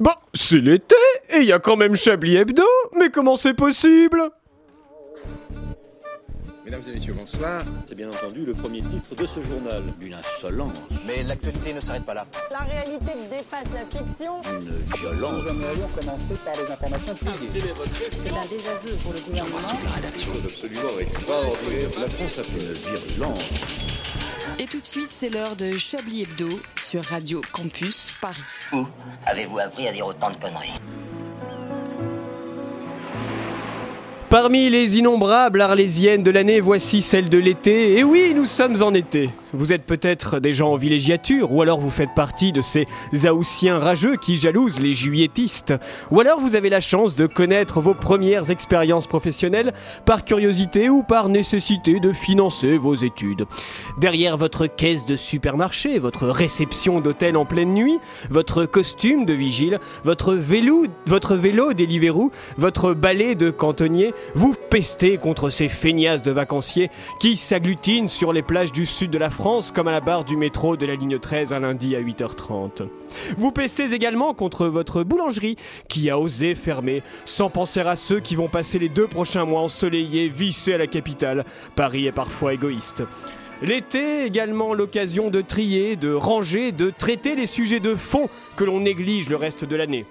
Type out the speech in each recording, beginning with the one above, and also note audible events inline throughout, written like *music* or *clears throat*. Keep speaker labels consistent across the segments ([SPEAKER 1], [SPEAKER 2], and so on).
[SPEAKER 1] Bah, c'est l'été et il y a quand même Chablis Hebdo, mais comment c'est possible
[SPEAKER 2] Mesdames et messieurs, bonsoir.
[SPEAKER 3] C'est bien entendu le premier titre de ce journal. Une insolence,
[SPEAKER 4] Mais l'actualité ne s'arrête pas là.
[SPEAKER 5] La réalité dépasse la fiction.
[SPEAKER 3] une violence.
[SPEAKER 6] C'est un désaveu pour le gouvernement.
[SPEAKER 7] Et tout de suite, c'est l'heure de Chablis Hebdo sur Radio Campus Paris.
[SPEAKER 8] Où avez-vous appris à dire autant de conneries
[SPEAKER 1] Parmi les innombrables arlésiennes de l'année, voici celle de l'été. Et oui, nous sommes en été. Vous êtes peut-être des gens en villégiature, ou alors vous faites partie de ces Haussiens rageux qui jalousent les juilletistes. Ou alors vous avez la chance de connaître vos premières expériences professionnelles par curiosité ou par nécessité de financer vos études. Derrière votre caisse de supermarché, votre réception d'hôtel en pleine nuit, votre costume de vigile, votre vélo, votre vélo Deliveroo, votre balai de cantonnier, vous pestez contre ces feignasses de vacanciers qui s'agglutinent sur les plages du sud de la France comme à la barre du métro de la ligne 13 un lundi à 8h30. Vous pestez également contre votre boulangerie qui a osé fermer sans penser à ceux qui vont passer les deux prochains mois ensoleillés, vissés à la capitale. Paris est parfois égoïste. L'été est également l'occasion de trier, de ranger, de traiter les sujets de fond que l'on néglige le reste de l'année.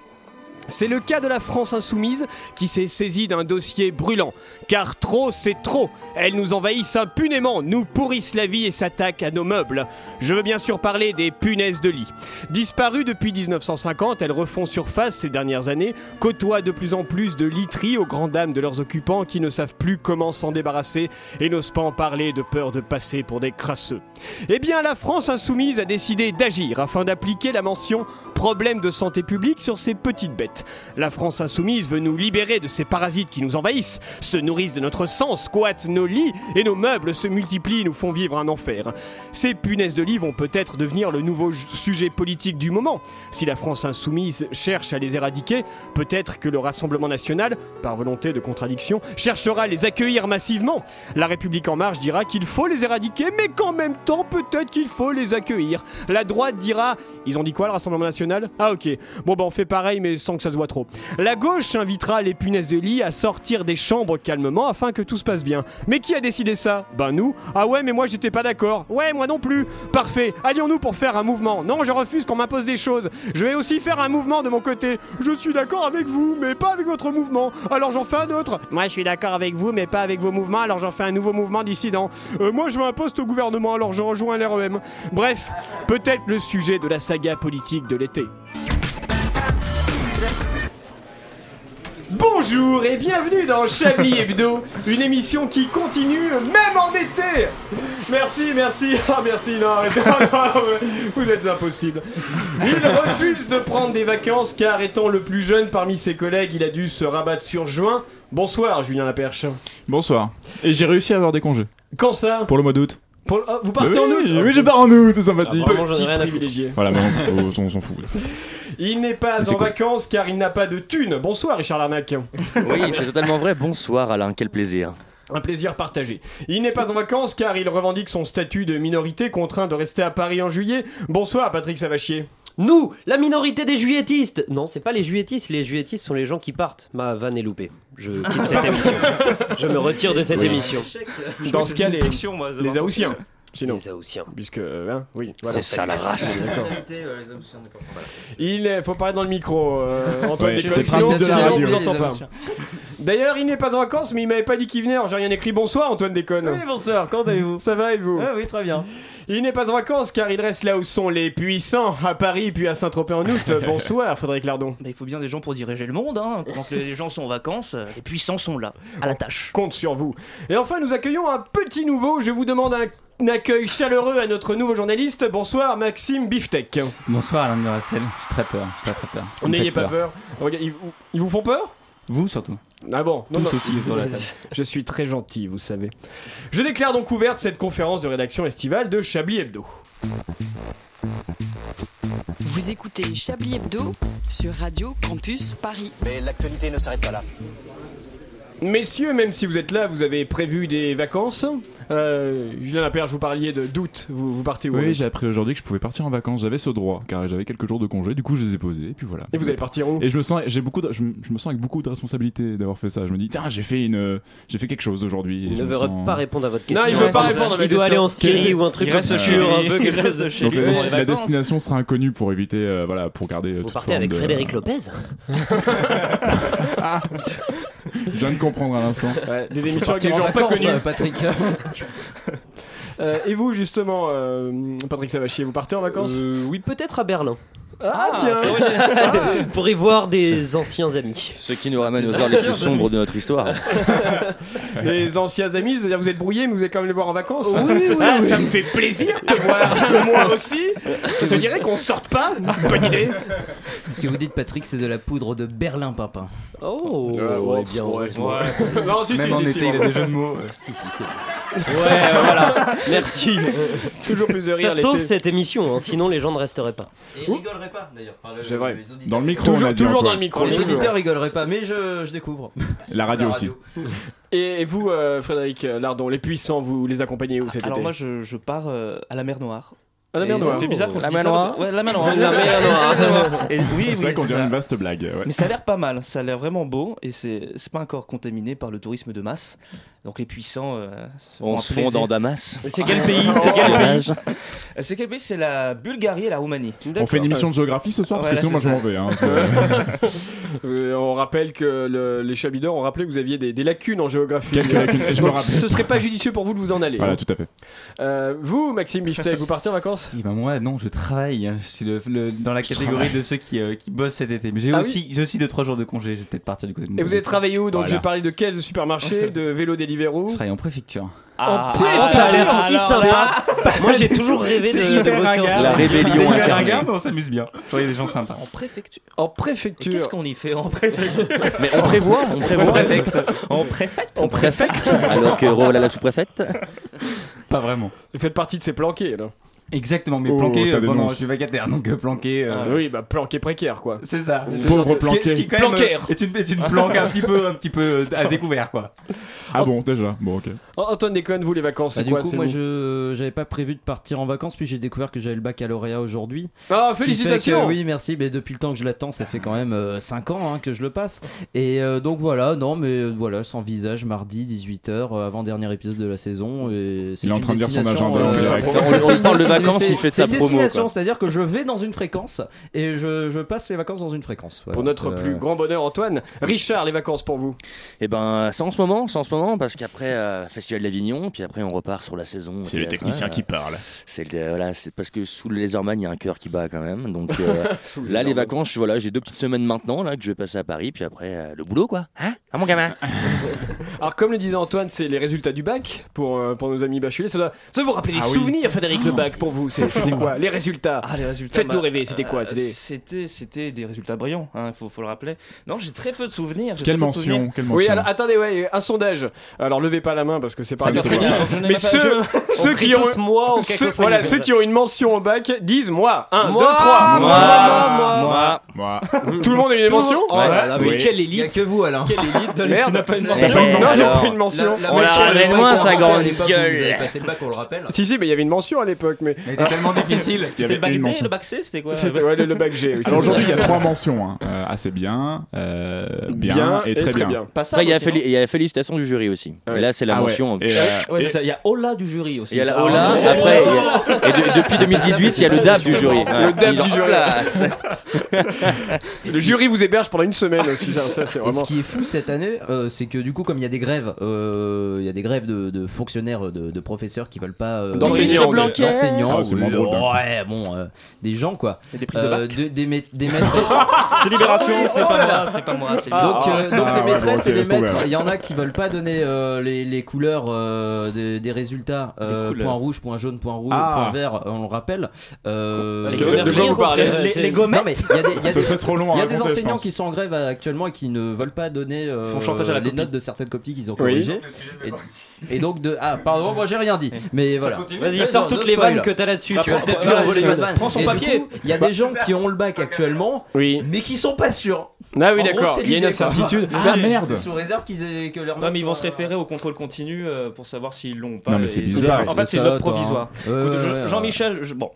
[SPEAKER 1] C'est le cas de la France insoumise qui s'est saisie d'un dossier brûlant. Car trop, c'est trop. Elles nous envahissent impunément, nous pourrissent la vie et s'attaquent à nos meubles. Je veux bien sûr parler des punaises de lit. Disparues depuis 1950, elles refont surface ces dernières années, côtoient de plus en plus de literies aux grandes dames de leurs occupants qui ne savent plus comment s'en débarrasser et n'osent pas en parler de peur de passer pour des crasseux. Eh bien, la France insoumise a décidé d'agir afin d'appliquer la mention problème de santé publique sur ces petites bêtes. La France insoumise veut nous libérer de ces parasites qui nous envahissent, se nourrissent de notre sang, squattent nos lits et nos meubles se multiplient et nous font vivre un enfer. Ces punaises de lit vont peut-être devenir le nouveau ju- sujet politique du moment. Si la France insoumise cherche à les éradiquer, peut-être que le Rassemblement national, par volonté de contradiction, cherchera à les accueillir massivement. La République en marche dira qu'il faut les éradiquer, mais qu'en même temps, peut-être qu'il faut les accueillir. La droite dira Ils ont dit quoi le Rassemblement national Ah ok. Bon bah on fait pareil mais sans que ça se voit trop. La gauche invitera les punaises de lit à sortir des chambres calmement afin que tout se passe bien. Mais qui a décidé ça Ben nous. Ah ouais mais moi j'étais pas d'accord. Ouais moi non plus. Parfait. Allions-nous pour faire un mouvement. Non je refuse qu'on m'impose des choses. Je vais aussi faire un mouvement de mon côté. Je suis d'accord avec vous mais pas avec votre mouvement. Alors j'en fais un autre. Moi je suis d'accord avec vous mais pas avec vos mouvements. Alors j'en fais un nouveau mouvement dissident. Euh, moi je veux un poste au gouvernement alors je rejoins l'REM. Bref, peut-être le sujet de la saga politique de l'été. Bonjour et bienvenue dans Chablis Hebdo, une émission qui continue même en été. Merci, merci, *laughs* ah merci, non, arrêtez, non, non, vous êtes impossible. Il refuse de prendre des vacances car étant le plus jeune parmi ses collègues, il a dû se rabattre sur juin. Bonsoir Julien Laperche.
[SPEAKER 9] Bonsoir. Et j'ai réussi à avoir des congés
[SPEAKER 1] Quand ça
[SPEAKER 9] pour le mois d'août.
[SPEAKER 1] Pour le- ah, Vous partez
[SPEAKER 9] oui,
[SPEAKER 1] en août
[SPEAKER 9] Oui, je pars en août, c'est sympathique.
[SPEAKER 1] Petit privilégié.
[SPEAKER 9] Voilà, mais on, on s'en fout.
[SPEAKER 1] Il n'est pas
[SPEAKER 9] Mais c'est
[SPEAKER 1] en
[SPEAKER 9] quoi
[SPEAKER 1] vacances car il n'a pas de thune. Bonsoir Richard Larnac.
[SPEAKER 10] Oui, c'est totalement vrai. Bonsoir Alain, quel plaisir.
[SPEAKER 1] Un plaisir partagé. Il n'est pas en vacances car il revendique son statut de minorité contraint de rester à Paris en juillet. Bonsoir Patrick Savachier.
[SPEAKER 11] Nous, la minorité des juilletistes Non, c'est pas les juilletistes, les juilletistes sont les gens
[SPEAKER 1] *laughs*
[SPEAKER 11] qui partent. Ma vanne est loupée. Je quitte cette émission. Je me retire de cette
[SPEAKER 9] Oui.
[SPEAKER 11] émission.
[SPEAKER 1] Dans ce cas, les,
[SPEAKER 4] moi,
[SPEAKER 1] les Haussiens. Sinon,
[SPEAKER 11] Les Haussiens.
[SPEAKER 1] puisque... euh, hein, oui, voilà.
[SPEAKER 10] C'est ça la race.
[SPEAKER 4] Ah, euh,
[SPEAKER 1] Il est- faut parler dans le micro, euh, Antoine.
[SPEAKER 9] Ouais,
[SPEAKER 1] Décolle,
[SPEAKER 9] c'est le
[SPEAKER 1] sinon,
[SPEAKER 9] principe de la
[SPEAKER 1] sinon, on
[SPEAKER 9] radio.
[SPEAKER 1] vous entend pas. D'ailleurs, il n'est pas en vacances, mais il m'avait pas dit qu'il venait, alors j'ai rien écrit. Bonsoir Antoine Déconne.
[SPEAKER 4] bonsoir, comment allez-vous Ah
[SPEAKER 1] Ça va et vous
[SPEAKER 4] oui, très bien.
[SPEAKER 1] Il n'est pas en vacances car il reste là où sont les puissants, à Paris puis à Saint-Tropez en
[SPEAKER 9] *laughs*
[SPEAKER 1] août. Euh, Bonsoir Frédéric Lardon.
[SPEAKER 12] Bah,
[SPEAKER 4] il faut bien des gens pour diriger le monde. Hein. Quand les gens sont en vacances, euh, les puissants sont là, à la tâche.
[SPEAKER 1] compte sur vous. Et enfin, nous accueillons un petit nouveau. Je vous demande un, un accueil chaleureux à notre nouveau journaliste. Bonsoir, Maxime Biftek.
[SPEAKER 9] Bonsoir Alain Duracel, j'ai très peur, j'ai très peur.
[SPEAKER 1] N'ayez pas peur. Regarde, ils, ils vous font peur
[SPEAKER 9] Vous surtout,
[SPEAKER 1] Ah bon non, non.
[SPEAKER 9] aussi autour de la table.
[SPEAKER 1] *laughs* Je suis très gentil, vous savez. Je déclare donc ouverte cette conférence de rédaction estivale de Chablis Hebdo.
[SPEAKER 7] Vous écoutez Chablis Hebdo sur Radio Campus Paris.
[SPEAKER 4] Mais l'actualité ne s'arrête pas là.
[SPEAKER 1] Messieurs, même si vous êtes là, vous avez prévu des vacances. Euh, Julien Lapierre, je vous parliez de d'août. Vous, vous partez où en
[SPEAKER 2] Oui,
[SPEAKER 1] août
[SPEAKER 2] j'ai appris aujourd'hui que je pouvais partir en vacances. J'avais ce droit, car j'avais quelques jours de congé. Du coup, je les ai posés, et puis voilà.
[SPEAKER 1] Et vous allez partir où
[SPEAKER 2] Et je me sens, j'ai beaucoup, de- je, me- je me sens avec beaucoup de responsabilité d'avoir fait ça. Je me dis, tiens, j'ai fait une, euh, j'ai fait quelque chose aujourd'hui. et
[SPEAKER 11] Il
[SPEAKER 2] je
[SPEAKER 11] ne
[SPEAKER 2] me
[SPEAKER 11] veut
[SPEAKER 2] sens-
[SPEAKER 11] pas répondre à votre
[SPEAKER 1] Non,
[SPEAKER 11] question.
[SPEAKER 1] il veut pas
[SPEAKER 11] c'est ça.
[SPEAKER 1] répondre à ma
[SPEAKER 11] Il doit aller
[SPEAKER 1] question.
[SPEAKER 11] en Syrie
[SPEAKER 1] Quel-
[SPEAKER 11] ou un truc
[SPEAKER 1] il
[SPEAKER 11] comme
[SPEAKER 1] reste
[SPEAKER 11] ça.
[SPEAKER 1] chez lui.
[SPEAKER 11] Un peu quelque
[SPEAKER 2] *laughs*
[SPEAKER 11] chose de chez
[SPEAKER 2] Donc,
[SPEAKER 11] lui.
[SPEAKER 2] la,
[SPEAKER 11] pour les
[SPEAKER 2] la
[SPEAKER 11] vacances.
[SPEAKER 2] destination sera inconnue pour éviter, euh, voilà, pour garder.
[SPEAKER 11] Vous partez avec Frédéric Lopez hein.
[SPEAKER 2] Je viens de comprendre à l'instant.
[SPEAKER 1] Des émissions avec des gens pas connus. *laughs* Euh, et vous, justement, euh, Patrick Savachier, vous partez en vacances
[SPEAKER 11] Euh, Oui, peut-être à Berlin.
[SPEAKER 1] Ah, tiens
[SPEAKER 11] *laughs* Pour y voir des anciens amis.
[SPEAKER 10] Ce qui nous ramène aux heures les plus sombres de notre histoire.
[SPEAKER 1] Les anciens amis, c'est-à-dire vous êtes brouillés, mais vous allez quand même les voir en vacances
[SPEAKER 11] Oui, oui,
[SPEAKER 1] Ah,
[SPEAKER 11] oui.
[SPEAKER 1] Ça me fait plaisir de te voir, moi aussi *laughs* Je te dirais
[SPEAKER 12] *laughs*
[SPEAKER 1] qu'on sorte pas Bonne idée
[SPEAKER 12] Ce que vous dites, Patrick, c'est de la poudre de Berlin, papa.
[SPEAKER 11] Oh,
[SPEAKER 1] Euh,
[SPEAKER 11] ouais,
[SPEAKER 1] ouais,
[SPEAKER 11] bien,
[SPEAKER 1] ouais,
[SPEAKER 11] heureusement.
[SPEAKER 1] *laughs* Non, si, si, si, si, bon.
[SPEAKER 9] jeux de mots.
[SPEAKER 12] Si, si, c'est
[SPEAKER 11] Ouais, euh, voilà. *laughs* Merci.
[SPEAKER 1] *laughs* Toujours plus de rire
[SPEAKER 11] Ça sauve
[SPEAKER 1] l'été.
[SPEAKER 11] cette émission, hein, sinon les gens ne resteraient pas.
[SPEAKER 12] Et rigolerait pas, d'ailleurs. Enfin, le-
[SPEAKER 1] C'est vrai.
[SPEAKER 12] Les auditeurs,
[SPEAKER 2] Dans le micro, on a
[SPEAKER 1] Toujours,
[SPEAKER 2] dit,
[SPEAKER 1] toujours dans
[SPEAKER 2] Antoine.
[SPEAKER 1] le micro.
[SPEAKER 12] les
[SPEAKER 1] toujours.
[SPEAKER 12] auditeurs rigoleraient pas, mais je, je découvre.
[SPEAKER 2] La radio aussi.
[SPEAKER 1] Et, et vous, euh, Frédéric euh, Lardon, les puissants, vous les accompagnez où cet
[SPEAKER 4] Alors
[SPEAKER 1] été
[SPEAKER 4] moi je, je pars euh, à la mer Noire.
[SPEAKER 1] À la mer
[SPEAKER 4] Et
[SPEAKER 1] Noire.
[SPEAKER 4] Ça fait bizarre quand
[SPEAKER 10] La
[SPEAKER 4] je dis
[SPEAKER 10] mer
[SPEAKER 4] ça,
[SPEAKER 10] Noire
[SPEAKER 4] parce que- Ouais, la mer Noire.
[SPEAKER 11] La mer Noire.
[SPEAKER 4] *laughs* Et oui, oui,
[SPEAKER 2] C'est vrai qu'on
[SPEAKER 4] c'est
[SPEAKER 2] dirait
[SPEAKER 4] ça.
[SPEAKER 2] une vaste blague. ouais.
[SPEAKER 4] Mais ça a l'air pas mal, ça a l'air vraiment beau et c'est c'est pas encore contaminé par le tourisme de masse. Donc les puissants euh,
[SPEAKER 10] On
[SPEAKER 4] font un
[SPEAKER 10] se fond
[SPEAKER 4] plaisir.
[SPEAKER 10] dans Damas.
[SPEAKER 11] C'est quel pays
[SPEAKER 9] Ah, *laughs*
[SPEAKER 11] C'est
[SPEAKER 4] quel
[SPEAKER 11] quel pays
[SPEAKER 10] Dommage.
[SPEAKER 4] Euh, C'est quel pays C'est la Bulgarie et la Roumanie.
[SPEAKER 2] On fait une émission de géographie ce soir parce que
[SPEAKER 4] Voilà,
[SPEAKER 2] sinon moi je
[SPEAKER 4] c'est
[SPEAKER 2] m'en vais. hein, parce que-
[SPEAKER 1] *laughs* *laughs* Euh, on rappelle que le- les Chabideurs ont rappelé que vous aviez des, des lacunes en géographie.
[SPEAKER 2] Quelques lacunes, et je me
[SPEAKER 1] Donc,
[SPEAKER 2] rappelle.
[SPEAKER 1] ce serait pas judicieux pour vous de vous en aller. hein.
[SPEAKER 2] Voilà, tout à fait.
[SPEAKER 1] Euh, vous, Maxime Biftek, vous partez en vacances
[SPEAKER 9] Eh ben moi non, je travaille. Je suis le- le- dans la catégorie de ceux qui, euh, qui bossent cet été. Mais j'ai
[SPEAKER 1] Ah
[SPEAKER 9] aussi, j'ai aussi deux trois jours de congé. Je vais peut-être partir du côté. De mon
[SPEAKER 1] Et vous
[SPEAKER 9] côté.
[SPEAKER 1] avez travaillé où Donc
[SPEAKER 9] Voilà.
[SPEAKER 1] j'ai parlé de quel supermarché De vélo Deliveroo
[SPEAKER 9] Je travaille en préfecture.
[SPEAKER 1] Ah,
[SPEAKER 11] Ah, ça a l'air si sympa. Moi, j'ai toujours rêvé
[SPEAKER 9] C'est
[SPEAKER 11] de, de
[SPEAKER 9] hyper
[SPEAKER 11] bosser en
[SPEAKER 9] ringard.
[SPEAKER 10] La
[SPEAKER 9] C'est
[SPEAKER 10] rébellion
[SPEAKER 9] hyper
[SPEAKER 10] incarnée.
[SPEAKER 9] ringard, mais on s'amuse bien. Je vois, il y a des gens sympas.
[SPEAKER 4] En préfecture.
[SPEAKER 1] En
[SPEAKER 4] Et
[SPEAKER 1] préfecture.
[SPEAKER 4] qu'est-ce qu'on y fait en préfecture
[SPEAKER 10] Mais on prévoit, on prévoit.
[SPEAKER 4] En préfecte
[SPEAKER 10] On préfecte Alors que Rola la sous-préfète.
[SPEAKER 9] Pas vraiment.
[SPEAKER 1] Vous faites partie de ces planqués, là.
[SPEAKER 9] Exactement, mais
[SPEAKER 2] Oh,
[SPEAKER 9] planqué
[SPEAKER 2] ça
[SPEAKER 9] euh, pendant.
[SPEAKER 2] dénonce.
[SPEAKER 9] Je suis vacataire, donc euh, planqué. euh,
[SPEAKER 1] Ah oui, bah planqués précaires, quoi.
[SPEAKER 9] C'est ça.
[SPEAKER 2] Pauvre
[SPEAKER 9] Ce qui est- ce qui
[SPEAKER 2] planqué.
[SPEAKER 9] est quand même,
[SPEAKER 1] Planquer.
[SPEAKER 9] euh, est une, est *laughs* une planque un petit peu, un petit peu euh, à découvert quoi.
[SPEAKER 2] Ah bon, déjà. Bon, ok.
[SPEAKER 1] Oh, Antoine Déconne, vous, les vacances,
[SPEAKER 12] Bah,
[SPEAKER 1] c'est
[SPEAKER 12] du
[SPEAKER 1] quoi
[SPEAKER 12] coup,
[SPEAKER 1] c'est
[SPEAKER 12] moi,
[SPEAKER 1] vous
[SPEAKER 12] je j'avais pas prévu de partir en vacances, puis j'ai découvert que j'avais le baccalauréat aujourd'hui.
[SPEAKER 1] Ah,
[SPEAKER 12] Ce qui fait que-
[SPEAKER 1] félicitations
[SPEAKER 12] Oui, merci, mais depuis le temps que je l'attends, ça fait quand même 5 ans hein, que je le passe. Et euh, donc voilà, non, mais euh, voilà, sans visage, mardi, 18h, avant-dernier épisode de la saison. Et c'est
[SPEAKER 2] Il est en
[SPEAKER 12] une
[SPEAKER 2] train de lire son
[SPEAKER 12] destination,
[SPEAKER 2] agenda
[SPEAKER 12] euh,
[SPEAKER 2] en direct.
[SPEAKER 10] On, on parle de vacances, il fait de sa
[SPEAKER 12] C'est une
[SPEAKER 10] promo.
[SPEAKER 12] destination,
[SPEAKER 10] quoi.
[SPEAKER 12] c'est-à-dire que je vais dans une fréquence et je, je passe les vacances dans une fréquence. Voilà.
[SPEAKER 1] Pour notre
[SPEAKER 12] Euh,
[SPEAKER 1] plus grand bonheur, Antoine. Richard, les vacances pour vous
[SPEAKER 10] Et ben, c'est en ce moment, c'est en ce moment, parce qu'après euh, Festival d'Avignon, puis après on repart sur la saison. Et puis après, euh,
[SPEAKER 2] parle.
[SPEAKER 10] C'est le- voilà, c'est parce que sous le Laserman, il y a un cœur qui bat quand
[SPEAKER 1] *laughs*
[SPEAKER 10] même. Donc euh, là, les vacances, voilà, j'ai deux petites semaines maintenant là que je vais passer à Paris, puis après euh, le boulot quoi. Hein Ah mon gamin.
[SPEAKER 1] *laughs* Alors, comme le disait Antoine, c'est les résultats du bac pour, euh, pour nos amis bacheliers. Ça doit, ça doit vous rappeler des
[SPEAKER 2] Ah oui.
[SPEAKER 1] souvenirs, Frédéric, le bac pour vous. C'est- C'était quoi Les résultats
[SPEAKER 4] Ah, les résultats.
[SPEAKER 1] Faites-nous
[SPEAKER 4] bah,
[SPEAKER 1] rêver, c'était quoi
[SPEAKER 4] euh,
[SPEAKER 1] C'était-
[SPEAKER 4] C'était c'était des résultats brillants, hein, il faut, faut le rappeler. Non, j'ai très peu de souvenirs. j'ai
[SPEAKER 2] Quelle
[SPEAKER 4] très peu de souvenirs.
[SPEAKER 2] mention, quelle mention.
[SPEAKER 1] Oui, alors, attendez, ouais, un sondage. Alors, levez pas la main parce que c'est pas
[SPEAKER 2] Ça
[SPEAKER 1] grave.
[SPEAKER 2] va, ça va.
[SPEAKER 4] Je n'ai
[SPEAKER 1] Mais
[SPEAKER 4] pas-
[SPEAKER 1] ceux,
[SPEAKER 4] je-
[SPEAKER 1] ceux qui ont.
[SPEAKER 11] moi en
[SPEAKER 1] ceux- voilà, ceux qui ont une mention au bac disent moi, 1, 2, 3.
[SPEAKER 11] moi, moi,
[SPEAKER 2] moi, moi.
[SPEAKER 1] Tout le monde a eu une mention
[SPEAKER 11] Oh là là, mais
[SPEAKER 2] Oui.
[SPEAKER 11] quelle
[SPEAKER 12] Il y a
[SPEAKER 11] élite
[SPEAKER 12] que vous, Alain.
[SPEAKER 11] Quelle élite de
[SPEAKER 1] Merde.
[SPEAKER 11] l'élite.
[SPEAKER 4] pas une
[SPEAKER 12] Vous avez
[SPEAKER 4] mention.
[SPEAKER 12] pas eu de
[SPEAKER 10] Eh,
[SPEAKER 1] Non, j'ai
[SPEAKER 10] alors,
[SPEAKER 1] pas eu une mention.
[SPEAKER 10] On la
[SPEAKER 12] mention, elle
[SPEAKER 10] ramène
[SPEAKER 12] est
[SPEAKER 10] moins,
[SPEAKER 12] importante,
[SPEAKER 10] sa grande
[SPEAKER 12] elle est pas- vous
[SPEAKER 1] *laughs*
[SPEAKER 12] avez
[SPEAKER 10] gueule.
[SPEAKER 12] passé le bac, on le rappelle.
[SPEAKER 1] Si, si, mais il y avait une mention à l'époque, mais. Ah.
[SPEAKER 9] Mais était tellement difficile.
[SPEAKER 2] Il y
[SPEAKER 4] C'était le
[SPEAKER 2] avait
[SPEAKER 4] bac
[SPEAKER 2] une
[SPEAKER 4] D,
[SPEAKER 2] mention.
[SPEAKER 4] le bac C, c'était quoi
[SPEAKER 1] C'était ouais, le, le bac G. oui,
[SPEAKER 2] Alors
[SPEAKER 1] c'est ça.
[SPEAKER 2] aujourd'hui, il y a trois mentions. hein. Euh, assez bien, euh, bien, et très, bien.
[SPEAKER 4] Pas ça.
[SPEAKER 10] Après, il y a
[SPEAKER 4] aussi, non
[SPEAKER 10] féli- il y a la félicitation du jury aussi.
[SPEAKER 1] Ah ouais.
[SPEAKER 10] Et là, c'est la
[SPEAKER 2] Ah ouais.
[SPEAKER 10] mention.
[SPEAKER 2] Et, euh,
[SPEAKER 4] Ouais,
[SPEAKER 2] et-
[SPEAKER 4] c'est ça, il y a Ola du jury aussi.
[SPEAKER 10] Il y a la
[SPEAKER 4] Ah,
[SPEAKER 10] Ola,
[SPEAKER 4] ouais.
[SPEAKER 10] après, il y a- et de- depuis 2018, il y a le DAB du jury.
[SPEAKER 1] Le DAB du jury.
[SPEAKER 10] Là, c'est-
[SPEAKER 4] *laughs*
[SPEAKER 1] Le jury vous héberge pendant une semaine aussi, ça, ça, c'est
[SPEAKER 12] Et
[SPEAKER 1] vraiment.
[SPEAKER 12] ce qui est fou cette année, euh, c'est que du coup, comme il y a des grèves, euh, il y a des grèves de, de fonctionnaires, de, de professeurs qui veulent pas. Euh,
[SPEAKER 1] D'enseignants,
[SPEAKER 12] de-
[SPEAKER 1] Blanquer.
[SPEAKER 12] d'enseignants,
[SPEAKER 2] Ah, c'est
[SPEAKER 12] oui,
[SPEAKER 2] moins drôle, d'un
[SPEAKER 12] ouais, bon, euh, des gens quoi.
[SPEAKER 4] Il y a des prises de
[SPEAKER 12] Euh,
[SPEAKER 4] bac.
[SPEAKER 12] de- des, ma-
[SPEAKER 4] *laughs*
[SPEAKER 12] des maîtres.
[SPEAKER 4] C'est Libération, c'était pas moi, c'était pas moi. c'est
[SPEAKER 1] Ah,
[SPEAKER 12] donc, euh, donc
[SPEAKER 2] Ah, ouais,
[SPEAKER 12] les maîtresses
[SPEAKER 2] bon, ok,
[SPEAKER 12] et les
[SPEAKER 2] laisse tomber,
[SPEAKER 12] maîtres,
[SPEAKER 2] alors.
[SPEAKER 12] il y en a qui veulent pas donner euh, les, les couleurs euh, des, des résultats. euh,
[SPEAKER 4] couleurs.
[SPEAKER 12] Point rouge, point jaune, point rouge,
[SPEAKER 2] Ah.
[SPEAKER 12] point vert, on le rappelle. Euh,
[SPEAKER 1] Les
[SPEAKER 12] je-
[SPEAKER 1] couleurs.
[SPEAKER 12] je-
[SPEAKER 1] quoi vous parlez
[SPEAKER 12] les-
[SPEAKER 11] les,
[SPEAKER 12] les gommettes. Non, mais il y a des- il y a
[SPEAKER 2] ce
[SPEAKER 12] des-
[SPEAKER 2] serait trop long
[SPEAKER 12] il y
[SPEAKER 2] à
[SPEAKER 12] a des
[SPEAKER 2] raconter, je
[SPEAKER 12] enseignants
[SPEAKER 2] pense.
[SPEAKER 12] qui sont en grève euh, actuellement et qui ne veulent pas donner euh,
[SPEAKER 4] Ils font chantage à la
[SPEAKER 12] les
[SPEAKER 4] copie.
[SPEAKER 12] notes de certaines copies qu'ils ont
[SPEAKER 1] Oui.
[SPEAKER 12] corrigées. Et, et donc de ah pardon moi j'ai rien dit mais voilà.
[SPEAKER 11] Vas-y, sors toutes les vannes que t'as là-dessus.
[SPEAKER 12] Bah,
[SPEAKER 11] tu vas
[SPEAKER 12] prends-
[SPEAKER 11] peut-être
[SPEAKER 12] voilà,
[SPEAKER 11] lui en voler
[SPEAKER 12] je-
[SPEAKER 11] une.
[SPEAKER 12] Batman. Et du coup, Il
[SPEAKER 2] Bah,
[SPEAKER 12] y a des gens qui ont le bac actuellement, mais qui sont pas sûrs.
[SPEAKER 1] Ah
[SPEAKER 12] En gros, c'est l'idée, quoi.
[SPEAKER 4] Ah
[SPEAKER 12] C'est sous réserve qu'ils aient que leur
[SPEAKER 4] Non, mais ils vont se référer au contrôle continu euh, pour savoir s'ils l'ont ou pas.
[SPEAKER 12] Non, mais
[SPEAKER 4] Et
[SPEAKER 12] c'est
[SPEAKER 4] ils-
[SPEAKER 12] bizarre.
[SPEAKER 4] En fait, c'est une
[SPEAKER 12] Ça,
[SPEAKER 4] note
[SPEAKER 12] toi, hein.
[SPEAKER 4] provisoire.
[SPEAKER 12] Ouais,
[SPEAKER 4] Écoute,
[SPEAKER 12] ouais,
[SPEAKER 4] je-
[SPEAKER 12] ouais, ouais.
[SPEAKER 4] Jean-Michel, je-
[SPEAKER 12] *laughs*
[SPEAKER 4] bon.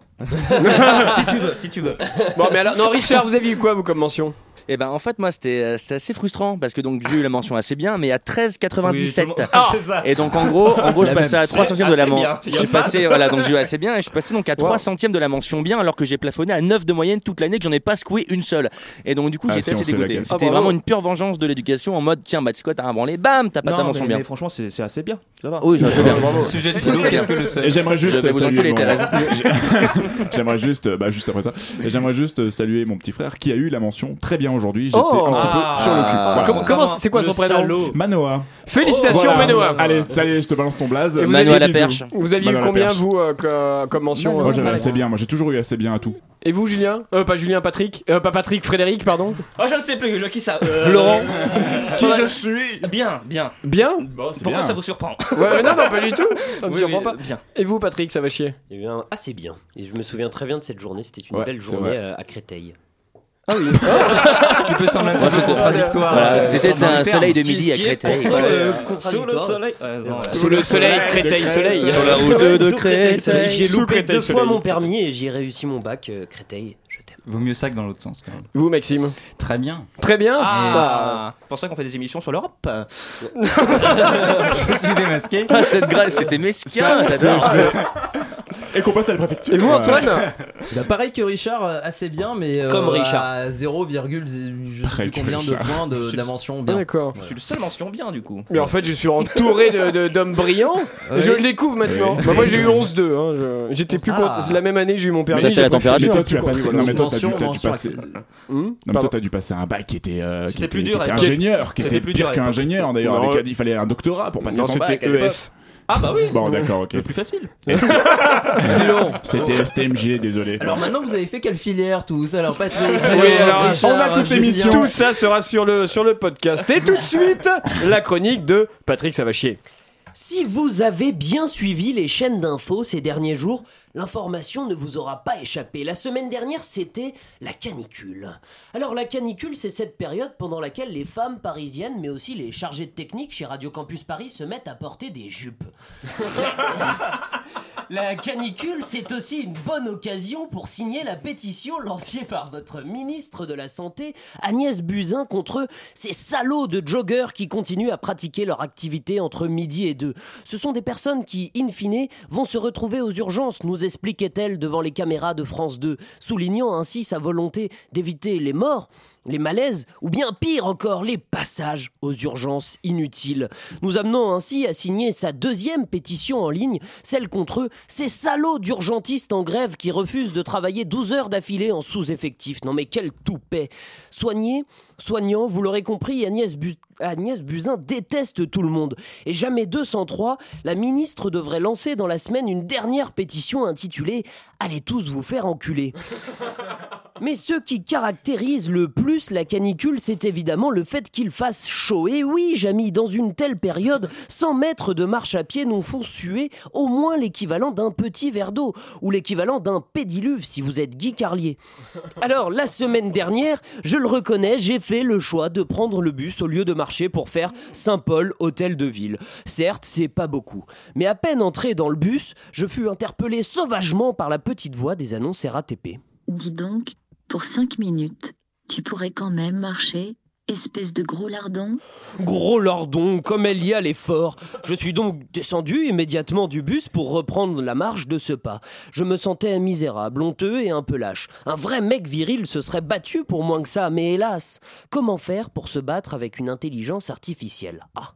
[SPEAKER 4] si tu veux, si tu veux.
[SPEAKER 1] Bon, mais alors, non, Richard, vous aviez eu quoi, vous, comme mention
[SPEAKER 10] Eh ben, en fait, moi, c'était euh, c'était assez frustrant parce que donc j'ai eu la mention assez bien, mais à
[SPEAKER 4] Oui,
[SPEAKER 10] 13,97.
[SPEAKER 4] tout le monde- Ah C'est ça.
[SPEAKER 10] Et donc, en gros, en gros, je
[SPEAKER 4] La
[SPEAKER 10] passais
[SPEAKER 4] même.
[SPEAKER 10] à 3
[SPEAKER 4] C'est
[SPEAKER 10] centimes de la
[SPEAKER 4] assez
[SPEAKER 10] mention.
[SPEAKER 4] bien.
[SPEAKER 10] Je
[SPEAKER 4] Y a
[SPEAKER 10] suis
[SPEAKER 4] pas
[SPEAKER 10] passé,
[SPEAKER 4] de-
[SPEAKER 10] voilà, donc j'ai eu assez bien, et je suis passé donc à 3
[SPEAKER 4] Wow.
[SPEAKER 10] centièmes de la mention bien, alors que j'ai plafonné à 9 de moyenne toute l'année, que j'en ai pas secoué une seule. Et donc, du coup,
[SPEAKER 4] Ah,
[SPEAKER 10] j'étais
[SPEAKER 4] si, on
[SPEAKER 10] assez
[SPEAKER 4] sait
[SPEAKER 10] dégoûté.
[SPEAKER 4] laquelle. Ah,
[SPEAKER 10] C'était
[SPEAKER 4] bravo.
[SPEAKER 10] vraiment une pure vengeance de l'éducation en mode, tiens, bah, tu sais quoi, t'as un branlé, bam, t'as pas
[SPEAKER 4] Non,
[SPEAKER 10] ta
[SPEAKER 4] mais-
[SPEAKER 10] mention bien.
[SPEAKER 4] mais franchement, c'est c'est assez bien. Ça va.
[SPEAKER 10] Oui, ça, c'est bien.
[SPEAKER 4] Bravo.
[SPEAKER 10] Sujet
[SPEAKER 1] hein.
[SPEAKER 10] de philo, qu'est-ce que le seul Et j'aimerais juste Je vais vous saluer enculer, mon- Thérèse.
[SPEAKER 2] *laughs* j'aimerais juste, euh, bah juste après ça, et j'aimerais juste euh, saluer mon petit frère qui a eu la mention très bien aujourd'hui. J'étais
[SPEAKER 1] Oh.
[SPEAKER 2] un petit
[SPEAKER 1] Ah.
[SPEAKER 2] peu sur le cul.
[SPEAKER 1] Ah. Comment- comment- c'est quoi son Le prénom salaud.
[SPEAKER 2] Manoa.
[SPEAKER 12] Oh,
[SPEAKER 1] Félicitations, Manoa.
[SPEAKER 2] Allez, salut, je te balance ton blaze.
[SPEAKER 1] Et vous aviez- Vous aviez eu
[SPEAKER 2] Manoa
[SPEAKER 1] combien,
[SPEAKER 2] Laperche.
[SPEAKER 1] vous, euh, que- comme mention
[SPEAKER 2] Moi
[SPEAKER 1] euh,
[SPEAKER 2] j'avais assez bien, moi j'ai toujours eu assez bien à tout.
[SPEAKER 1] Et vous, Julien Euh, Pas Julien, Patrick Euh, Pas Patrick, Frédéric, pardon
[SPEAKER 4] Oh, je ne sais plus, je- qui ça *laughs*
[SPEAKER 1] Laurent.
[SPEAKER 4] Qui
[SPEAKER 1] je
[SPEAKER 4] suis Bien, bien.
[SPEAKER 1] Bien
[SPEAKER 4] Pourquoi ça vous surprend
[SPEAKER 1] Ouais, mais non, *laughs* non, pas du tout.
[SPEAKER 11] *laughs*
[SPEAKER 1] Ça me
[SPEAKER 11] Oui,
[SPEAKER 1] surprend
[SPEAKER 11] oui,
[SPEAKER 1] pas.
[SPEAKER 4] Bien.
[SPEAKER 1] Et vous, Patrick, ça va chier
[SPEAKER 11] Il y a eu un assez bien. Et je me souviens très bien de cette journée. C'était une
[SPEAKER 1] Ouais,
[SPEAKER 11] belle
[SPEAKER 1] c'est
[SPEAKER 11] journée
[SPEAKER 1] vrai.
[SPEAKER 11] euh, à Créteil.
[SPEAKER 1] Ah oui.
[SPEAKER 11] Ce
[SPEAKER 12] qui peut sembler un
[SPEAKER 10] petit peu contradictoire, Voilà, euh, c'était sur un le long soleil de terme. midi à
[SPEAKER 11] Ce qui est
[SPEAKER 10] Créteil.
[SPEAKER 11] pourtant, euh,
[SPEAKER 10] Sous
[SPEAKER 11] contradictoire.
[SPEAKER 4] le soleil- ouais, non,
[SPEAKER 11] Voilà.
[SPEAKER 4] Sous Sous le le soleil, soleil, Créteil, de soleil. Créteil. Sur la route de
[SPEAKER 11] Sous
[SPEAKER 4] Créteil.
[SPEAKER 11] J'ai
[SPEAKER 4] Sous
[SPEAKER 11] loupé
[SPEAKER 4] Créteil,
[SPEAKER 11] deux fois
[SPEAKER 4] soleil.
[SPEAKER 11] mon permis et j'ai réussi mon bac euh, Créteil. Je t'aime.
[SPEAKER 9] Vaut mieux ça que dans l'autre sens. Quand même.
[SPEAKER 1] Vous, Maxime
[SPEAKER 9] Très bien.
[SPEAKER 1] Très bien. Bah.
[SPEAKER 4] Ah, c'est pour ça qu'on fait des émissions sur l'Europe.
[SPEAKER 9] Je suis démasqué.
[SPEAKER 10] Ah, cette grâce, c'était mesquin,
[SPEAKER 4] Ça,
[SPEAKER 10] j'adore.
[SPEAKER 4] c'est fait.
[SPEAKER 2] Et qu'on passe à la préfecture.
[SPEAKER 12] Et vous,
[SPEAKER 2] Antoine
[SPEAKER 12] *laughs* Bah, pareil que Richard, euh, assez bien, mais euh,
[SPEAKER 4] Comme Richard.
[SPEAKER 12] à 0, je sais
[SPEAKER 4] Pareil
[SPEAKER 12] plus
[SPEAKER 4] que
[SPEAKER 12] combien de
[SPEAKER 4] Richard.
[SPEAKER 12] points
[SPEAKER 2] *laughs*
[SPEAKER 12] de, de la mention bien.
[SPEAKER 1] Ah, d'accord.
[SPEAKER 4] Je suis le seul mention bien du coup.
[SPEAKER 1] Mais en fait, je suis entouré de- de- d'hommes brillants.
[SPEAKER 4] Oui.
[SPEAKER 1] Je le découvre maintenant.
[SPEAKER 4] Oui.
[SPEAKER 1] Bah, moi, j'ai eu 11-2. hein, je- J'étais plus
[SPEAKER 2] Ah.
[SPEAKER 1] content. C'est La même année, j'ai eu mon permis.
[SPEAKER 2] ça, c'était
[SPEAKER 1] j'ai
[SPEAKER 2] la
[SPEAKER 1] pas fait-
[SPEAKER 2] température.
[SPEAKER 1] j'ai
[SPEAKER 2] Mais toi, tu as
[SPEAKER 1] plus
[SPEAKER 2] passé-
[SPEAKER 1] content.
[SPEAKER 2] non, mais toi, t'as dû- t'as dû passer-
[SPEAKER 1] Hmm
[SPEAKER 2] Non, mais
[SPEAKER 1] Pardon.
[SPEAKER 2] toi, t'as dû passer un bac qui était, euh, qui
[SPEAKER 1] C'était
[SPEAKER 2] était-
[SPEAKER 1] plus dur
[SPEAKER 2] qui
[SPEAKER 1] à
[SPEAKER 2] était
[SPEAKER 1] l'époque.
[SPEAKER 2] ingénieur, qui
[SPEAKER 1] C'était
[SPEAKER 2] était
[SPEAKER 1] plus
[SPEAKER 2] pire
[SPEAKER 1] dur à
[SPEAKER 2] qu'un
[SPEAKER 1] l'époque.
[SPEAKER 2] ingénieur d'ailleurs.
[SPEAKER 1] Non,
[SPEAKER 2] avec-
[SPEAKER 1] euh,
[SPEAKER 2] Il fallait un doctorat pour passer
[SPEAKER 1] non,
[SPEAKER 2] son bac.
[SPEAKER 1] c'était
[SPEAKER 2] à l'époque.
[SPEAKER 1] ES.
[SPEAKER 4] Ah bah oui.
[SPEAKER 2] Bon, d'accord, ok.
[SPEAKER 4] Le plus facile.
[SPEAKER 2] C'était STMG, désolé.
[SPEAKER 12] Alors maintenant, vous avez fait quelle filière tous Alors Patrick,
[SPEAKER 1] Oui, alors,
[SPEAKER 12] Richard,
[SPEAKER 1] on a toute
[SPEAKER 12] Julien.
[SPEAKER 1] l'émission. Tout ça sera sur le, sur le podcast. Et tout de suite, la chronique de Patrick Savachier.
[SPEAKER 13] Si vous avez bien suivi les chaînes d'infos ces derniers jours, l'information ne vous aura pas échappé. La semaine dernière, c'était la canicule. Alors la canicule, c'est cette période pendant laquelle les femmes parisiennes, mais aussi les chargées de technique chez Radio Campus Paris, se mettent à porter des jupes. La canicule, c'est aussi une bonne occasion pour signer la pétition lancée par notre ministre de la Santé, Agnès Buzyn, contre ces salauds de joggeurs qui continuent à pratiquer leur activité entre midi et deux. Ce sont des personnes qui, in fine, vont se retrouver aux urgences, nous expliquait-elle devant les caméras de France 2, soulignant ainsi sa volonté d'éviter les morts les malaises, ou bien pire encore, les passages aux urgences inutiles, nous amenant ainsi à signer sa deuxième pétition en ligne, celle contre eux, ces salauds d'urgentistes en grève qui refusent de travailler 12 heures d'affilée en sous-effectif. Non mais quel toupet Soigner, soignant, vous l'aurez compris, Agnès, Bu- Agnès Buzyn déteste tout le monde. Et jamais 203, la ministre devrait lancer dans la semaine une dernière pétition intitulée « Allez tous vous faire enculer ». Mais ce qui caractérise le plus la canicule, c'est évidemment le fait qu'il fasse chaud. Et oui, Jamy, dans une telle période, 100 mètres de marche à pied nous font suer au moins l'équivalent d'un petit verre d'eau, ou l'équivalent d'un pédiluve si vous êtes Guy Carlier. Alors, la semaine dernière, je le reconnais, j'ai fait le choix de prendre le bus au lieu de marcher pour faire Saint-Paul, hôtel de ville. Certes, c'est pas beaucoup. Mais à peine entré dans le bus, je fus interpellé sauvagement par la petite voix des annonces RATP.
[SPEAKER 14] Dis donc, pour cinq minutes, tu pourrais quand même marcher, espèce de gros lardon
[SPEAKER 13] Gros lordon, comme elle y allait fort. Je suis donc descendu immédiatement du bus pour reprendre la marche de ce pas. Je me sentais misérable, honteux et un peu lâche. Un vrai mec viril se serait battu pour moins que ça, mais hélas, comment faire pour se battre avec une intelligence artificielle Ah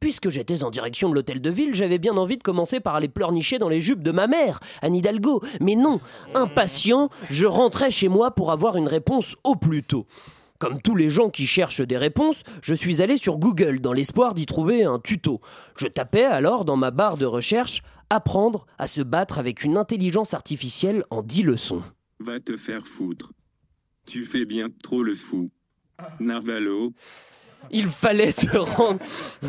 [SPEAKER 13] Puisque j'étais en direction de l'hôtel de ville, j'avais bien envie de commencer par aller pleurnicher dans les jupes de ma mère, Anne Hidalgo. Mais non, impatient, je rentrais chez moi pour avoir une réponse au plus tôt. Comme tous les gens qui cherchent des réponses, je suis allé sur Google dans l'espoir d'y trouver un tuto. Je tapais alors dans ma barre de recherche Apprendre à se battre avec une intelligence artificielle en 10 leçons.
[SPEAKER 15] Va te faire foutre. Tu fais bien trop le fou. Narvalo.
[SPEAKER 13] Il fallait se rendre,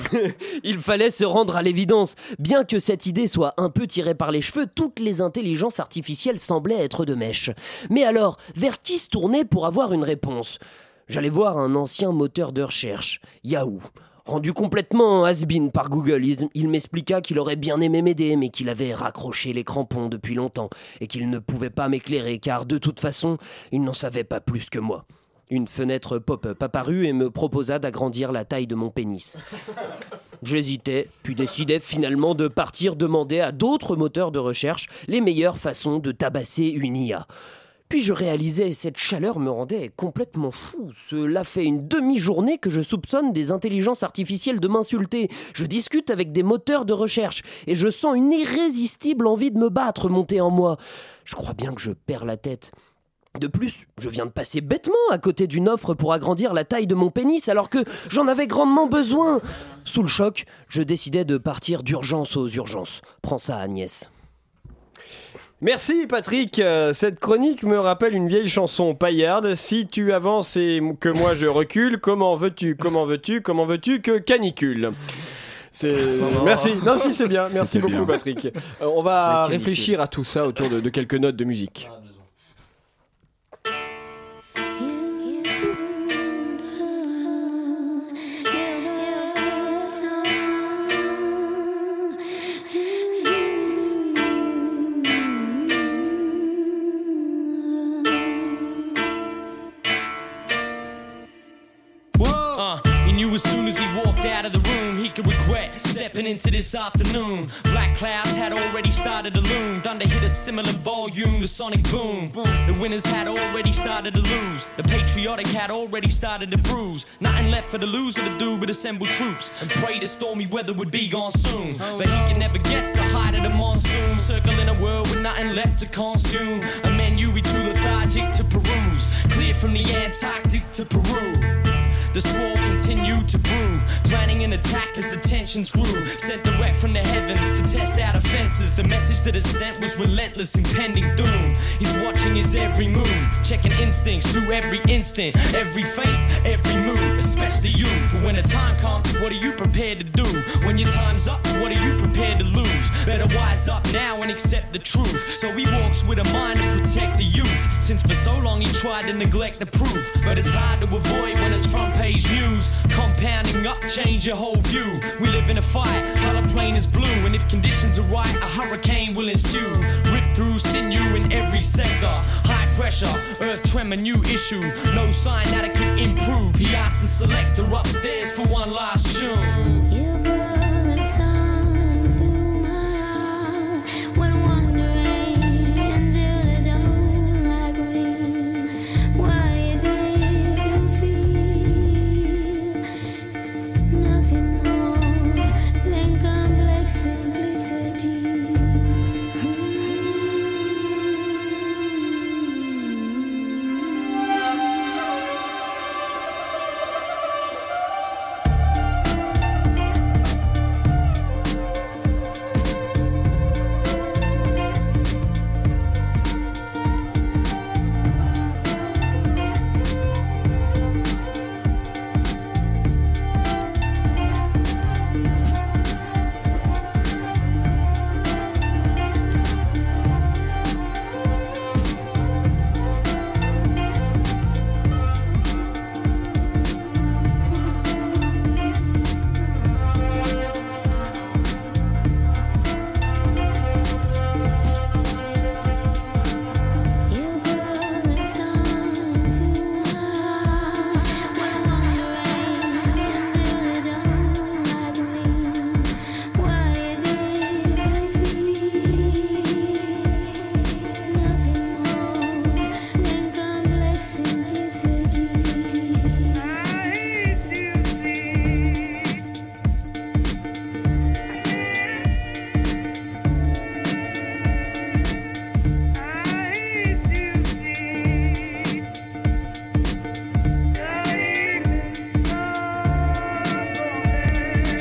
[SPEAKER 13] *laughs* il fallait se rendre à l'évidence. Bien que cette idée soit un peu tirée par les cheveux, toutes les intelligences artificielles semblaient être de mèche. Mais alors, vers qui se tourner pour avoir une réponse J'allais voir un ancien moteur de recherche, Yahoo. Rendu complètement has-been par Google, il, il m'expliqua qu'il aurait bien aimé m'aider, mais qu'il avait raccroché les crampons depuis longtemps et qu'il ne pouvait pas m'éclairer, car de toute façon, il n'en savait pas plus que moi. Une fenêtre pop-up apparut et me proposa d'agrandir la taille de mon pénis. J'hésitais, puis décidai finalement de partir demander à d'autres moteurs de recherche les meilleures façons de tabasser une IA. Puis je réalisais, cette chaleur me rendait complètement fou. Cela fait une demi-journée que je soupçonne des intelligences artificielles de m'insulter. Je discute avec des moteurs de recherche et je sens une irrésistible envie de me battre monter en moi. Je crois bien que je perds la tête. De plus, je viens de passer bêtement à côté d'une offre pour agrandir la taille de mon pénis alors que j'en avais grandement besoin. Sous le choc, je décidai de partir d'urgence aux urgences. Prends ça, Agnès.
[SPEAKER 1] Merci Patrick, Euh, cette chronique me rappelle une vieille chanson paillarde. Si tu avances et m- que moi je recule, comment veux-tu, comment veux-tu, comment veux-tu que canicule C'est-
[SPEAKER 12] Vraiment.
[SPEAKER 1] Merci, non si c'est
[SPEAKER 12] *laughs*
[SPEAKER 1] bien, merci
[SPEAKER 12] C'était
[SPEAKER 1] beaucoup
[SPEAKER 12] bien.
[SPEAKER 1] Patrick. Euh, on va
[SPEAKER 12] La canicule.
[SPEAKER 1] réfléchir à tout ça autour de, de quelques notes de musique.
[SPEAKER 15] Uh, he knew as soon as he walked out of the room, he could regret stepping into this afternoon. Black clouds had already started to loom. Thunder hit a similar volume to sonic boom. The winners had already started to lose. The patriotic had already started to bruise. Nothing left for the loser to do but assemble troops and pray the stormy weather would be gone soon. But he could never guess the height of the monsoon, circling a world with nothing left to consume. A menu we too lethargic to peruse, clear from the Antarctic to Peru. The swore continued to brew, planning an attack as the tensions grew. Sent direct from the heavens to test out offenses. The message that is sent was relentless, impending doom. He's watching his every move, checking instincts through every instant, every face, every mood, especially you. For when the time comes, what are you prepared to do? When your time's up, what are you prepared to lose? Better wise up now and accept the truth. So he walks with a mind to protect the youth. Since for so long he tried to neglect the proof, but it's hard to avoid when it's front page news. Compounding up, change your whole view. We live in a fight, color plane is blue, and if conditions are right, a hurricane will ensue. Rip through sinew in every sector. High pressure, earth tremor, new issue. No sign that it could improve. He asked the selector upstairs for one last tune.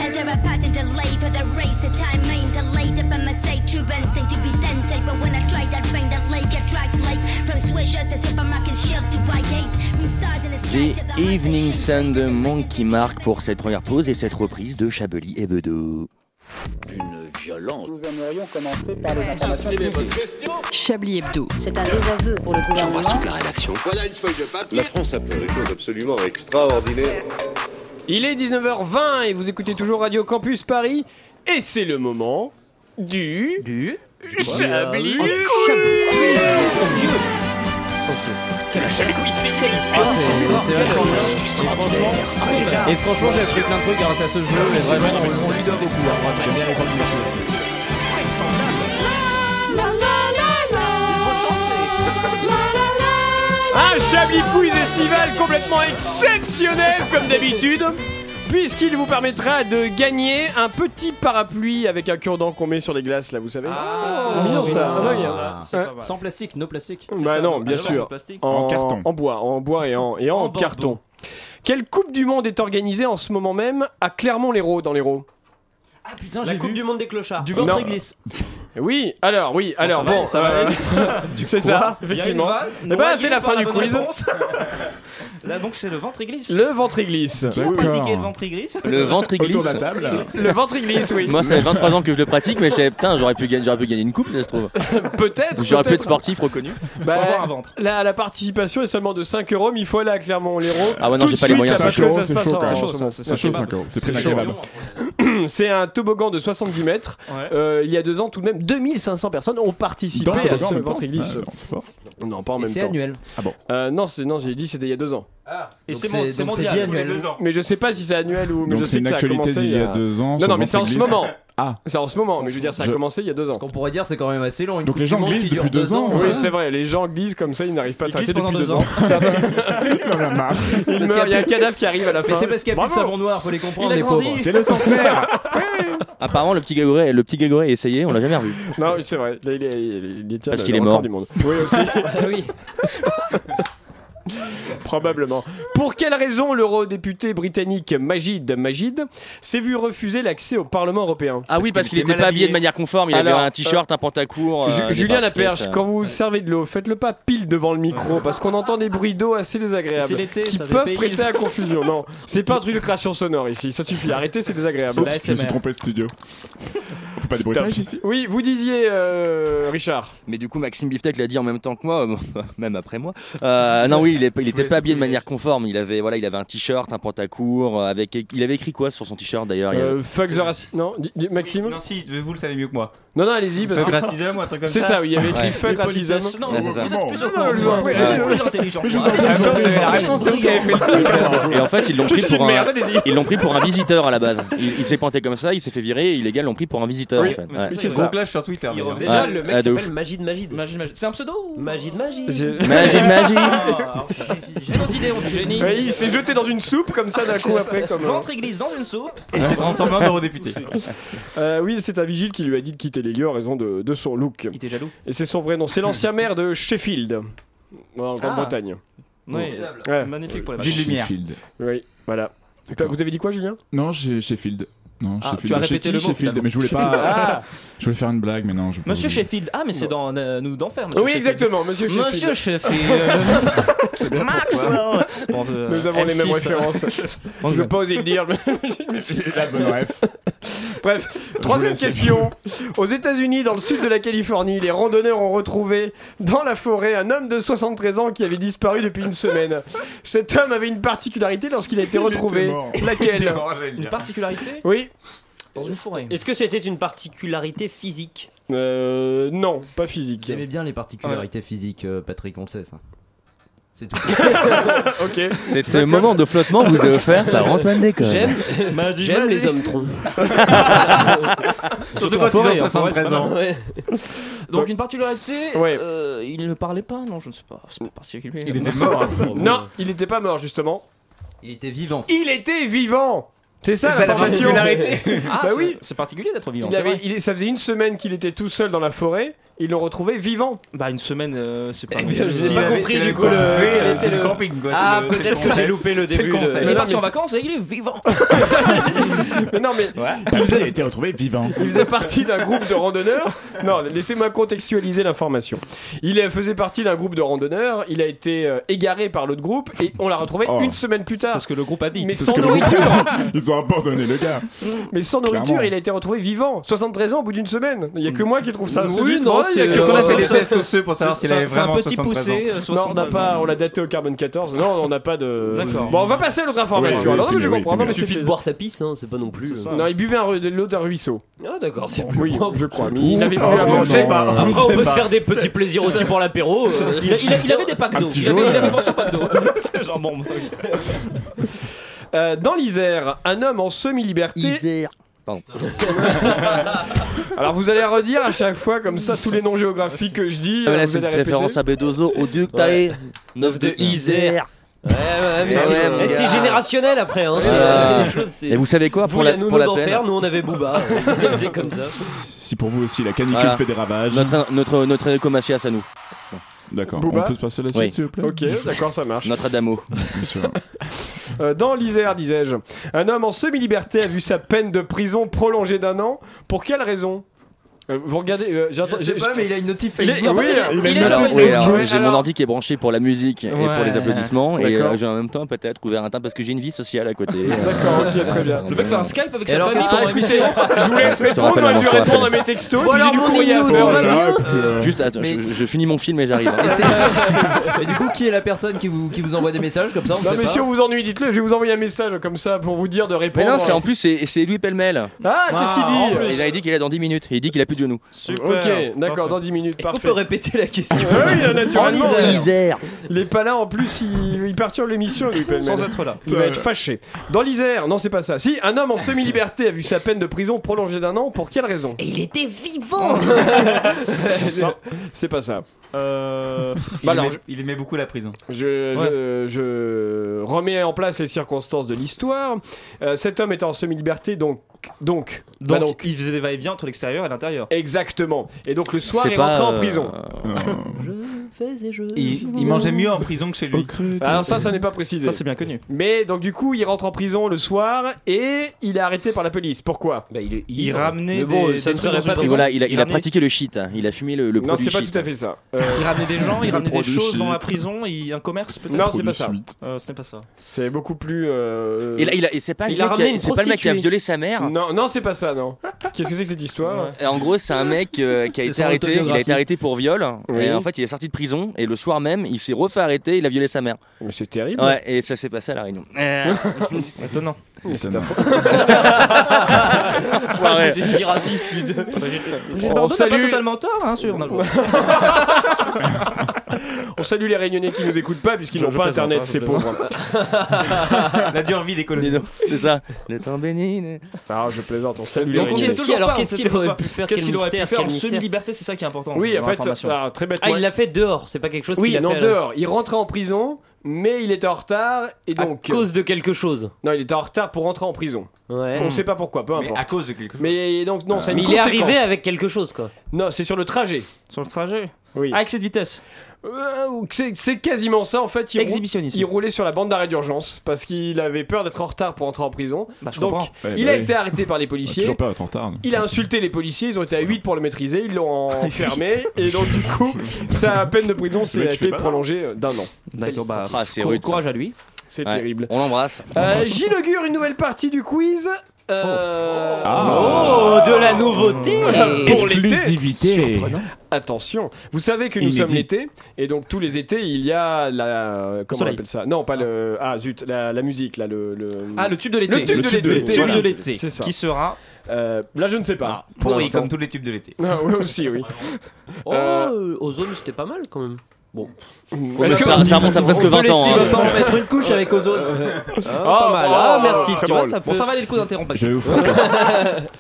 [SPEAKER 11] As there a pattern delay for the race, the time means a late if I must say true instinct to be then safe. But when I tried that
[SPEAKER 6] bang the lake attracts lake. From swishers to supermarket shelves to white gates. From stars in the sky
[SPEAKER 10] The
[SPEAKER 6] to the
[SPEAKER 10] Evening Sun de Monkey Mark pour cette première pause et cette reprise de Chablis et Bedeau.
[SPEAKER 8] Une violence.
[SPEAKER 5] Nous aimerions commencer par les informations
[SPEAKER 7] Chablis Hebdo.
[SPEAKER 14] C'est un désaveu pour le gouvernement.
[SPEAKER 8] la rédaction. Voilà une feuille de papier.
[SPEAKER 16] La France a fait des choses absolument extraordinaires.
[SPEAKER 1] Il est 19h20 et vous écoutez toujours Radio Campus Paris et c'est le moment du du Chablis. Oh,
[SPEAKER 12] Et franchement, j'ai appris plein de trucs grâce à ce jeu. et vraiment, on lui donne beaucoup. hein. Enfin, j'aime bien les combinaisons aussi.
[SPEAKER 1] Un Chablis Quiz estival complètement exceptionnel comme d'habitude Puisqu'il vous permettra de gagner un petit parapluie avec un cure-dent qu'on met sur des glaces, là, vous savez. Ah, mignon
[SPEAKER 12] oui,
[SPEAKER 1] ça.
[SPEAKER 12] ça,
[SPEAKER 1] dingue, hein.
[SPEAKER 12] ça, c'est pas mal. Sans plastique, no plastique.
[SPEAKER 1] Bah non, bien sûr.
[SPEAKER 12] En carton.
[SPEAKER 1] En bois, en bois et en, et en,
[SPEAKER 12] bambou.
[SPEAKER 1] carton. Quelle Coupe du Monde est organisée en ce moment même à Clermont-Lérault dans l'Hérault
[SPEAKER 12] Ah,
[SPEAKER 13] Putain, la Coupe du Monde des clochards.
[SPEAKER 1] Du ventre Non. glisse. Oui, alors, oui, alors,
[SPEAKER 13] ça va,
[SPEAKER 1] bon, euh,
[SPEAKER 13] ça va aller.
[SPEAKER 1] *laughs* c'est ça, effectivement. Eh ben, c'est la fin du quiz.
[SPEAKER 4] *laughs* Là donc c'est le ventre et glisse.
[SPEAKER 1] Le ventre il glisse.
[SPEAKER 4] Qui a pratiqué le ventre et glisse
[SPEAKER 10] Le ventre il glisse.
[SPEAKER 1] Le ventre il glisse, oui.
[SPEAKER 10] Moi, ça fait 23 ans que je le pratique, mais je savais, putain, j'aurais pu, gagner- j'aurais pu gagner une coupe, ça se trouve.
[SPEAKER 1] Peut-être.
[SPEAKER 10] J'aurais pu
[SPEAKER 1] peut-être.
[SPEAKER 10] être sportif reconnu.
[SPEAKER 1] Bah,
[SPEAKER 10] avoir un
[SPEAKER 1] la, la participation est seulement de 5 euros, mais il faut aller à Clermont-Lérault.
[SPEAKER 10] Ah ouais, non,
[SPEAKER 1] Tout
[SPEAKER 10] j'ai
[SPEAKER 1] de
[SPEAKER 10] pas les
[SPEAKER 1] suite,
[SPEAKER 10] moyens,
[SPEAKER 1] parce
[SPEAKER 10] c'est
[SPEAKER 1] que
[SPEAKER 10] chaud,
[SPEAKER 1] ça se
[SPEAKER 10] c'est
[SPEAKER 1] passe
[SPEAKER 10] chaud,
[SPEAKER 1] en-
[SPEAKER 10] quand même.
[SPEAKER 1] en ce
[SPEAKER 10] C'est chaud,
[SPEAKER 1] moment.
[SPEAKER 10] ça, c'est C'est chaud, pas 5 mal. euros, c'est très
[SPEAKER 1] chaud. *clears throat*
[SPEAKER 10] agréable.
[SPEAKER 1] C'est un toboggan de 70 mètres. Euh, il y a deux ans, tout de même, 2500 personnes ont
[SPEAKER 2] Dans le
[SPEAKER 1] participé à
[SPEAKER 2] toboggan en
[SPEAKER 1] ce
[SPEAKER 2] même temps
[SPEAKER 1] ventre glisse.
[SPEAKER 2] Ah, non, c'est fort.
[SPEAKER 1] Non, pas en
[SPEAKER 2] Et
[SPEAKER 1] même temps.
[SPEAKER 2] c'est annuel.
[SPEAKER 1] Ah bon Non, c'est- non, j'ai dit c'était il y a deux ans. Ah,
[SPEAKER 4] Et Donc c'est mon- c'est- c'est donc mondial, c'est tous les biannuel. deux ans.
[SPEAKER 1] Mais je sais pas si c'est annuel ou. Mais
[SPEAKER 2] Donc
[SPEAKER 1] je
[SPEAKER 2] c'est
[SPEAKER 1] sais
[SPEAKER 2] une
[SPEAKER 1] que ça a
[SPEAKER 2] actualité
[SPEAKER 1] commencé
[SPEAKER 2] d'il y a
[SPEAKER 1] euh,
[SPEAKER 2] deux ans,
[SPEAKER 1] Non,
[SPEAKER 2] ce
[SPEAKER 1] non, mais c'est en
[SPEAKER 2] ventre
[SPEAKER 1] ce
[SPEAKER 2] glisse.
[SPEAKER 1] moment.
[SPEAKER 2] *laughs* Ah.
[SPEAKER 1] C'est en ce moment, mais je veux dire, ça a
[SPEAKER 2] Je-
[SPEAKER 1] commencé il y a deux ans. Ce qu'on
[SPEAKER 12] pourrait dire, c'est quand même assez long. Une
[SPEAKER 1] Donc
[SPEAKER 12] Coupe du Monde qui dure
[SPEAKER 1] Oui,
[SPEAKER 12] hein.
[SPEAKER 1] c'est vrai, les gens glissent comme ça, ils n'arrivent pas à s'arrêter
[SPEAKER 12] glissent pendant
[SPEAKER 1] depuis
[SPEAKER 12] deux
[SPEAKER 1] deux
[SPEAKER 12] ans.
[SPEAKER 1] ans.
[SPEAKER 12] *laughs*
[SPEAKER 1] Il en a marre. Il
[SPEAKER 12] Parce qu'il y
[SPEAKER 1] meurt,
[SPEAKER 12] a
[SPEAKER 1] il y a un
[SPEAKER 12] plus-
[SPEAKER 1] cadavre qui arrive à la fin.
[SPEAKER 12] Mais c'est parce qu'il y a plus
[SPEAKER 1] Bravo.
[SPEAKER 12] de savon noir, faut les comprendre,
[SPEAKER 1] Il a
[SPEAKER 12] les
[SPEAKER 1] grandi.
[SPEAKER 12] pauvres.
[SPEAKER 1] C'est le centenaire.
[SPEAKER 10] Apparemment, le petit Grégory, le petit Grégory a essayé, on l'a jamais revu.
[SPEAKER 1] *laughs* Non, oui, c'est vrai. Là, il est, il- il détient
[SPEAKER 10] Parce
[SPEAKER 1] le
[SPEAKER 10] qu'il est
[SPEAKER 1] record
[SPEAKER 10] mort.
[SPEAKER 1] Du monde. Oui, *laughs* aussi. oui. Probablement. Pour quelle raison l'eurodéputé britannique Majid Majid s'est vu refuser l'accès au Parlement européen
[SPEAKER 10] Ah oui, parce qu'il était pas habillé de manière conforme, il
[SPEAKER 1] Alors,
[SPEAKER 10] avait un t-shirt, un pantacourt.
[SPEAKER 1] Ju-
[SPEAKER 10] euh, des
[SPEAKER 1] Julien
[SPEAKER 10] baskets,
[SPEAKER 1] Laperche,
[SPEAKER 10] euh.
[SPEAKER 1] quand vous servez de l'eau, faites-le pas pile devant le micro parce qu'on entend des bruits d'eau assez désagréables
[SPEAKER 4] C'est l'été,
[SPEAKER 1] qui
[SPEAKER 4] ça, c'est
[SPEAKER 1] peuvent
[SPEAKER 4] le pays.
[SPEAKER 1] prêter à confusion. Non, c'est pas un truc de création sonore ici, ça suffit. Arrêtez, Bah, c'est désagréable.
[SPEAKER 10] Bah,
[SPEAKER 2] Oups, je me suis trompé de studio. On fait pas des
[SPEAKER 1] Stop.
[SPEAKER 2] bruitages ici
[SPEAKER 1] Oui, vous disiez, euh, Richard.
[SPEAKER 10] Mais du coup, Maxime Biftek l'a dit en même temps que moi, *laughs* même après moi. Euh, non, oui, il, est- il était pas habillé de manière conforme. Il avait, voilà, il avait un t-shirt, un pantacourt. euh, Avec, il avait écrit quoi sur son t-shirt d'ailleurs il y
[SPEAKER 1] Euh,
[SPEAKER 10] avait- *laughs*
[SPEAKER 1] fuck the racisme. Non, di- di- Maxime
[SPEAKER 9] Non, si, vous le savez mieux que moi.
[SPEAKER 1] Non, non, allez-y. parce
[SPEAKER 9] Fuck
[SPEAKER 1] que-
[SPEAKER 9] racisme ou un truc comme
[SPEAKER 1] C'est
[SPEAKER 9] ça
[SPEAKER 1] ça, oui, il y avait écrit
[SPEAKER 9] Ouais.
[SPEAKER 1] fuck
[SPEAKER 9] Les politesses,
[SPEAKER 1] racism.
[SPEAKER 9] non, Ouais, vous- c'est ça. vous êtes plus au
[SPEAKER 1] Non,
[SPEAKER 9] courant
[SPEAKER 1] non,
[SPEAKER 9] que
[SPEAKER 1] je-
[SPEAKER 9] moi.
[SPEAKER 1] ouais,
[SPEAKER 9] Ouais.
[SPEAKER 1] c'est-
[SPEAKER 9] Plus intelligent.
[SPEAKER 1] Mais je vous en
[SPEAKER 9] Ouais.
[SPEAKER 1] prie,
[SPEAKER 9] Ah,
[SPEAKER 1] je vous en
[SPEAKER 9] non,
[SPEAKER 1] prie,
[SPEAKER 9] vous avez
[SPEAKER 1] je vous en
[SPEAKER 9] la
[SPEAKER 1] prie.
[SPEAKER 9] réponse, c'est vous qui avez fait le truc.
[SPEAKER 10] Et en fait, ils l'ont
[SPEAKER 1] Je
[SPEAKER 10] pris
[SPEAKER 1] suis
[SPEAKER 10] pour
[SPEAKER 1] une
[SPEAKER 10] un,
[SPEAKER 1] merde, allez-y.
[SPEAKER 10] ils l'ont pris pour un visiteur à la base. Il, il s'est pointé comme ça, il s'est fait virer. Et les gars l'ont pris pour un visiteur.
[SPEAKER 11] Oui,
[SPEAKER 10] en fait.
[SPEAKER 11] mais c'est
[SPEAKER 10] Ouais.
[SPEAKER 11] ça, il y a un gros
[SPEAKER 9] clash sur Twitter.
[SPEAKER 11] Il
[SPEAKER 10] d'ailleurs.
[SPEAKER 11] revient. Déjà,
[SPEAKER 10] Ouais.
[SPEAKER 11] le
[SPEAKER 10] Ah,
[SPEAKER 11] mec
[SPEAKER 10] de ouf.
[SPEAKER 11] s'appelle Magid Magid. C'est un pseudo Ah, Magid Magid.
[SPEAKER 10] Magid Magid.
[SPEAKER 11] Ah,
[SPEAKER 1] *laughs*
[SPEAKER 11] J'ai nos idées, on du génie.
[SPEAKER 1] Ouais, il s'est jeté dans une soupe comme ça d'un coup après. Comme,
[SPEAKER 4] Ventre
[SPEAKER 9] *laughs*
[SPEAKER 4] et glisse dans une soupe.
[SPEAKER 9] Et il s'est transformé en eurodéputé.
[SPEAKER 1] Euh, oui, c'est un vigile qui lui a dit de quitter les lieux en raison de, de son look. Il
[SPEAKER 4] était jaloux.
[SPEAKER 1] Et c'est son vrai nom. C'est l'ancien maire de Sheffield, en
[SPEAKER 9] Ah.
[SPEAKER 1] Grande-Bretagne.
[SPEAKER 4] Oui,
[SPEAKER 1] Bon. Ouais.
[SPEAKER 4] magnifique pour la
[SPEAKER 2] Ville
[SPEAKER 4] machine.
[SPEAKER 2] Lumière.
[SPEAKER 1] Oui, voilà. Vous avez dit quoi, Julien
[SPEAKER 2] Non, j'ai Sheffield. Non,
[SPEAKER 4] Ah,
[SPEAKER 2] Sheffield.
[SPEAKER 4] tu as
[SPEAKER 2] Chez
[SPEAKER 4] répété
[SPEAKER 2] qui,
[SPEAKER 4] le mot,
[SPEAKER 2] Sheffield,
[SPEAKER 4] finalement.
[SPEAKER 2] mais je voulais *laughs*
[SPEAKER 4] Sheffield.
[SPEAKER 2] pas.
[SPEAKER 4] Ah.
[SPEAKER 2] Je voulais faire une blague, mais non. je *laughs* peux
[SPEAKER 4] Monsieur
[SPEAKER 2] pas.
[SPEAKER 4] Sheffield. Ah, mais c'est dans euh, nous d'enfer.
[SPEAKER 1] Oui, exactement, Monsieur Sheffield.
[SPEAKER 4] Monsieur
[SPEAKER 1] *laughs*
[SPEAKER 4] Sheffield. Maxwell. Bon, euh,
[SPEAKER 1] Nous avons les
[SPEAKER 4] M6.
[SPEAKER 1] mêmes références. je n'ai pas osé le dire, mais *laughs*
[SPEAKER 2] c'est la bonne *laughs* ref.
[SPEAKER 1] Bref,
[SPEAKER 2] vous
[SPEAKER 1] troisième
[SPEAKER 2] laisse.
[SPEAKER 1] question. Aux États-Unis, dans le sud de la Californie, les randonneurs ont retrouvé dans la forêt un homme de 73 ans qui avait disparu depuis une semaine. Cet homme avait une particularité lorsqu'il a été retrouvé. Laquelle
[SPEAKER 11] Une particularité
[SPEAKER 1] Oui.
[SPEAKER 4] Dans une forêt.
[SPEAKER 11] Est-ce que c'était une particularité physique
[SPEAKER 1] Euh, non, pas physique.
[SPEAKER 12] J'aimais bien les particularités physiques, euh, Patrick, on le sait ça. C'est tout.
[SPEAKER 1] *laughs* ok.
[SPEAKER 10] C'était le moment de flottement vous est offert par Antoine Décolle.
[SPEAKER 11] J'aime
[SPEAKER 1] Magid,
[SPEAKER 11] j'aime
[SPEAKER 1] Magid.
[SPEAKER 11] les hommes troncs.
[SPEAKER 1] Surtout quand ils ont 73 ans.
[SPEAKER 4] Ouais.
[SPEAKER 1] Donc-
[SPEAKER 4] Donc une particularité,
[SPEAKER 1] Ouais.
[SPEAKER 4] euh, il ne parlait pas, non je ne sais pas, c'est pas particulier.
[SPEAKER 1] hein, Non, il n'était pas mort justement.
[SPEAKER 12] Il était vivant.
[SPEAKER 1] Il était vivant. C'est ça la formation. *laughs*
[SPEAKER 4] particularité. Ah,
[SPEAKER 1] bah
[SPEAKER 4] c'est-
[SPEAKER 1] oui.
[SPEAKER 4] c'est particulier d'être vivant.
[SPEAKER 1] Il
[SPEAKER 4] c'est
[SPEAKER 1] avait-
[SPEAKER 4] vrai.
[SPEAKER 1] il est- ça faisait une semaine qu'il était tout seul dans la forêt. Ils l'ont retrouvé vivant.
[SPEAKER 4] Bah une semaine, euh, c'est pas.
[SPEAKER 1] Eh bien, je
[SPEAKER 4] S'il
[SPEAKER 1] n'ai pas
[SPEAKER 4] avait-
[SPEAKER 1] compris,
[SPEAKER 4] s'il
[SPEAKER 1] du
[SPEAKER 4] avait
[SPEAKER 1] coup,
[SPEAKER 4] pas
[SPEAKER 1] le-
[SPEAKER 4] fait,
[SPEAKER 1] quel
[SPEAKER 4] euh,
[SPEAKER 1] était
[SPEAKER 4] c'est
[SPEAKER 1] le-
[SPEAKER 4] camping quoi.
[SPEAKER 1] Ah,
[SPEAKER 4] c'est le-
[SPEAKER 1] peut-être
[SPEAKER 4] c'est le
[SPEAKER 1] que j'ai
[SPEAKER 4] concept.
[SPEAKER 1] loupé le
[SPEAKER 4] C'est
[SPEAKER 1] début de-
[SPEAKER 4] concept. Il
[SPEAKER 1] Non,
[SPEAKER 4] est
[SPEAKER 1] non,
[SPEAKER 4] parti
[SPEAKER 1] mais
[SPEAKER 4] en
[SPEAKER 1] c'est-
[SPEAKER 4] vacances et il est vivant.
[SPEAKER 1] Mais non, mais.
[SPEAKER 2] il a été
[SPEAKER 1] *laughs*
[SPEAKER 2] retrouvé vivant.
[SPEAKER 1] Il faisait partie d'un groupe de randonneurs. Non, laissez-moi contextualiser l'information. Il euh, faisait partie d'un groupe de randonneurs. Il a été euh, égaré par l'autre groupe et on l'a retrouvé
[SPEAKER 2] Oh.
[SPEAKER 1] une semaine plus tard.
[SPEAKER 4] C'est ce que le groupe a dit.
[SPEAKER 1] Mais
[SPEAKER 2] C'est
[SPEAKER 1] sans
[SPEAKER 2] ce que le groupe
[SPEAKER 1] nourriture.
[SPEAKER 2] a dit. Ils ont abandonné le gars.
[SPEAKER 1] Mais sans nourriture,
[SPEAKER 2] Clairement.
[SPEAKER 1] il a été retrouvé vivant. 73 ans au bout d'une semaine. Il n'y a que moi qui trouve ça.
[SPEAKER 9] Oui,
[SPEAKER 1] insolite.
[SPEAKER 9] non,
[SPEAKER 1] Oh, il y a
[SPEAKER 9] c'est-
[SPEAKER 1] que
[SPEAKER 9] est-ce qu'on
[SPEAKER 1] moi.
[SPEAKER 9] a fait des tests osseux pour savoir s'il
[SPEAKER 1] C'est-
[SPEAKER 9] avait
[SPEAKER 1] c'est un
[SPEAKER 9] vraiment
[SPEAKER 1] petit
[SPEAKER 9] 73
[SPEAKER 1] poussé,
[SPEAKER 9] ans
[SPEAKER 1] euh, Non, on n'a pas. On l'a daté au carbone 14. Non, on n'a pas de.
[SPEAKER 11] D'accord.
[SPEAKER 1] Bon, on va passer à l'autre information.
[SPEAKER 11] Ouais, ouais,
[SPEAKER 1] Alors,
[SPEAKER 11] c'est
[SPEAKER 1] non, mais je
[SPEAKER 11] mieux, oui,
[SPEAKER 1] comprends.
[SPEAKER 11] c'est
[SPEAKER 1] Non,
[SPEAKER 11] mieux.
[SPEAKER 1] mais
[SPEAKER 11] Suffit
[SPEAKER 1] c'est-
[SPEAKER 11] de boire sa pisse, hein, c'est pas non plus. euh,
[SPEAKER 1] Non, il buvait un- de l'eau d'un ruisseau.
[SPEAKER 11] Ah d'accord, c'est
[SPEAKER 1] Oui, je crois. Mais il
[SPEAKER 11] Ouh.
[SPEAKER 1] avait bu
[SPEAKER 11] Oh,
[SPEAKER 1] un
[SPEAKER 11] on
[SPEAKER 1] peu.
[SPEAKER 11] sait pas. Après, on peut se faire des petits
[SPEAKER 1] C'est-
[SPEAKER 11] plaisirs aussi pour l'apéro. euh.
[SPEAKER 4] Il, a- il a- il avait des packs
[SPEAKER 1] Un
[SPEAKER 4] d'eau.
[SPEAKER 1] petit
[SPEAKER 4] Il avait,
[SPEAKER 1] jaune.
[SPEAKER 4] il avait pensé au pack d'eau.
[SPEAKER 1] *laughs*
[SPEAKER 4] Genre
[SPEAKER 1] bah,
[SPEAKER 4] bon.
[SPEAKER 1] Euh, dans l'Isère, un homme en semi-liberté. Alors vous allez redire à chaque fois comme ça tous les noms géographiques que je dis. euh,
[SPEAKER 10] Ah, mais là,
[SPEAKER 1] vous
[SPEAKER 10] c'est une
[SPEAKER 1] allez
[SPEAKER 10] petite
[SPEAKER 1] répéter.
[SPEAKER 10] référence à Bedozo, au Duc Taé, 9 de Isère.
[SPEAKER 11] Ouais, ouais, mais
[SPEAKER 10] Ah
[SPEAKER 11] c'est-
[SPEAKER 10] ouais, mon
[SPEAKER 11] eh, c'est
[SPEAKER 10] gars.
[SPEAKER 11] générationnel après. Hein, c'est-
[SPEAKER 10] Ah.
[SPEAKER 11] les choses, c'est-
[SPEAKER 10] Et vous savez quoi, pour
[SPEAKER 11] Vous,
[SPEAKER 10] la-
[SPEAKER 11] il y a Nounou
[SPEAKER 10] pour la
[SPEAKER 11] d'enfer,
[SPEAKER 10] peine.
[SPEAKER 11] nous on avait Booba. c'est comme ça.
[SPEAKER 2] Si pour vous aussi la canicule
[SPEAKER 10] Voilà.
[SPEAKER 2] fait des ravages.
[SPEAKER 10] Notre, notre, notre Ecomachias à nous.
[SPEAKER 2] D'accord.
[SPEAKER 1] Booba
[SPEAKER 2] On peut se passer la suite,
[SPEAKER 10] Oui.
[SPEAKER 2] s'il vous plaît
[SPEAKER 1] Ok, d'accord, ça marche.
[SPEAKER 10] Notre Adamo.
[SPEAKER 1] Euh, dans l'Isère, disais-je, un homme en semi-liberté a vu sa peine de prison prolongée d'un an. Pour quelle raison Euh, Vous regardez, euh, j'entends.
[SPEAKER 12] Je sais
[SPEAKER 1] j'ai-
[SPEAKER 12] pas, mais il a une notif Facebook.
[SPEAKER 1] Il est- en fait, il est- *laughs* il est
[SPEAKER 10] Oui,
[SPEAKER 1] genre-
[SPEAKER 10] alors,
[SPEAKER 1] Ouais,
[SPEAKER 10] j'ai mon
[SPEAKER 1] alors-
[SPEAKER 10] ordi qui est branché pour la musique et
[SPEAKER 1] Ouais.
[SPEAKER 10] pour les applaudissements et
[SPEAKER 1] D'accord.
[SPEAKER 10] euh, j'ai en même temps peut-être ouvert un teint parce que j'ai une vie sociale à côté. Euh,
[SPEAKER 1] D'accord, ok, très bien.
[SPEAKER 10] Le mec fait un
[SPEAKER 4] Skype avec
[SPEAKER 10] sa
[SPEAKER 1] famille pendant
[SPEAKER 12] *laughs*
[SPEAKER 1] l'émission. Je vous laisse répondre, moi je vais répondre à mes textos.
[SPEAKER 10] Ou
[SPEAKER 1] puis j'ai
[SPEAKER 10] alors
[SPEAKER 1] du
[SPEAKER 10] mon
[SPEAKER 1] courrier à
[SPEAKER 10] igno,
[SPEAKER 1] faire.
[SPEAKER 10] tout va bien. Euh, Juste attends, je, je finis mon film *laughs* et j'arrive. hein.
[SPEAKER 12] Et du coup, qui est la personne qui vous, qui vous envoie des messages comme ça on
[SPEAKER 1] Non,
[SPEAKER 12] sait
[SPEAKER 1] mais
[SPEAKER 12] pas.
[SPEAKER 1] si on vous ennuie, dites-le. Je vais vous envoyer un message comme ça pour vous dire de
[SPEAKER 10] Mais
[SPEAKER 1] répondre.
[SPEAKER 10] non, c'est en plus c'est c'est Louis Pellemel.
[SPEAKER 1] Ah, qu'est-ce qu'il dit en plus
[SPEAKER 10] Il a dit qu'il est dans 10 minutes. Il dit qu'il a plus de genoux.
[SPEAKER 1] Ok, d'accord, dans 10 minutes.
[SPEAKER 11] Est-ce qu'on
[SPEAKER 1] parfait.
[SPEAKER 11] peut répéter la question
[SPEAKER 1] Ah oui, là, naturellement.
[SPEAKER 11] En Isère.
[SPEAKER 1] Il est pas là en plus, il, il perturbe l'émission. lui, Pellemel.
[SPEAKER 4] Sans être là.
[SPEAKER 1] Il va être fâché. Dans l'Isère, non, c'est pas ça. Si, un homme en semi-liberté a vu sa peine de prison prolongée d'un an, pour quelle raison Et il était vivant *laughs* C'est pas ça. Euh...
[SPEAKER 9] Il
[SPEAKER 1] Bah alors,
[SPEAKER 9] aimait-
[SPEAKER 1] je-
[SPEAKER 9] il aimait beaucoup la prison.
[SPEAKER 1] je, je- je remets en place les circonstances de l'histoire. Euh, cet homme était en semi-liberté, donc. Donc,
[SPEAKER 4] Donc,
[SPEAKER 1] bah donc.
[SPEAKER 4] il faisait des va-et-vient entre l'extérieur et l'intérieur.
[SPEAKER 1] Exactement. Et donc le soir,
[SPEAKER 4] C'est
[SPEAKER 1] il est
[SPEAKER 4] pas,
[SPEAKER 1] rentré en
[SPEAKER 4] euh,
[SPEAKER 1] prison.
[SPEAKER 9] *laughs* Il, il mangeait mieux en prison que chez lui.
[SPEAKER 1] Bah, Alors ça, ça n'est pas précisé.
[SPEAKER 9] Ça, c'est
[SPEAKER 4] bien connu.
[SPEAKER 1] Mais donc du coup, il rentre en prison le soir et il est arrêté par la police. Pourquoi
[SPEAKER 11] il,
[SPEAKER 4] Bah, Il ramenait
[SPEAKER 1] bon,
[SPEAKER 4] des-
[SPEAKER 1] ça
[SPEAKER 4] des
[SPEAKER 1] ne
[SPEAKER 4] trucs
[SPEAKER 1] serait
[SPEAKER 4] dans une
[SPEAKER 1] pas
[SPEAKER 4] prison.
[SPEAKER 10] Voilà, il a,
[SPEAKER 4] Il
[SPEAKER 10] il a
[SPEAKER 4] ramenait-
[SPEAKER 10] pratiqué le shit. hein. Il a fumé le, le
[SPEAKER 1] Non,
[SPEAKER 10] produit
[SPEAKER 1] c'est pas
[SPEAKER 10] shit. Euh,
[SPEAKER 1] tout à fait ça. *laughs*
[SPEAKER 4] Il ramenait des gens, il
[SPEAKER 10] Le
[SPEAKER 4] ramenait des
[SPEAKER 10] produit
[SPEAKER 4] choses dans
[SPEAKER 10] shit.
[SPEAKER 4] la prison, il... un commerce peut-être
[SPEAKER 1] Non, c'est pas ça.
[SPEAKER 4] Euh, ce n'est pas ça.
[SPEAKER 1] C'est beaucoup plus. euh,
[SPEAKER 10] Et là, il a- et c'est pas le
[SPEAKER 1] il a
[SPEAKER 10] mec qui a-
[SPEAKER 1] ramené une
[SPEAKER 10] c'est pas le mec qui a
[SPEAKER 1] prostituée.
[SPEAKER 10] violé sa mère.
[SPEAKER 1] Non, non, c'est pas ça,
[SPEAKER 10] *laughs*
[SPEAKER 1] non. Qu'est-ce que c'est que cette histoire
[SPEAKER 10] Et en gros, c'est un
[SPEAKER 1] *laughs*
[SPEAKER 10] mec euh, qui a
[SPEAKER 1] C'est
[SPEAKER 10] été
[SPEAKER 1] son
[SPEAKER 10] arrêté. Il a
[SPEAKER 1] autobiographie.
[SPEAKER 10] été arrêté pour viol.
[SPEAKER 1] Oui.
[SPEAKER 10] Et en fait, il est sorti de prison. Et le soir même, il s'est refait arrêter. Il a violé sa mère.
[SPEAKER 1] Mais c'est terrible.
[SPEAKER 10] Ouais. Et ça s'est passé à la Réunion.
[SPEAKER 4] Euh,
[SPEAKER 10] *laughs*
[SPEAKER 4] Étonnant.
[SPEAKER 1] Mais c'est ta faute.
[SPEAKER 12] Ah,
[SPEAKER 10] Enfoiré.
[SPEAKER 4] C'était si raciste, lui deux.
[SPEAKER 1] On
[SPEAKER 4] Brigitte Bardot, t'as pas
[SPEAKER 1] salue-
[SPEAKER 4] totalement tort, hein, sur on a le droit.
[SPEAKER 1] On salue les Réunionnais qui nous écoutent pas puisqu'ils
[SPEAKER 10] Je-
[SPEAKER 1] n'ont
[SPEAKER 10] je
[SPEAKER 1] pas
[SPEAKER 10] plaisante,
[SPEAKER 1] internet,
[SPEAKER 10] hein, je
[SPEAKER 1] ces pauvres.
[SPEAKER 4] *laughs*
[SPEAKER 9] La dure vie des colonies.
[SPEAKER 10] C'est ça. Le temps béni.
[SPEAKER 1] Ah, je plaisante. On salue les
[SPEAKER 4] Donc, on sait
[SPEAKER 1] Réunionnais.
[SPEAKER 4] toujours
[SPEAKER 11] alors,
[SPEAKER 4] pas, on
[SPEAKER 11] qu'est-ce
[SPEAKER 4] sait
[SPEAKER 11] qu'il aurait
[SPEAKER 4] toujours
[SPEAKER 11] pu
[SPEAKER 4] pas.
[SPEAKER 11] faire,
[SPEAKER 4] Qu'est-ce
[SPEAKER 11] quel
[SPEAKER 4] qu'il aurait pu
[SPEAKER 11] mystère,
[SPEAKER 4] faire en
[SPEAKER 11] quel mystère.
[SPEAKER 4] semi-liberté C'est ça qui est important.
[SPEAKER 1] Oui, en
[SPEAKER 4] dans
[SPEAKER 1] fait,
[SPEAKER 4] l'information.
[SPEAKER 1] alors, très bêtement.
[SPEAKER 11] Ah, il l'a fait dehors, c'est pas quelque chose
[SPEAKER 1] Oui,
[SPEAKER 11] qu'il a
[SPEAKER 1] non,
[SPEAKER 11] fait.
[SPEAKER 10] euh,
[SPEAKER 1] dehors. Il rentrait en prison, mais il était en retard et donc. euh,
[SPEAKER 11] À cause de quelque chose.
[SPEAKER 1] Non, il était en retard pour rentrer en prison.
[SPEAKER 11] Ouais.
[SPEAKER 1] On sait pas pourquoi, peu importe.
[SPEAKER 9] à cause de quelque chose.
[SPEAKER 1] Mais donc, non, ça a une
[SPEAKER 11] Mais il est
[SPEAKER 1] conséquence.
[SPEAKER 11] arrivé avec quelque chose quoi.
[SPEAKER 1] Non, c'est sur le trajet.
[SPEAKER 4] Sur le trajet Ah,
[SPEAKER 1] Oui.
[SPEAKER 4] Avec cette vitesse.
[SPEAKER 1] Euh, c'est- C'est quasiment ça en fait. Il rou-
[SPEAKER 4] Exhibitionnisme.
[SPEAKER 1] il roulait sur la bande d'arrêt d'urgence parce qu'il avait peur d'être en retard pour entrer en prison.
[SPEAKER 4] Bah, je
[SPEAKER 1] Donc
[SPEAKER 4] comprends.
[SPEAKER 2] Ouais,
[SPEAKER 1] il
[SPEAKER 2] bah
[SPEAKER 1] a
[SPEAKER 2] oui.
[SPEAKER 1] été arrêté par les policiers.
[SPEAKER 2] Toujours pas en retard.
[SPEAKER 1] Il a insulté les policiers, ils ont été à 8 pour le maîtriser, ils
[SPEAKER 4] *laughs*
[SPEAKER 1] l'ont
[SPEAKER 4] Ah,
[SPEAKER 1] enfermé et donc du coup, sa peine de prison
[SPEAKER 10] Le
[SPEAKER 1] s'est
[SPEAKER 10] mec fait
[SPEAKER 1] été
[SPEAKER 10] pas mal.
[SPEAKER 1] prolongée euh, d'un an.
[SPEAKER 4] D'accord, bah,
[SPEAKER 10] Ah, c'est
[SPEAKER 4] cour-
[SPEAKER 10] rude, ça.
[SPEAKER 4] courage à lui.
[SPEAKER 1] C'est
[SPEAKER 10] Ouais.
[SPEAKER 1] terrible.
[SPEAKER 10] On l'embrasse.
[SPEAKER 1] Euh, J'inaugure une nouvelle partie du quiz. Euh,
[SPEAKER 11] Oh, de la nouveauté
[SPEAKER 1] Pour l'été.
[SPEAKER 2] Exclusivité.
[SPEAKER 1] Attention, vous savez que nous
[SPEAKER 2] Inédit.
[SPEAKER 1] sommes l'été et donc tous les étés il y a la comment on
[SPEAKER 4] soleil.
[SPEAKER 1] appelle ça Non, pas le ah zut la, la musique là le, le
[SPEAKER 4] Ah, le tube de l'été.
[SPEAKER 1] le tube
[SPEAKER 4] Le
[SPEAKER 1] de
[SPEAKER 4] tube de
[SPEAKER 1] l'été
[SPEAKER 4] l'été. Tube
[SPEAKER 1] voilà.
[SPEAKER 4] de l'été.
[SPEAKER 1] c'est ça
[SPEAKER 4] Qui sera Ah,
[SPEAKER 1] Euh, Là je ne sais pas. Pour
[SPEAKER 9] Pourri,
[SPEAKER 1] l'instant.
[SPEAKER 9] comme tous les tubes de l'été.
[SPEAKER 1] Ah, oui aussi
[SPEAKER 4] *laughs*
[SPEAKER 1] oui.
[SPEAKER 11] Oh,
[SPEAKER 1] Euh,
[SPEAKER 11] euh, Ozone, c'était pas mal quand même. Bon.
[SPEAKER 1] Est-ce que-
[SPEAKER 10] Ça, ça remonte à presque
[SPEAKER 1] On peut
[SPEAKER 10] 20 ans.
[SPEAKER 1] laisser
[SPEAKER 10] hein.
[SPEAKER 1] le temps.
[SPEAKER 12] Mettre une couche avec *laughs* Oh, ozone.
[SPEAKER 11] Ah, pas mal. Ah, merci. Tu vois, ça peut...
[SPEAKER 4] Bon, ça valait le coup d'interrompre.
[SPEAKER 2] Je vais vous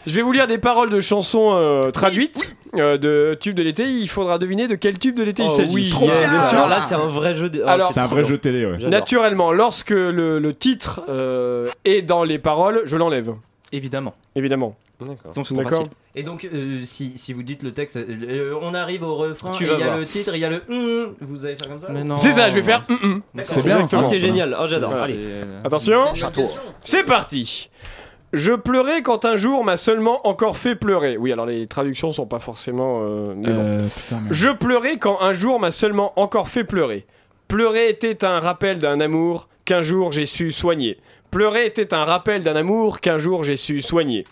[SPEAKER 1] Je vais vous lire des paroles de chansons euh, traduites euh, de tubes de l'été. Il faudra deviner de quel tube de l'été il
[SPEAKER 11] Oh
[SPEAKER 1] s'agit.
[SPEAKER 11] oui,
[SPEAKER 1] Trop
[SPEAKER 11] yes.
[SPEAKER 1] bien.
[SPEAKER 11] Alors là, c'est un vrai jeu. De... oh,
[SPEAKER 1] Alors,
[SPEAKER 2] C'est un
[SPEAKER 11] trop
[SPEAKER 2] vrai
[SPEAKER 11] bien.
[SPEAKER 2] jeu télé, ouais.
[SPEAKER 11] J'adore.
[SPEAKER 1] Naturellement, lorsque le, le titre euh, est dans les paroles, je l'enlève.
[SPEAKER 4] Évidemment.
[SPEAKER 1] Évidemment.
[SPEAKER 11] D'accord.
[SPEAKER 4] Sinon, c'est trop facile.
[SPEAKER 12] Et donc, euh, si, si vous dites le texte, euh, on arrive au refrain,
[SPEAKER 4] Tu
[SPEAKER 12] et
[SPEAKER 4] vas
[SPEAKER 12] il y a
[SPEAKER 4] voir.
[SPEAKER 12] le titre, et il y a le hum, hum. vous allez faire comme ça
[SPEAKER 4] Mais
[SPEAKER 12] ou-
[SPEAKER 4] non. C'est ça, je vais faire hum, hum.
[SPEAKER 12] D'accord.
[SPEAKER 4] C'est bien,
[SPEAKER 1] mm, Exactement.
[SPEAKER 4] ça. C'est génial.
[SPEAKER 13] Oh, j'adore.
[SPEAKER 1] C'est-
[SPEAKER 13] Allez.
[SPEAKER 1] c'est- Attention. C'est parti. Je pleurais quand un jour m'a seulement encore fait pleurer. Oui, alors les traductions sont pas forcément. euh, mais bon.
[SPEAKER 2] Euh, putain,
[SPEAKER 6] Mm.
[SPEAKER 2] mais-
[SPEAKER 1] Je pleurais quand un jour m'a seulement encore fait pleurer. Pleurer était un rappel d'un amour qu'un jour j'ai su soigner. Pleurer était un rappel d'un amour qu'un jour j'ai su soigner.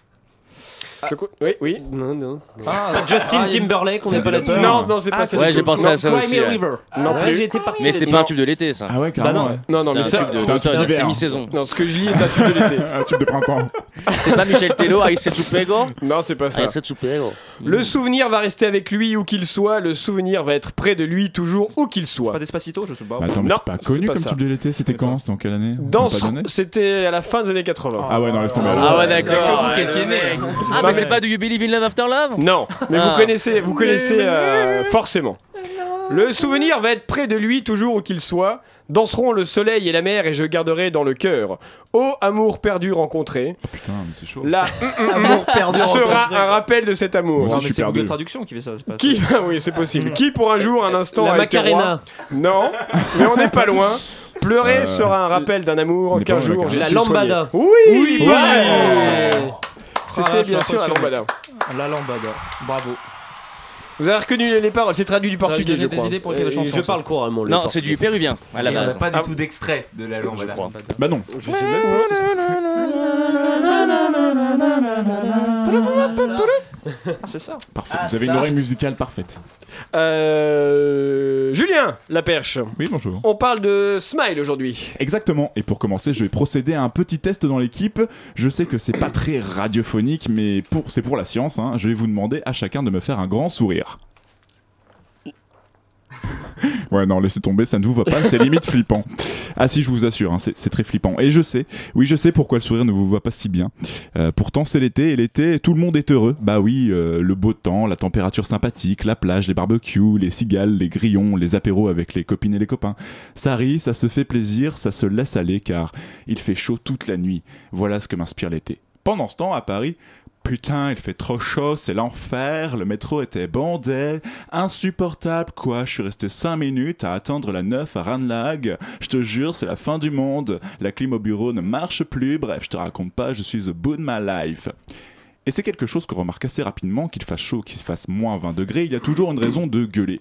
[SPEAKER 1] Je co- Oui, oui. Non, non.
[SPEAKER 11] Ah, Justin ah, Timberlake, on n'est pas là-dessus.
[SPEAKER 1] Non, non, c'est pas
[SPEAKER 11] Ah,
[SPEAKER 1] ça.
[SPEAKER 10] Ouais,
[SPEAKER 1] du
[SPEAKER 10] j'ai
[SPEAKER 1] tout.
[SPEAKER 10] pensé
[SPEAKER 1] Non.
[SPEAKER 10] à ça
[SPEAKER 1] Cry Me
[SPEAKER 10] aussi. ouais.
[SPEAKER 1] River. Non plus.
[SPEAKER 10] Mais c'était pas un tube de l'été, ça.
[SPEAKER 2] Ah ouais, carrément, Bah non. ouais.
[SPEAKER 1] Non, non, mais
[SPEAKER 10] c'est
[SPEAKER 1] ça,
[SPEAKER 10] un tube
[SPEAKER 1] c'était un
[SPEAKER 10] de
[SPEAKER 1] tube
[SPEAKER 10] d'automne, c'était
[SPEAKER 1] d'hiver.
[SPEAKER 10] mi-saison.
[SPEAKER 1] Non, ce que je lis est un tube de l'été.
[SPEAKER 2] *laughs* un tube de printemps.
[SPEAKER 10] *laughs* C'est pas Michel Tello, Aïssa Chupego
[SPEAKER 1] Non, c'est pas ça.
[SPEAKER 10] Aïssa Chupego.
[SPEAKER 1] Le souvenir va rester avec lui où qu'il soit, le souvenir va être près de lui toujours où qu'il soit. pas
[SPEAKER 4] Despacito, je sais pas.
[SPEAKER 2] Bah, Attends, mais
[SPEAKER 1] Non,
[SPEAKER 2] c'est pas connu comme
[SPEAKER 1] ça.
[SPEAKER 2] tube de l'été, c'était quand C'était en quelle année
[SPEAKER 1] Dans
[SPEAKER 2] On peut pas
[SPEAKER 1] ce-
[SPEAKER 2] donner
[SPEAKER 1] C'était à la fin des années 80.
[SPEAKER 2] Ah ouais, non, laisse tomber.
[SPEAKER 10] Ah ouais, d'accord.
[SPEAKER 1] Quel
[SPEAKER 10] ouais, ouais. Ah,
[SPEAKER 1] Non,
[SPEAKER 10] mais
[SPEAKER 1] mais-
[SPEAKER 10] c'est pas du You Believe in Love After Love
[SPEAKER 1] Non, mais
[SPEAKER 10] Ah.
[SPEAKER 1] vous connaissez, vous connaissez euh, forcément. Le souvenir va être près de lui toujours où qu'il soit. Danseront le soleil et la mer et je garderai dans le cœur. Ô amour perdu rencontré.
[SPEAKER 2] Oh, Putain, mais c'est chaud.
[SPEAKER 1] Là, sera un rappel de cet amour.
[SPEAKER 4] Non, mais c'est Google Traduction qui fait ça. c'est pas-
[SPEAKER 1] Qui Ah *laughs* Oui, c'est possible. Qui pour un jour, un instant
[SPEAKER 4] La
[SPEAKER 1] a été
[SPEAKER 4] Macarena.
[SPEAKER 1] roi Non, mais on n'est pas loin. Pleurer
[SPEAKER 2] Euh,
[SPEAKER 1] sera un rappel d'un amour
[SPEAKER 4] n'est
[SPEAKER 1] qu'un
[SPEAKER 4] pas loin,
[SPEAKER 1] jour
[SPEAKER 4] la
[SPEAKER 1] j'ai
[SPEAKER 4] Macarena.
[SPEAKER 1] su
[SPEAKER 4] La
[SPEAKER 1] soigner.
[SPEAKER 4] lambada.
[SPEAKER 1] Oui,
[SPEAKER 4] Oui,
[SPEAKER 1] bonne
[SPEAKER 4] ouais.
[SPEAKER 1] réponse. C'était
[SPEAKER 4] Ah, je suis
[SPEAKER 1] bien sûr la
[SPEAKER 4] impressionné.
[SPEAKER 1] lambada.
[SPEAKER 4] La lambada. Bravo.
[SPEAKER 1] Vous avez reconnu les- les paroles, c'est traduit du
[SPEAKER 4] Ça
[SPEAKER 1] portugais,
[SPEAKER 4] lui
[SPEAKER 1] je
[SPEAKER 4] donnait des
[SPEAKER 1] crois.
[SPEAKER 4] idées pour écrire des
[SPEAKER 1] Et
[SPEAKER 4] chansons,
[SPEAKER 1] Je
[SPEAKER 4] ça.
[SPEAKER 1] parle couramment. le
[SPEAKER 10] Non,
[SPEAKER 1] portugais. Ah.
[SPEAKER 10] c'est du péruvien à la
[SPEAKER 1] Et on a
[SPEAKER 10] base.
[SPEAKER 1] pas du
[SPEAKER 10] tout d'extrait de la lampe.
[SPEAKER 2] Bah non.
[SPEAKER 1] Je sais même pas ce que
[SPEAKER 4] Ah, c'est ça.
[SPEAKER 2] Parfait. Vous avez une oreille musicale parfaite.
[SPEAKER 1] c'est. Euh, Julien, la perche.
[SPEAKER 2] Oui, bonjour.
[SPEAKER 1] On parle de Smile aujourd'hui.
[SPEAKER 2] Exactement. Et pour commencer, je vais procéder à un petit test dans l'équipe. Je sais que c'est pas très radiophonique, mais pour, c'est pour la science. hein. Je vais vous demander à chacun de me faire un grand sourire. Ouais, non, laissez tomber, ça ne vous va pas, c'est limite flippant. Ah si, je vous assure, hein, c'est c'est très flippant. Et je sais, oui, je sais pourquoi le sourire ne vous va pas si bien. Euh, pourtant, c'est l'été, et l'été, tout le monde est heureux. Bah oui, euh, le beau temps, la température sympathique, la plage, les barbecues, les cigales, les grillons, les apéros avec les copines et les copains. Ça rit, ça se fait plaisir, ça se laisse aller, car il fait chaud toute la nuit. Voilà ce que m'inspire l'été. Pendant ce temps, à Paris, Putain, il fait trop chaud, c'est l'enfer, le métro était bondé, insupportable quoi, je suis resté 5 minutes à attendre la 9 à Ranelagh, je te jure, c'est la fin du monde, la clim au bureau ne marche plus, bref, je te raconte pas, je suis au bout de ma life. Et c'est quelque chose qu'on remarque assez rapidement, qu'il fasse chaud, qu'il fasse moins 20 degrés, il y a toujours une raison de gueuler.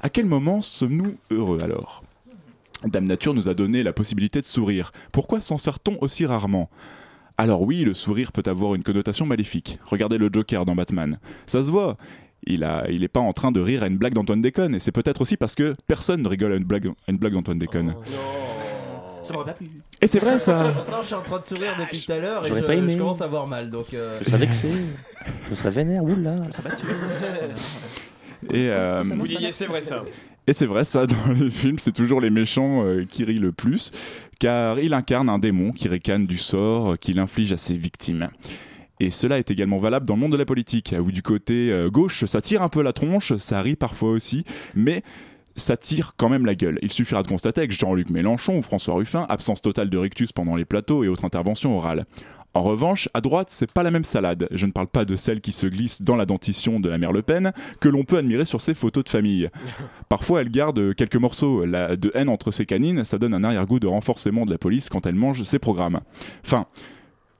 [SPEAKER 2] À quel moment sommes-nous heureux alors Dame Nature nous a donné la possibilité de sourire. Pourquoi s'en sert-on aussi rarement Alors oui, le sourire peut avoir une connotation maléfique. Regardez le Joker dans Batman. Ça se voit. Il a, il est pas en train de rire à une blague d'Antoine Déconne, et c'est peut-être aussi parce que personne ne rigole à une blague, à une blague d'Antoine Déconne.
[SPEAKER 10] Oh,
[SPEAKER 12] Ça m'aurait pas plu.
[SPEAKER 2] Et c'est vrai ça.
[SPEAKER 12] *laughs* non, je suis en train de sourire depuis tout à l'heure et je,
[SPEAKER 10] J'aurais pas aimé.
[SPEAKER 12] je commence à avoir mal donc. euh,
[SPEAKER 10] Je serais vexé. Je serais vénère, oula.
[SPEAKER 1] *laughs*
[SPEAKER 2] Et euh,
[SPEAKER 1] Vous disiez, c'est vrai ça.
[SPEAKER 2] Et c'est vrai, ça, *laughs* dans les films, c'est toujours les méchants euh, qui rient le plus, car il incarne un démon qui récane du sort euh, qu'il inflige à ses victimes. Et cela est également valable dans le monde de la politique, où du côté euh, gauche, ça tire un peu la tronche, ça rit parfois aussi, mais ça tire quand même la gueule. Il suffira de constater avec Jean-Luc Mélenchon ou François Ruffin, absence totale de rictus pendant les plateaux et autres interventions orales. En revanche, à droite, c'est pas la même salade. Je ne parle pas de celle qui se glisse dans la dentition de la mère Le Pen, que l'on peut admirer sur ses photos de famille. Parfois, elle garde quelques morceaux la- de haine entre ses canines, ça donne un arrière-goût de renforcement de la police quand elle mange ses programmes. Enfin,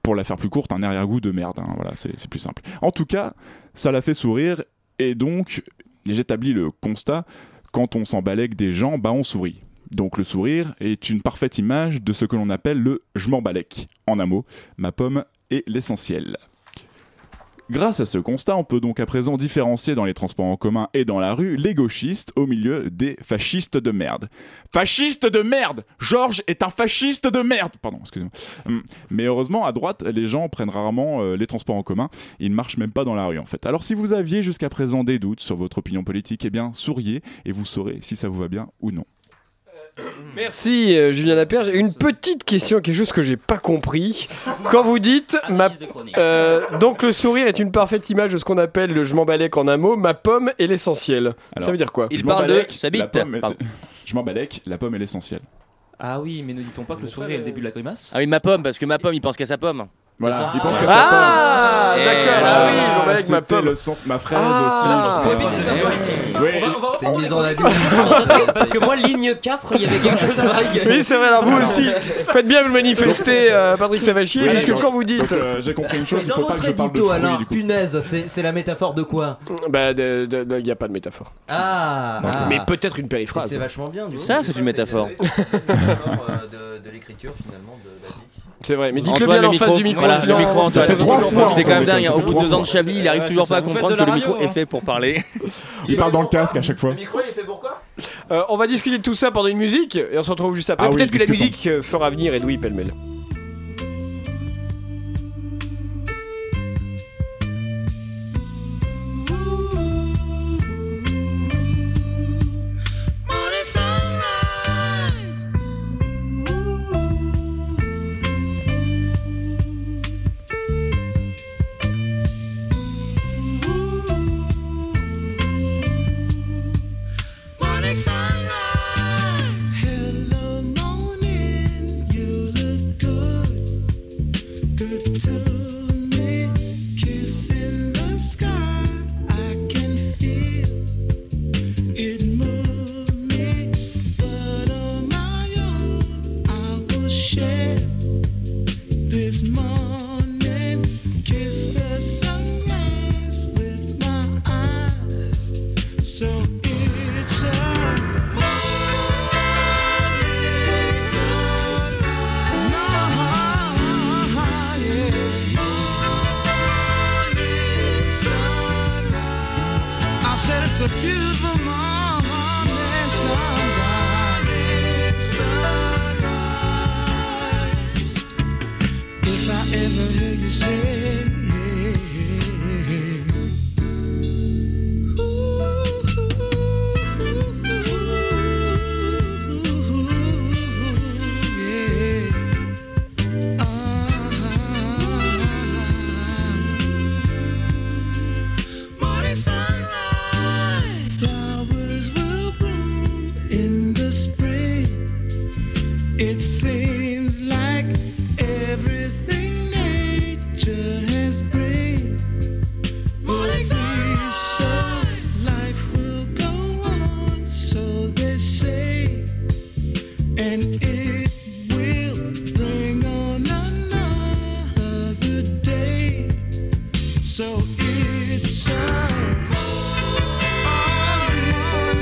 [SPEAKER 2] pour la faire plus courte, un arrière-goût de merde. hein, voilà, c'est c'est plus simple. En tout cas, ça la fait sourire et donc j'établis le constat quand on s'emballait avec des gens, bah on sourit. Donc le sourire est une parfaite image de ce que l'on appelle le je m'embalèque. En un mot, ma pomme est l'essentiel. Grâce à ce constat, on peut donc à présent différencier dans les transports en commun et dans la rue les gauchistes au milieu des fascistes de merde. Fasciste de merde Georges est un fasciste de merde Pardon, excusez-moi. Hum, Mais heureusement, à droite, les gens prennent rarement euh, les transports en commun. Ils ne marchent même pas dans la rue en fait. Alors si vous aviez jusqu'à présent des doutes sur votre opinion politique, eh bien souriez et vous saurez si ça vous va bien ou non.
[SPEAKER 1] Merci euh, Julien Laperge. Une petite question, quelque chose que j'ai pas compris. Quand vous dites, ma- euh, donc le sourire est une parfaite image de ce qu'on appelle le je m'emballais en un mot, ma pomme est l'essentiel. Ça veut dire quoi
[SPEAKER 10] Il
[SPEAKER 2] Je
[SPEAKER 10] parle de
[SPEAKER 2] m'emballais,
[SPEAKER 10] sa bite.
[SPEAKER 2] la pomme est-
[SPEAKER 10] Pardon.
[SPEAKER 2] *laughs* Je m'emballais, la pomme est l'essentiel.
[SPEAKER 4] Ah oui, mais ne dit-on pas que le sourire est le début de la grimace
[SPEAKER 10] Ah oui, ma pomme, parce que ma pomme, il pense qu'à sa pomme.
[SPEAKER 2] Voilà,
[SPEAKER 1] Ah.
[SPEAKER 2] il pense que ça
[SPEAKER 1] Ah,
[SPEAKER 2] part.
[SPEAKER 1] d'accord.
[SPEAKER 2] Et
[SPEAKER 1] Ah
[SPEAKER 2] voilà,
[SPEAKER 1] oui, je remets avec ma
[SPEAKER 2] c'était
[SPEAKER 1] pomme.
[SPEAKER 2] le sens, ma fraise
[SPEAKER 1] Ah.
[SPEAKER 2] aussi.
[SPEAKER 1] Faut éviter de faire ça.
[SPEAKER 2] Eh
[SPEAKER 12] C'est une mise en abîme.
[SPEAKER 11] Oh. Parce que moi, ligne 4, il y avait quelque chose à
[SPEAKER 1] Oui, c'est vrai, alors vous aussi, *laughs* faites bien vous le manifester, euh, Patrick Savachier,
[SPEAKER 12] Oui,
[SPEAKER 1] puisque
[SPEAKER 12] donc-
[SPEAKER 1] quand vous dites.
[SPEAKER 12] donc, euh, j'ai compris une chose, Mais il dans faut pas votre que je parle de édito, fruits, alors, du coup. punaise, c'est la métaphore de quoi
[SPEAKER 1] Bah, il n'y a pas de métaphore.
[SPEAKER 12] Ah,
[SPEAKER 1] Non.
[SPEAKER 12] ah.
[SPEAKER 1] Mais peut-être une périphrase.
[SPEAKER 12] Et C'est vachement bien. du coup.
[SPEAKER 1] Ça, c'est une métaphore.
[SPEAKER 12] c'est une métaphore, euh, de- de l'écriture finalement de la vie.
[SPEAKER 1] C'est vrai, mais dites-le
[SPEAKER 10] Antoine,
[SPEAKER 1] bien
[SPEAKER 10] le
[SPEAKER 1] en face
[SPEAKER 10] micro,
[SPEAKER 1] du micro.
[SPEAKER 10] voilà,
[SPEAKER 1] sinon,
[SPEAKER 10] le micro,
[SPEAKER 1] ça
[SPEAKER 10] Antoine.
[SPEAKER 1] fait trois fois.
[SPEAKER 10] C'est quand même dingue, hein.
[SPEAKER 1] Ça
[SPEAKER 10] au
[SPEAKER 1] fait
[SPEAKER 10] bout de
[SPEAKER 1] trois
[SPEAKER 10] deux ans
[SPEAKER 1] fois.
[SPEAKER 10] de Chablis, il arrive
[SPEAKER 1] Ouais,
[SPEAKER 10] toujours
[SPEAKER 1] c'est
[SPEAKER 10] pas à
[SPEAKER 1] ça. Vous
[SPEAKER 10] comprendre
[SPEAKER 1] faites de
[SPEAKER 10] que le
[SPEAKER 1] la
[SPEAKER 10] micro
[SPEAKER 1] radio,
[SPEAKER 10] est fait pour
[SPEAKER 1] *laughs*
[SPEAKER 10] parler.
[SPEAKER 2] Il parle dans le casque à chaque fois.
[SPEAKER 1] Euh, on va discuter de tout ça pendant une musique et on se retrouve juste après.
[SPEAKER 2] Ah oui,
[SPEAKER 1] Peut-être que la
[SPEAKER 2] discutons.
[SPEAKER 1] musique euh, fera venir Edoui pêle-mêle.
[SPEAKER 6] Morning sunlight. Morning sunlight. Hello, morning. You look good, good to me. Kiss in the sky. I can feel it moved me, but on my own I will share this morning. Kiss the sunrise with my eyes, so it's a morning sunrise. Morning sunrise. I said it's a beautiful morning sunrise. sunrise. If I ever hear you say, yeah. Uh-huh. Morning sunlight, flowers will bloom in the spring. It seems like everything nature has bring. Morning sunlight, so life will go on, so they say, and it will bring on another day. So it's a morning. I know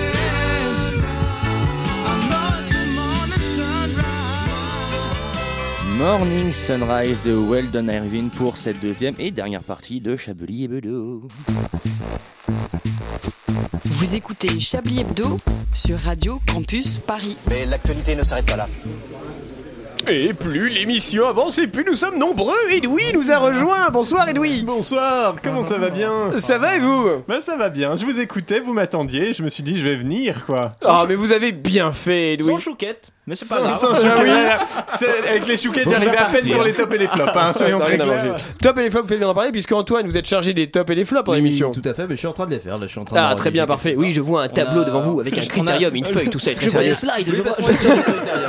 [SPEAKER 6] it's a morning sunrise.
[SPEAKER 10] Morning Sunrise de Weldon Irving pour cette deuxième et dernière partie de Chablis et Bedeau.
[SPEAKER 7] Vous écoutez Chablis Hebdo sur Radio Campus Paris.
[SPEAKER 1] Mais l'actualité ne s'arrête pas là. Et plus l'émission avance et plus nous sommes nombreux. Edoui nous a rejoint. Bonsoir Edoui.
[SPEAKER 17] Bonsoir. Comment ça va bien
[SPEAKER 1] Ça va et vous
[SPEAKER 17] Bah ça va bien. Je vous écoutais, vous m'attendiez, je me suis dit je vais venir quoi.
[SPEAKER 1] Ah mais vous avez bien fait Edoui.
[SPEAKER 17] Sans
[SPEAKER 1] chouquette. Mais c'est
[SPEAKER 17] pas grave.
[SPEAKER 1] *laughs*
[SPEAKER 17] Sans chouquette. C'est- avec les chouquettes, j'arrivais à peine pour les tops et les flops, hein, soyons très clairs.
[SPEAKER 1] Top et les flops, vous faites bien en parler puisque Antoine, vous êtes chargé des tops et des flops en émission.
[SPEAKER 12] Tout à fait, mais je suis en train de les faire. Là, je suis en train
[SPEAKER 1] Ah
[SPEAKER 12] d'enregistrer
[SPEAKER 1] très bien,
[SPEAKER 12] quelque
[SPEAKER 1] parfait. Oui, je vois un
[SPEAKER 12] On
[SPEAKER 1] tableau
[SPEAKER 12] a-
[SPEAKER 1] devant vous avec un
[SPEAKER 12] on a-
[SPEAKER 1] critérium, une feuille, tout ça. est très
[SPEAKER 12] Je vois
[SPEAKER 1] sérieux.
[SPEAKER 12] des slides, je vois-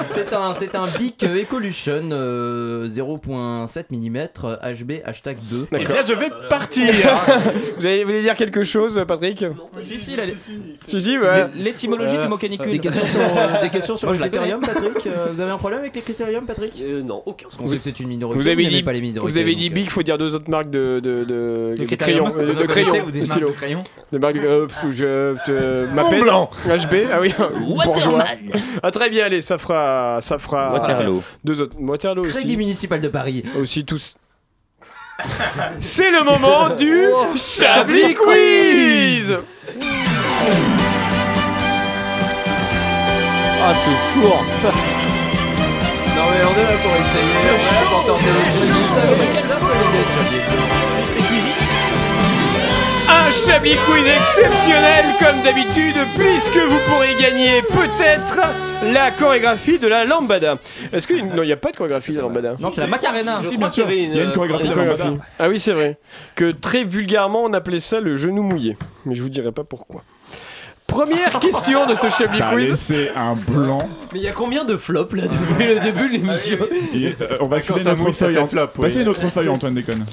[SPEAKER 12] C'est un, c'est un Bic euh, Ecolution euh, 0.7 mm HB hashtag 2.
[SPEAKER 1] D'accord. Eh bien, je vais partir. *laughs* Vous allez, vous allez dire quelque chose, Patrick
[SPEAKER 4] Si, si, la-
[SPEAKER 1] Si, Euh, si, ouais.
[SPEAKER 4] L'étymologie du mot canicule.
[SPEAKER 12] Des questions sur, euh, des questions sur
[SPEAKER 4] Moi,
[SPEAKER 12] les
[SPEAKER 4] je la connais.
[SPEAKER 12] critériums, Patrick Euh, Vous avez un problème avec les critériums, Patrick
[SPEAKER 4] Euh,
[SPEAKER 1] Non, aucun.
[SPEAKER 12] Parce qu'on sait que c'est une minorité.
[SPEAKER 1] Vous avez
[SPEAKER 12] il n'y
[SPEAKER 1] dit,
[SPEAKER 12] avait pas les minorités.
[SPEAKER 1] vous avez dit
[SPEAKER 12] donc, euh.
[SPEAKER 1] Big, faut dire deux autres marques de, de, de, de
[SPEAKER 12] critérium.
[SPEAKER 1] crayons. euh,
[SPEAKER 12] Vous en
[SPEAKER 1] de
[SPEAKER 12] connaissez
[SPEAKER 1] crayons,
[SPEAKER 12] ou des
[SPEAKER 1] de
[SPEAKER 12] marques de
[SPEAKER 1] stylos.
[SPEAKER 12] crayons
[SPEAKER 1] Des marques de euh, pff, euh, je te m'appelle.
[SPEAKER 17] Blanc.
[SPEAKER 1] HB, ah oui.
[SPEAKER 12] Waterman.
[SPEAKER 1] Bourgeois. Ah, très bien, allez, ça fera. Ça fera
[SPEAKER 12] Waterloo.
[SPEAKER 1] Deux autres. Waterloo aussi.
[SPEAKER 12] Crédit municipal de Paris.
[SPEAKER 1] Aussi tous. C'est le moment
[SPEAKER 12] *laughs*
[SPEAKER 1] du
[SPEAKER 12] Oh.
[SPEAKER 1] Chablis Quiz
[SPEAKER 10] Ah, ce
[SPEAKER 1] *laughs*
[SPEAKER 10] four
[SPEAKER 12] Non mais on est là pour essayer, on est là pour tenter le truc. Vous savez quel ça, c'est les Chablis.
[SPEAKER 1] Un Chablis Quiz exceptionnel comme d'habitude puisque vous pourrez gagner peut-être la chorégraphie de la lambada. Est-ce qu'il y a une- non, il n'y a pas de chorégraphie de la lambada
[SPEAKER 4] Non, c'est la Macarena.
[SPEAKER 1] Si,
[SPEAKER 4] Je
[SPEAKER 1] si, bien
[SPEAKER 4] crois
[SPEAKER 1] sûr.
[SPEAKER 4] qu'il y avait une- Il y a une chorégraphie de la lambada.
[SPEAKER 1] Ah oui, c'est vrai. Que très vulgairement on appelait ça le genou mouillé, mais je vous dirai pas pourquoi.
[SPEAKER 11] *laughs*
[SPEAKER 1] Première question de ce Chablis
[SPEAKER 2] Ça a
[SPEAKER 1] Quiz.
[SPEAKER 2] laissé un blanc.
[SPEAKER 11] Mais il y a combien de flops là depuis le début de l'émission
[SPEAKER 2] Et, euh, on va
[SPEAKER 11] D'accord,
[SPEAKER 2] filer
[SPEAKER 11] ça
[SPEAKER 2] notre
[SPEAKER 11] mouille, ça
[SPEAKER 2] feuille.
[SPEAKER 11] fait
[SPEAKER 2] en-
[SPEAKER 11] flop, oui.
[SPEAKER 2] Passez une autre feuille, Antoine Déconne.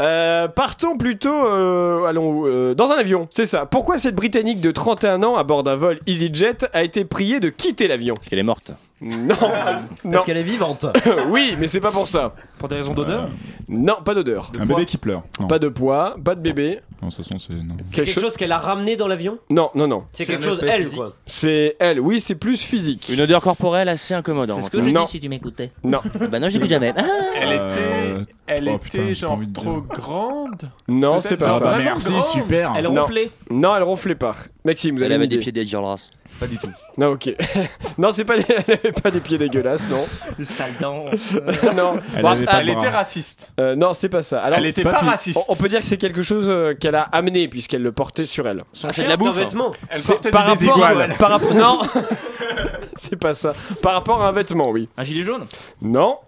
[SPEAKER 1] Euh, partons plutôt euh, allons, euh, dans un avion, c'est ça. Pourquoi cette Britannique de 31 ans à bord d'un vol EasyJet a été priée de quitter l'avion Parce
[SPEAKER 10] qu'elle est morte.
[SPEAKER 1] Non, *laughs*
[SPEAKER 12] Parce qu'elle est vivante.
[SPEAKER 1] oui, mais c'est pas pour ça. Euh,
[SPEAKER 4] Pour des raisons d'odeur
[SPEAKER 1] Non, pas d'odeur.
[SPEAKER 2] Un bébé qui pleure. Non.
[SPEAKER 1] Pas de poids, pas de bébé.
[SPEAKER 2] Non, de toute façon, c'est. non.
[SPEAKER 11] C'est quelque chose qu'elle a ramené dans l'avion
[SPEAKER 1] Non, non, non.
[SPEAKER 11] C'est quelque chose, elle, quoi.
[SPEAKER 1] C'est elle, oui, c'est plus physique.
[SPEAKER 10] Une odeur corporelle assez incommodante.
[SPEAKER 1] C'est ce que j'ai Non. dit si
[SPEAKER 10] tu m'écoutais.
[SPEAKER 1] Non.
[SPEAKER 10] Bah non, j'écoute jamais.
[SPEAKER 17] Elle
[SPEAKER 10] Euh,
[SPEAKER 17] était, elle
[SPEAKER 10] oh, putain,
[SPEAKER 17] était
[SPEAKER 10] j'ai
[SPEAKER 17] genre trop grande.
[SPEAKER 1] Non,
[SPEAKER 17] Peut-être
[SPEAKER 1] c'est pas
[SPEAKER 17] genre
[SPEAKER 1] ça.
[SPEAKER 17] vraiment grande. Elle
[SPEAKER 1] Non.
[SPEAKER 17] ronflait.
[SPEAKER 1] Non, elle ronflait pas. Maxime, vous
[SPEAKER 10] Elle
[SPEAKER 1] avez
[SPEAKER 10] avait
[SPEAKER 1] une
[SPEAKER 10] des
[SPEAKER 1] idée.
[SPEAKER 10] pieds dégueulasses.
[SPEAKER 1] Pas du tout. Non, ok. *laughs* non, c'est pas. les- Elle avait pas des pieds dégueulasses, non.
[SPEAKER 4] Le sale dent.
[SPEAKER 1] *laughs* non.
[SPEAKER 17] Elle
[SPEAKER 4] Bah,
[SPEAKER 1] Bon,
[SPEAKER 17] avait pas
[SPEAKER 1] ah,
[SPEAKER 17] de bras. Elle était raciste.
[SPEAKER 1] Euh, non, c'est pas ça. Alors,
[SPEAKER 17] Elle était
[SPEAKER 1] c'est
[SPEAKER 17] pas
[SPEAKER 1] fini.
[SPEAKER 17] raciste.
[SPEAKER 1] On, on peut dire que c'est quelque chose euh, qu'elle a amené puisqu'elle le portait sur elle.
[SPEAKER 11] Ah, c'est de la bouffe. C'est un vêtement. Elle
[SPEAKER 1] C'est
[SPEAKER 11] portait
[SPEAKER 1] par
[SPEAKER 11] des
[SPEAKER 1] rapport,
[SPEAKER 11] iguales.
[SPEAKER 1] Par rapport. Non. *laughs* c'est pas ça. Par rapport à un vêtement, oui.
[SPEAKER 4] Un gilet jaune.
[SPEAKER 1] Non.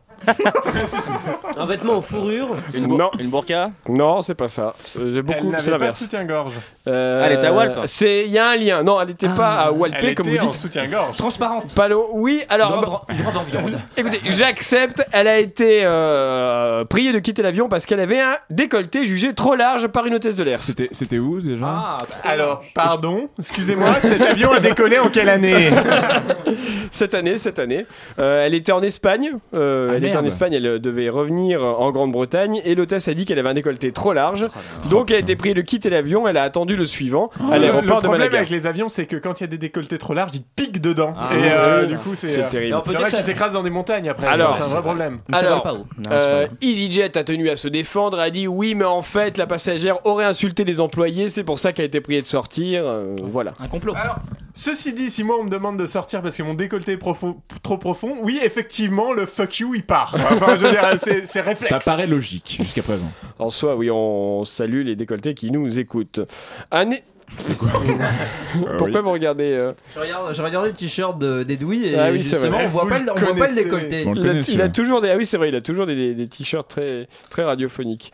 [SPEAKER 11] Un vêtement en fourrure
[SPEAKER 1] non.
[SPEAKER 10] Une burqa
[SPEAKER 1] Non, c'est pas ça. Euh, J'ai
[SPEAKER 17] Elle
[SPEAKER 1] beaucoup.
[SPEAKER 17] n'avait
[SPEAKER 1] C'est
[SPEAKER 17] pas de
[SPEAKER 1] l'inverse.
[SPEAKER 17] soutien-gorge.
[SPEAKER 1] Euh,
[SPEAKER 17] Elle était à Walp.
[SPEAKER 1] C'est il y a un lien. Non, elle n'était pas à Walpé
[SPEAKER 17] Ah, Elle
[SPEAKER 1] comme
[SPEAKER 17] était
[SPEAKER 1] vous
[SPEAKER 17] en
[SPEAKER 1] dites.
[SPEAKER 17] soutien-gorge.
[SPEAKER 4] Transparente.
[SPEAKER 1] Palo. Oui. Alors. euh, Écoutez, j'accepte. Elle a été euh, priée de quitter l'avion parce qu'elle avait un décolleté jugé trop large par une hôtesse de l'air. Ah, bah,
[SPEAKER 2] C'était c'était où déjà
[SPEAKER 17] Alors, pardon, excusez-moi, cet avion a décollé en quelle année
[SPEAKER 1] Cette année, cette année. Euh, elle était en Espagne. Euh, elle était en
[SPEAKER 17] merde.
[SPEAKER 1] Espagne, elle euh, devait revenir euh, en Grande-Bretagne et l'hôtesse a dit qu'elle avait un décolleté trop large. donc elle a été prise de quitter l'avion, elle a attendu le suivant
[SPEAKER 2] Oh.
[SPEAKER 1] à
[SPEAKER 17] le, le
[SPEAKER 1] l'aéroport Oh. de
[SPEAKER 17] problème
[SPEAKER 1] Malaga.
[SPEAKER 17] avec les avions, c'est que quand il y a des décolletés trop larges, ils piquent dedans.
[SPEAKER 1] Ah,
[SPEAKER 17] et
[SPEAKER 1] ouais,
[SPEAKER 17] euh,
[SPEAKER 1] c'est
[SPEAKER 17] du
[SPEAKER 1] ça.
[SPEAKER 17] coup, c'est
[SPEAKER 1] C'est
[SPEAKER 17] euh,
[SPEAKER 1] terrible.
[SPEAKER 17] il y en a
[SPEAKER 1] On peut dire
[SPEAKER 17] qui
[SPEAKER 1] que ça-
[SPEAKER 17] s'écrasent dans des montagnes après.
[SPEAKER 1] Alors,
[SPEAKER 17] c'est un vrai problème.
[SPEAKER 1] Alors, euh, EasyJet a tenu à se défendre, a dit oui, mais en fait, la passagère aurait insulté les employés, c'est pour ça qu'elle a été priée de sortir. euh, voilà.
[SPEAKER 4] Un complot.
[SPEAKER 17] Alors, ceci dit, si moi on me demande de sortir parce que mon décolleté est profo- trop profond, oui, effectivement, le fuck you, il part. Enfin, je veux dire, c'est c'est réflexe.
[SPEAKER 2] Ça paraît logique jusqu'à présent.
[SPEAKER 1] En soi, oui, on salue les décolletés qui nous écoutent. Année. *laughs*
[SPEAKER 2] Ah
[SPEAKER 1] Pourquoi vous regardez euh,
[SPEAKER 12] Je regarde, je regardais le t-shirt de- d'Edoui et
[SPEAKER 1] Ah oui, c'est
[SPEAKER 12] justement
[SPEAKER 1] vrai.
[SPEAKER 12] on voit pas, le- on voit pas le décolleté.
[SPEAKER 1] Il a, il a toujours des, ah oui, c'est vrai, il a toujours des, des- des t-shirts très, très radiophoniques.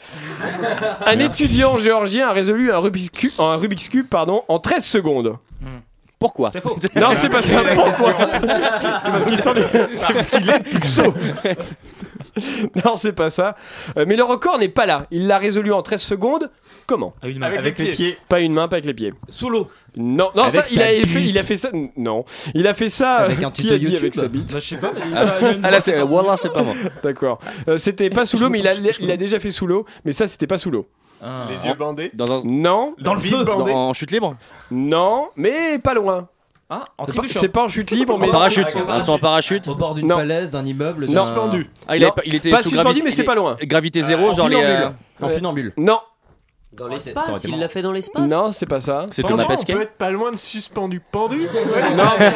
[SPEAKER 1] un étudiant géorgien a résolu un Rubik's Cube, un Rubik's Cube, pardon, en 13 secondes.
[SPEAKER 4] Hmm.
[SPEAKER 10] Pourquoi
[SPEAKER 1] C'est faux. Non, c'est pas ça. Pourquoi Parce qu'il sent
[SPEAKER 4] *laughs*
[SPEAKER 1] les-
[SPEAKER 17] C'est parce qu'il est puceau.
[SPEAKER 1] *laughs* Non, c'est pas ça. Euh, mais le record n'est pas là. Il l'a résolu en 13 secondes. Comment
[SPEAKER 4] une main. Avec Avec les les pieds. pieds.
[SPEAKER 1] Pas une main, pas avec les pieds.
[SPEAKER 4] Sous l'eau.
[SPEAKER 1] Non, non,
[SPEAKER 4] Avec
[SPEAKER 1] ça, il,
[SPEAKER 4] sa
[SPEAKER 1] a, il fait,
[SPEAKER 4] bite.
[SPEAKER 1] il a fait ça. Non, il a fait ça.
[SPEAKER 4] Avec
[SPEAKER 1] euh,
[SPEAKER 4] un
[SPEAKER 1] qui
[SPEAKER 4] tuto
[SPEAKER 1] a dit
[SPEAKER 4] YouTube
[SPEAKER 1] avec sa bite
[SPEAKER 4] Bah, je sais pas, mais
[SPEAKER 1] Ah,
[SPEAKER 4] ça, il y a une
[SPEAKER 10] Ah, là, c'est- voilà, c'est pas moi.
[SPEAKER 1] D'accord. Euh, c'était pas sous l'eau, mais il a, il a déjà fait sous l'eau. Mais ça, c'était pas sous l'eau.
[SPEAKER 17] Les yeux bandés.
[SPEAKER 10] Dans un...
[SPEAKER 1] Non.
[SPEAKER 17] Ah. Dans le feu. Bandé.
[SPEAKER 10] En chute libre
[SPEAKER 1] Non, mais pas loin.
[SPEAKER 4] en
[SPEAKER 17] Ah,
[SPEAKER 1] C'est pas-
[SPEAKER 4] trébuchant.
[SPEAKER 1] C'est pas en chute libre, mais
[SPEAKER 10] En parachute.
[SPEAKER 1] c'est-
[SPEAKER 10] Ils sont en parachute.
[SPEAKER 12] Au bord d'une
[SPEAKER 1] Non.
[SPEAKER 12] falaise, d'un immeuble.
[SPEAKER 1] Non.
[SPEAKER 12] d'un-
[SPEAKER 10] Ah, il, avait
[SPEAKER 1] Non,
[SPEAKER 10] pas- il était
[SPEAKER 1] pas
[SPEAKER 10] sous
[SPEAKER 1] suspendu,
[SPEAKER 10] gravi-
[SPEAKER 1] mais
[SPEAKER 10] il
[SPEAKER 1] c'est pas loin. Ah,
[SPEAKER 10] Gravité zéro,
[SPEAKER 17] Ah,
[SPEAKER 1] En
[SPEAKER 10] genre les. euh,
[SPEAKER 1] funambule.
[SPEAKER 12] En
[SPEAKER 1] Ouais.
[SPEAKER 12] funambule.
[SPEAKER 1] Non.
[SPEAKER 11] Dans
[SPEAKER 1] Ça aurait
[SPEAKER 11] l'espace,
[SPEAKER 1] été
[SPEAKER 11] il
[SPEAKER 1] marrant.
[SPEAKER 11] l'a fait dans l'espace
[SPEAKER 1] Non, c'est pas ça.
[SPEAKER 10] C'est
[SPEAKER 17] Pendant,
[SPEAKER 10] Thomas
[SPEAKER 17] on peut
[SPEAKER 10] Pesquet
[SPEAKER 17] être pas loin de suspendu pendu.
[SPEAKER 1] Non,
[SPEAKER 17] *laughs*
[SPEAKER 1] mais-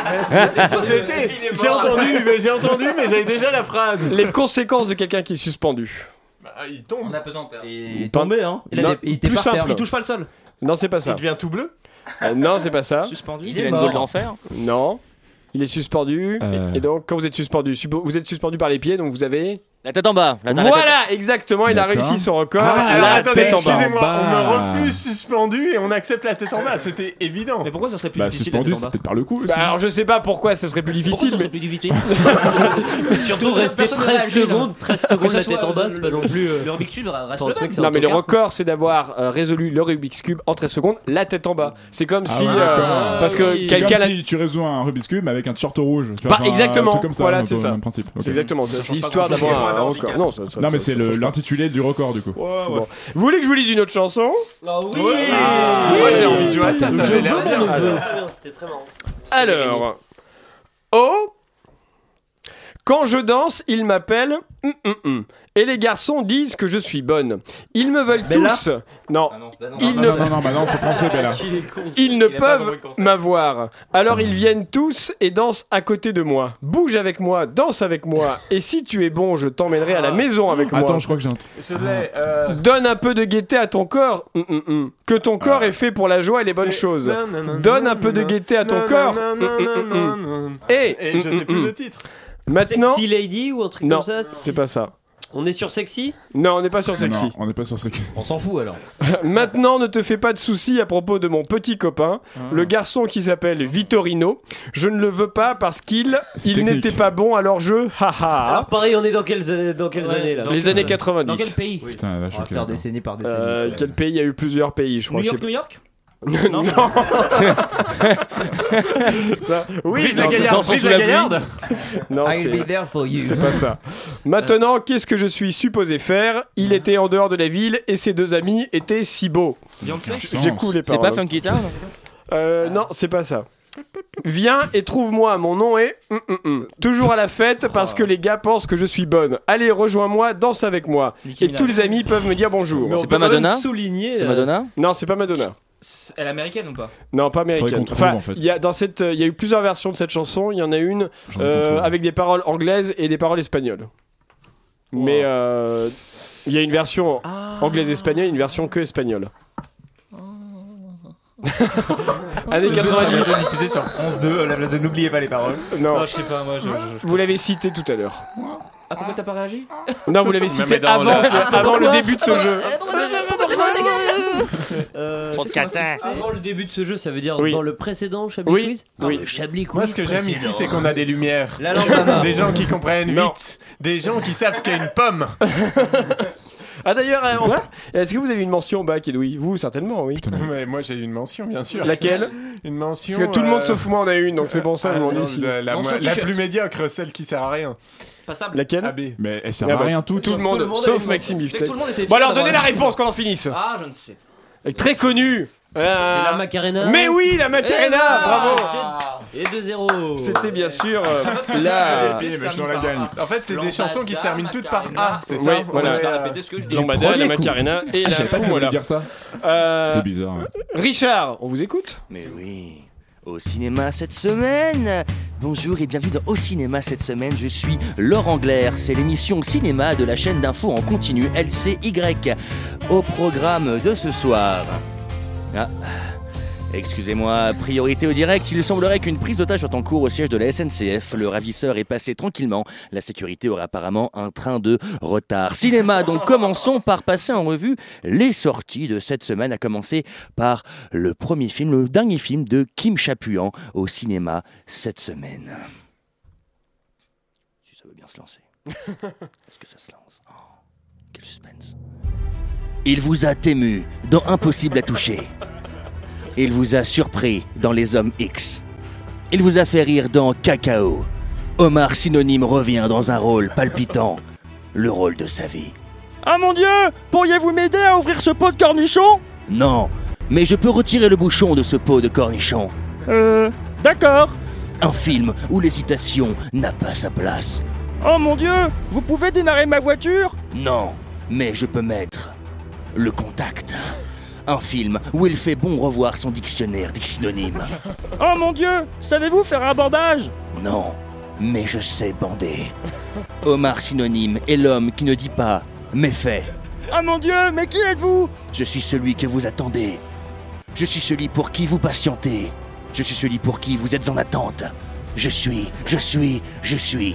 [SPEAKER 17] C'était- J'ai entendu, mais j'ai entendu, mais j'avais déjà la phrase.
[SPEAKER 1] Les conséquences de quelqu'un qui est suspendu.
[SPEAKER 17] Ah, il tombe.
[SPEAKER 4] On a pesant terre.
[SPEAKER 12] Il est tombé, hein. Il, a
[SPEAKER 1] Non,
[SPEAKER 12] des- il était
[SPEAKER 1] plus
[SPEAKER 12] par terre.
[SPEAKER 1] simple.
[SPEAKER 12] là.
[SPEAKER 4] Il touche pas le sol.
[SPEAKER 1] Non, c'est pas
[SPEAKER 17] Il
[SPEAKER 1] ça.
[SPEAKER 17] devient tout bleu.
[SPEAKER 1] Euh, non, c'est pas ça.
[SPEAKER 4] Suspendu.
[SPEAKER 10] Il a une boule d'enfer
[SPEAKER 1] Non. Il est suspendu.
[SPEAKER 2] Euh.
[SPEAKER 1] Et et donc, quand vous êtes suspendu, suppo- vous êtes suspendu par les pieds, donc vous avez.
[SPEAKER 10] La tête en bas. la- la tête-
[SPEAKER 1] Voilà, exactement, il a
[SPEAKER 2] D'accord.
[SPEAKER 1] réussi son record.
[SPEAKER 17] Ah, alors
[SPEAKER 1] la
[SPEAKER 17] attendez,
[SPEAKER 1] tête en bas.
[SPEAKER 17] excusez-moi, on
[SPEAKER 2] bas.
[SPEAKER 17] me refuse suspendu et on accepte la tête en bas, c'était évident.
[SPEAKER 4] Mais pourquoi ça serait plus
[SPEAKER 1] Ah,
[SPEAKER 2] Bah,
[SPEAKER 4] difficile d'être
[SPEAKER 2] suspendu,
[SPEAKER 4] en
[SPEAKER 2] c'est
[SPEAKER 4] bas
[SPEAKER 2] peut-être par le cou.
[SPEAKER 1] Bah, alors, je sais pas pourquoi ça serait plus difficile, mais.
[SPEAKER 13] *laughs*
[SPEAKER 11] Surtout rester
[SPEAKER 4] Personne ne
[SPEAKER 11] 13
[SPEAKER 4] réagit, là.
[SPEAKER 11] secondes,
[SPEAKER 1] Ah,
[SPEAKER 11] 13 secondes
[SPEAKER 4] Que
[SPEAKER 11] la
[SPEAKER 4] ça
[SPEAKER 11] tête en
[SPEAKER 4] soit
[SPEAKER 11] bas,
[SPEAKER 4] le-
[SPEAKER 11] c'est pas non plus. euh,
[SPEAKER 4] Le Rubik's Cube,
[SPEAKER 11] Attends,
[SPEAKER 4] rassure
[SPEAKER 11] ce mec, c'est
[SPEAKER 1] Non, mais le
[SPEAKER 11] autocar.
[SPEAKER 1] record, c'est d'avoir euh, résolu le Rubik's Cube en 13 secondes, la tête en bas. C'est comme si.
[SPEAKER 2] Ah ouais,
[SPEAKER 1] euh,
[SPEAKER 2] d'accord. Ah
[SPEAKER 1] parce que
[SPEAKER 2] C'est
[SPEAKER 1] quelqu'un.
[SPEAKER 2] comme
[SPEAKER 1] l'a-
[SPEAKER 2] si tu résous un Rubik's Cube mais avec un short rouge. tu vois,
[SPEAKER 1] Bah,
[SPEAKER 2] enfin, un
[SPEAKER 1] exactement.
[SPEAKER 2] truc comme ça,
[SPEAKER 1] voilà,
[SPEAKER 2] un
[SPEAKER 1] c'est
[SPEAKER 2] peu
[SPEAKER 1] ça.
[SPEAKER 2] le Même principe. Ok.
[SPEAKER 1] C'est exactement ça. C'est
[SPEAKER 4] change pas
[SPEAKER 1] l'histoire
[SPEAKER 4] grand-chose.
[SPEAKER 1] d'avoir un
[SPEAKER 4] Moins
[SPEAKER 1] record.
[SPEAKER 4] d'handicap.
[SPEAKER 1] Non, ça- ça-
[SPEAKER 2] Non, mais
[SPEAKER 1] ça-
[SPEAKER 2] c'est
[SPEAKER 1] ça
[SPEAKER 2] le-
[SPEAKER 1] change pas.
[SPEAKER 2] l'intitulé du record du coup.
[SPEAKER 1] Bon. Vous voulez que je vous lise une autre chanson Ah,
[SPEAKER 11] Ah oui,
[SPEAKER 17] Moi j'ai envie de jouer à ça, ça
[SPEAKER 1] Je
[SPEAKER 17] avait l'air
[SPEAKER 1] veux
[SPEAKER 17] bien.
[SPEAKER 1] mon neveu.
[SPEAKER 11] Très bien, C'était très marrant.
[SPEAKER 1] Alors. Oh Quand je danse, ils m'appellent. hum, hum, hum. Et les garçons disent que je suis bonne. Ils me veulent
[SPEAKER 12] Bella
[SPEAKER 1] tous. Non.
[SPEAKER 2] Ah Non,
[SPEAKER 1] Ils
[SPEAKER 2] non,
[SPEAKER 1] ne-
[SPEAKER 2] non, non, non, bah non, c'est français, Bella.
[SPEAKER 1] Ils ne
[SPEAKER 4] Il a pas compris
[SPEAKER 1] peuvent
[SPEAKER 4] le concept.
[SPEAKER 1] m'avoir. Alors ils viennent tous et dansent à côté de moi. Bouge avec moi, danse avec moi. Et si tu es bon, je t'emmènerai à la maison avec moi.
[SPEAKER 2] Attends, je crois que j'ai un truc.
[SPEAKER 17] Je l'ai, euh, Ah.
[SPEAKER 1] Donne un peu de gaieté à ton corps. Hum, hum, hum. Que ton corps est fait pour la joie et les bonnes
[SPEAKER 17] c'est-
[SPEAKER 1] choses.
[SPEAKER 17] Nan, nan, nan,
[SPEAKER 1] Donne un
[SPEAKER 17] nan,
[SPEAKER 1] peu de
[SPEAKER 17] nan,
[SPEAKER 1] gaieté à ton
[SPEAKER 17] nan,
[SPEAKER 1] corps.
[SPEAKER 17] nan,
[SPEAKER 1] Hum, hum,
[SPEAKER 17] nan,
[SPEAKER 1] hum,
[SPEAKER 17] nan,
[SPEAKER 1] hum.
[SPEAKER 17] nan, nan.
[SPEAKER 1] Et
[SPEAKER 17] Et Eh, je
[SPEAKER 1] hum,
[SPEAKER 17] sais plus
[SPEAKER 1] hum,
[SPEAKER 17] le
[SPEAKER 1] hum.
[SPEAKER 17] titre.
[SPEAKER 1] maintenant,
[SPEAKER 11] Sexy Lady ou un truc
[SPEAKER 1] non,
[SPEAKER 11] comme ça
[SPEAKER 1] c'est pas ça.
[SPEAKER 11] On est sur sexy
[SPEAKER 1] Non, on n'est pas sur sexy. *laughs*
[SPEAKER 2] on n'est pas sur sexy.
[SPEAKER 12] On s'en fout alors.
[SPEAKER 1] Maintenant, ne te fais pas de soucis à propos de mon petit copain,
[SPEAKER 17] Ah.
[SPEAKER 1] le garçon qui s'appelle Vittorino. Je ne le veux pas parce qu'il il
[SPEAKER 11] technique.
[SPEAKER 1] n'était pas bon à leur jeu. Haha.
[SPEAKER 11] Alors pareil, Ah, on est dans quelles années, dans quelles années là
[SPEAKER 1] les années 90.
[SPEAKER 11] Dans quel pays
[SPEAKER 2] Putain,
[SPEAKER 12] On va faire décennie par décennie.
[SPEAKER 1] Euh, quel pays Il y a eu plusieurs pays, je crois.
[SPEAKER 12] New York,
[SPEAKER 1] c'est-
[SPEAKER 12] New York
[SPEAKER 1] *laughs* non. oui,
[SPEAKER 17] Brive la Gaillarde, Brive la Gaillarde.
[SPEAKER 1] Non,
[SPEAKER 12] I'll
[SPEAKER 1] c'est-
[SPEAKER 12] be there for you.
[SPEAKER 1] C'est pas ça. Maintenant, qu'est-ce que je suis supposé faire Il était en dehors de la ville et ses deux amis étaient si beaux.
[SPEAKER 10] Beyoncé
[SPEAKER 1] J'ai coulé
[SPEAKER 10] C'est
[SPEAKER 1] paroles.
[SPEAKER 10] pas Funky Town
[SPEAKER 1] Euh, non, c'est pas ça. Viens et trouve-moi, mon nom est... hum, hum, hum. Toujours à la fête parce que les gars pensent que je suis bonne. Allez, rejoins-moi, danse avec moi. Et
[SPEAKER 4] Minaj.
[SPEAKER 1] tous les amis peuvent me dire bonjour.
[SPEAKER 4] Mais on C'est peut pas quand même Madonna souligner, C'est euh, Madonna
[SPEAKER 1] Non, c'est pas Madonna.
[SPEAKER 4] Elle est américaine ou pas
[SPEAKER 1] Non, pas américaine.
[SPEAKER 4] qu'on trouve,
[SPEAKER 1] Enfin,
[SPEAKER 4] en fait.
[SPEAKER 1] il y a dans cette, euh, il y a eu plusieurs versions de cette chanson. Il y en a une euh, avec des paroles anglaises et des paroles espagnoles. Mais euh, il y a une version anglaise espagnole, une version que espagnole. Années 90.
[SPEAKER 9] diffusé sur France 2, la place de n'oubliez pas les paroles.
[SPEAKER 1] Non.
[SPEAKER 9] je sais pas, moi je. je-
[SPEAKER 1] Vous l'avez cité tout à l'heure.
[SPEAKER 4] Ah, pourquoi t'as pas réagi
[SPEAKER 1] Non,
[SPEAKER 12] *laughs*
[SPEAKER 1] vous l'avez cité avant, le, *laughs* avant le début de ce jeu.
[SPEAKER 11] Euh,
[SPEAKER 13] Trop de
[SPEAKER 11] qu'est-ce qu'on a
[SPEAKER 13] catin.
[SPEAKER 11] cité Avant le début de ce jeu, ça veut dire
[SPEAKER 1] Oui.
[SPEAKER 11] dans le précédent Chablis
[SPEAKER 1] Oui.
[SPEAKER 11] Quiz
[SPEAKER 1] Oui.
[SPEAKER 11] Non, le Chablis Quiz
[SPEAKER 17] Moi, ce que j'aime ici,
[SPEAKER 11] précédent.
[SPEAKER 17] c'est qu'on a des lumières.
[SPEAKER 11] La lampe à main.
[SPEAKER 17] des gens qui comprennent vite. Des gens qui savent ce qu'est une pomme.
[SPEAKER 1] Ah d'ailleurs, euh, on- est-ce que vous avez une mention au bac, Edoui Vous, certainement, oui.
[SPEAKER 17] Mais moi, j'ai une mention, bien sûr.
[SPEAKER 1] Laquelle
[SPEAKER 17] *laughs* Une mention.
[SPEAKER 1] Parce que tout le monde
[SPEAKER 17] euh,
[SPEAKER 1] sauf moi en a une, donc c'est pour *laughs* ça
[SPEAKER 17] ah,
[SPEAKER 1] qu'on
[SPEAKER 17] non,
[SPEAKER 1] est ici.
[SPEAKER 17] La, la- la plus médiocre, celle qui sert à rien.
[SPEAKER 4] Passable.
[SPEAKER 1] Laquelle
[SPEAKER 2] Mais elle sert
[SPEAKER 1] Ah
[SPEAKER 2] à
[SPEAKER 1] bah,
[SPEAKER 2] rien tout.
[SPEAKER 1] le monde,
[SPEAKER 4] monde avait
[SPEAKER 1] sauf
[SPEAKER 4] une
[SPEAKER 1] Maxime
[SPEAKER 4] mention.
[SPEAKER 1] Biff.
[SPEAKER 4] C'est que tout le monde était
[SPEAKER 1] Bon
[SPEAKER 4] fier
[SPEAKER 1] alors
[SPEAKER 4] d'avoir
[SPEAKER 1] donnez la
[SPEAKER 4] une-
[SPEAKER 1] réponse qu'on en finisse.
[SPEAKER 4] Ah, je ne sais.
[SPEAKER 1] Elle est très connue. Euh,
[SPEAKER 11] C'est la Macarena
[SPEAKER 1] Mais oui, la
[SPEAKER 11] Eh
[SPEAKER 1] Macarena,
[SPEAKER 11] ben,
[SPEAKER 1] bravo.
[SPEAKER 11] c'est- Et 2-0
[SPEAKER 1] C'était bien
[SPEAKER 4] *laughs*
[SPEAKER 1] sûr euh, la.
[SPEAKER 17] *laughs* Eh, mais je dois la gagne. En fait, c'est des chansons qui se terminent toutes par A, c'est
[SPEAKER 1] Oui,
[SPEAKER 17] ça euh,
[SPEAKER 1] voilà. Lambada, la Macarena et
[SPEAKER 2] Ah, je
[SPEAKER 1] la
[SPEAKER 2] savais pas que ça
[SPEAKER 1] Fumola.
[SPEAKER 2] voulait dire ça.
[SPEAKER 1] Euh,
[SPEAKER 2] C'est bizarre. ouais.
[SPEAKER 1] Richard, on vous écoute
[SPEAKER 10] Mais oui. Au cinéma cette semaine Bonjour et bienvenue dans Au cinéma cette semaine, je suis Laurent Glaire, c'est l'émission cinéma de la chaîne d'info en continu LCY. Au programme de ce soir. Ah. Excusez-moi, priorité au direct, il semblerait qu'une prise d'otage soit en cours au siège de la SNCF. Le ravisseur est passé tranquillement. La sécurité aura apparemment un train de retard. Cinéma, donc commençons par passer en revue les sorties de cette semaine, à commencer par le premier film, le dernier film de Kim Chapuan au cinéma cette semaine. Si ça veut bien se lancer. Est-ce que ça se lance Oh, Quel suspense. Il vous a ému dans Impossible à toucher. Il vous a surpris dans Les Hommes X. Il vous a fait rire dans Cacao. Omar Synonyme revient dans un rôle palpitant, le rôle de sa vie. Ah mon dieu Pourriez-vous m'aider à ouvrir ce pot de cornichon Non, mais je peux retirer le bouchon de ce pot de cornichon. Euh, d'accord. Un film où l'hésitation n'a pas sa place. Oh mon dieu Vous pouvez démarrer ma voiture Non, mais je peux mettre le contact. Un film où il fait bon revoir son dictionnaire des synonymes. Oh mon dieu Savez-vous faire un bandage Non, mais je sais bander. Omar synonyme est l'homme qui ne dit pas, mais fait. Oh mon dieu, mais qui êtes-vous Je suis celui que vous attendez. Je suis celui pour qui vous patientez. Je suis celui pour qui vous êtes en attente. Je suis, je suis, je suis.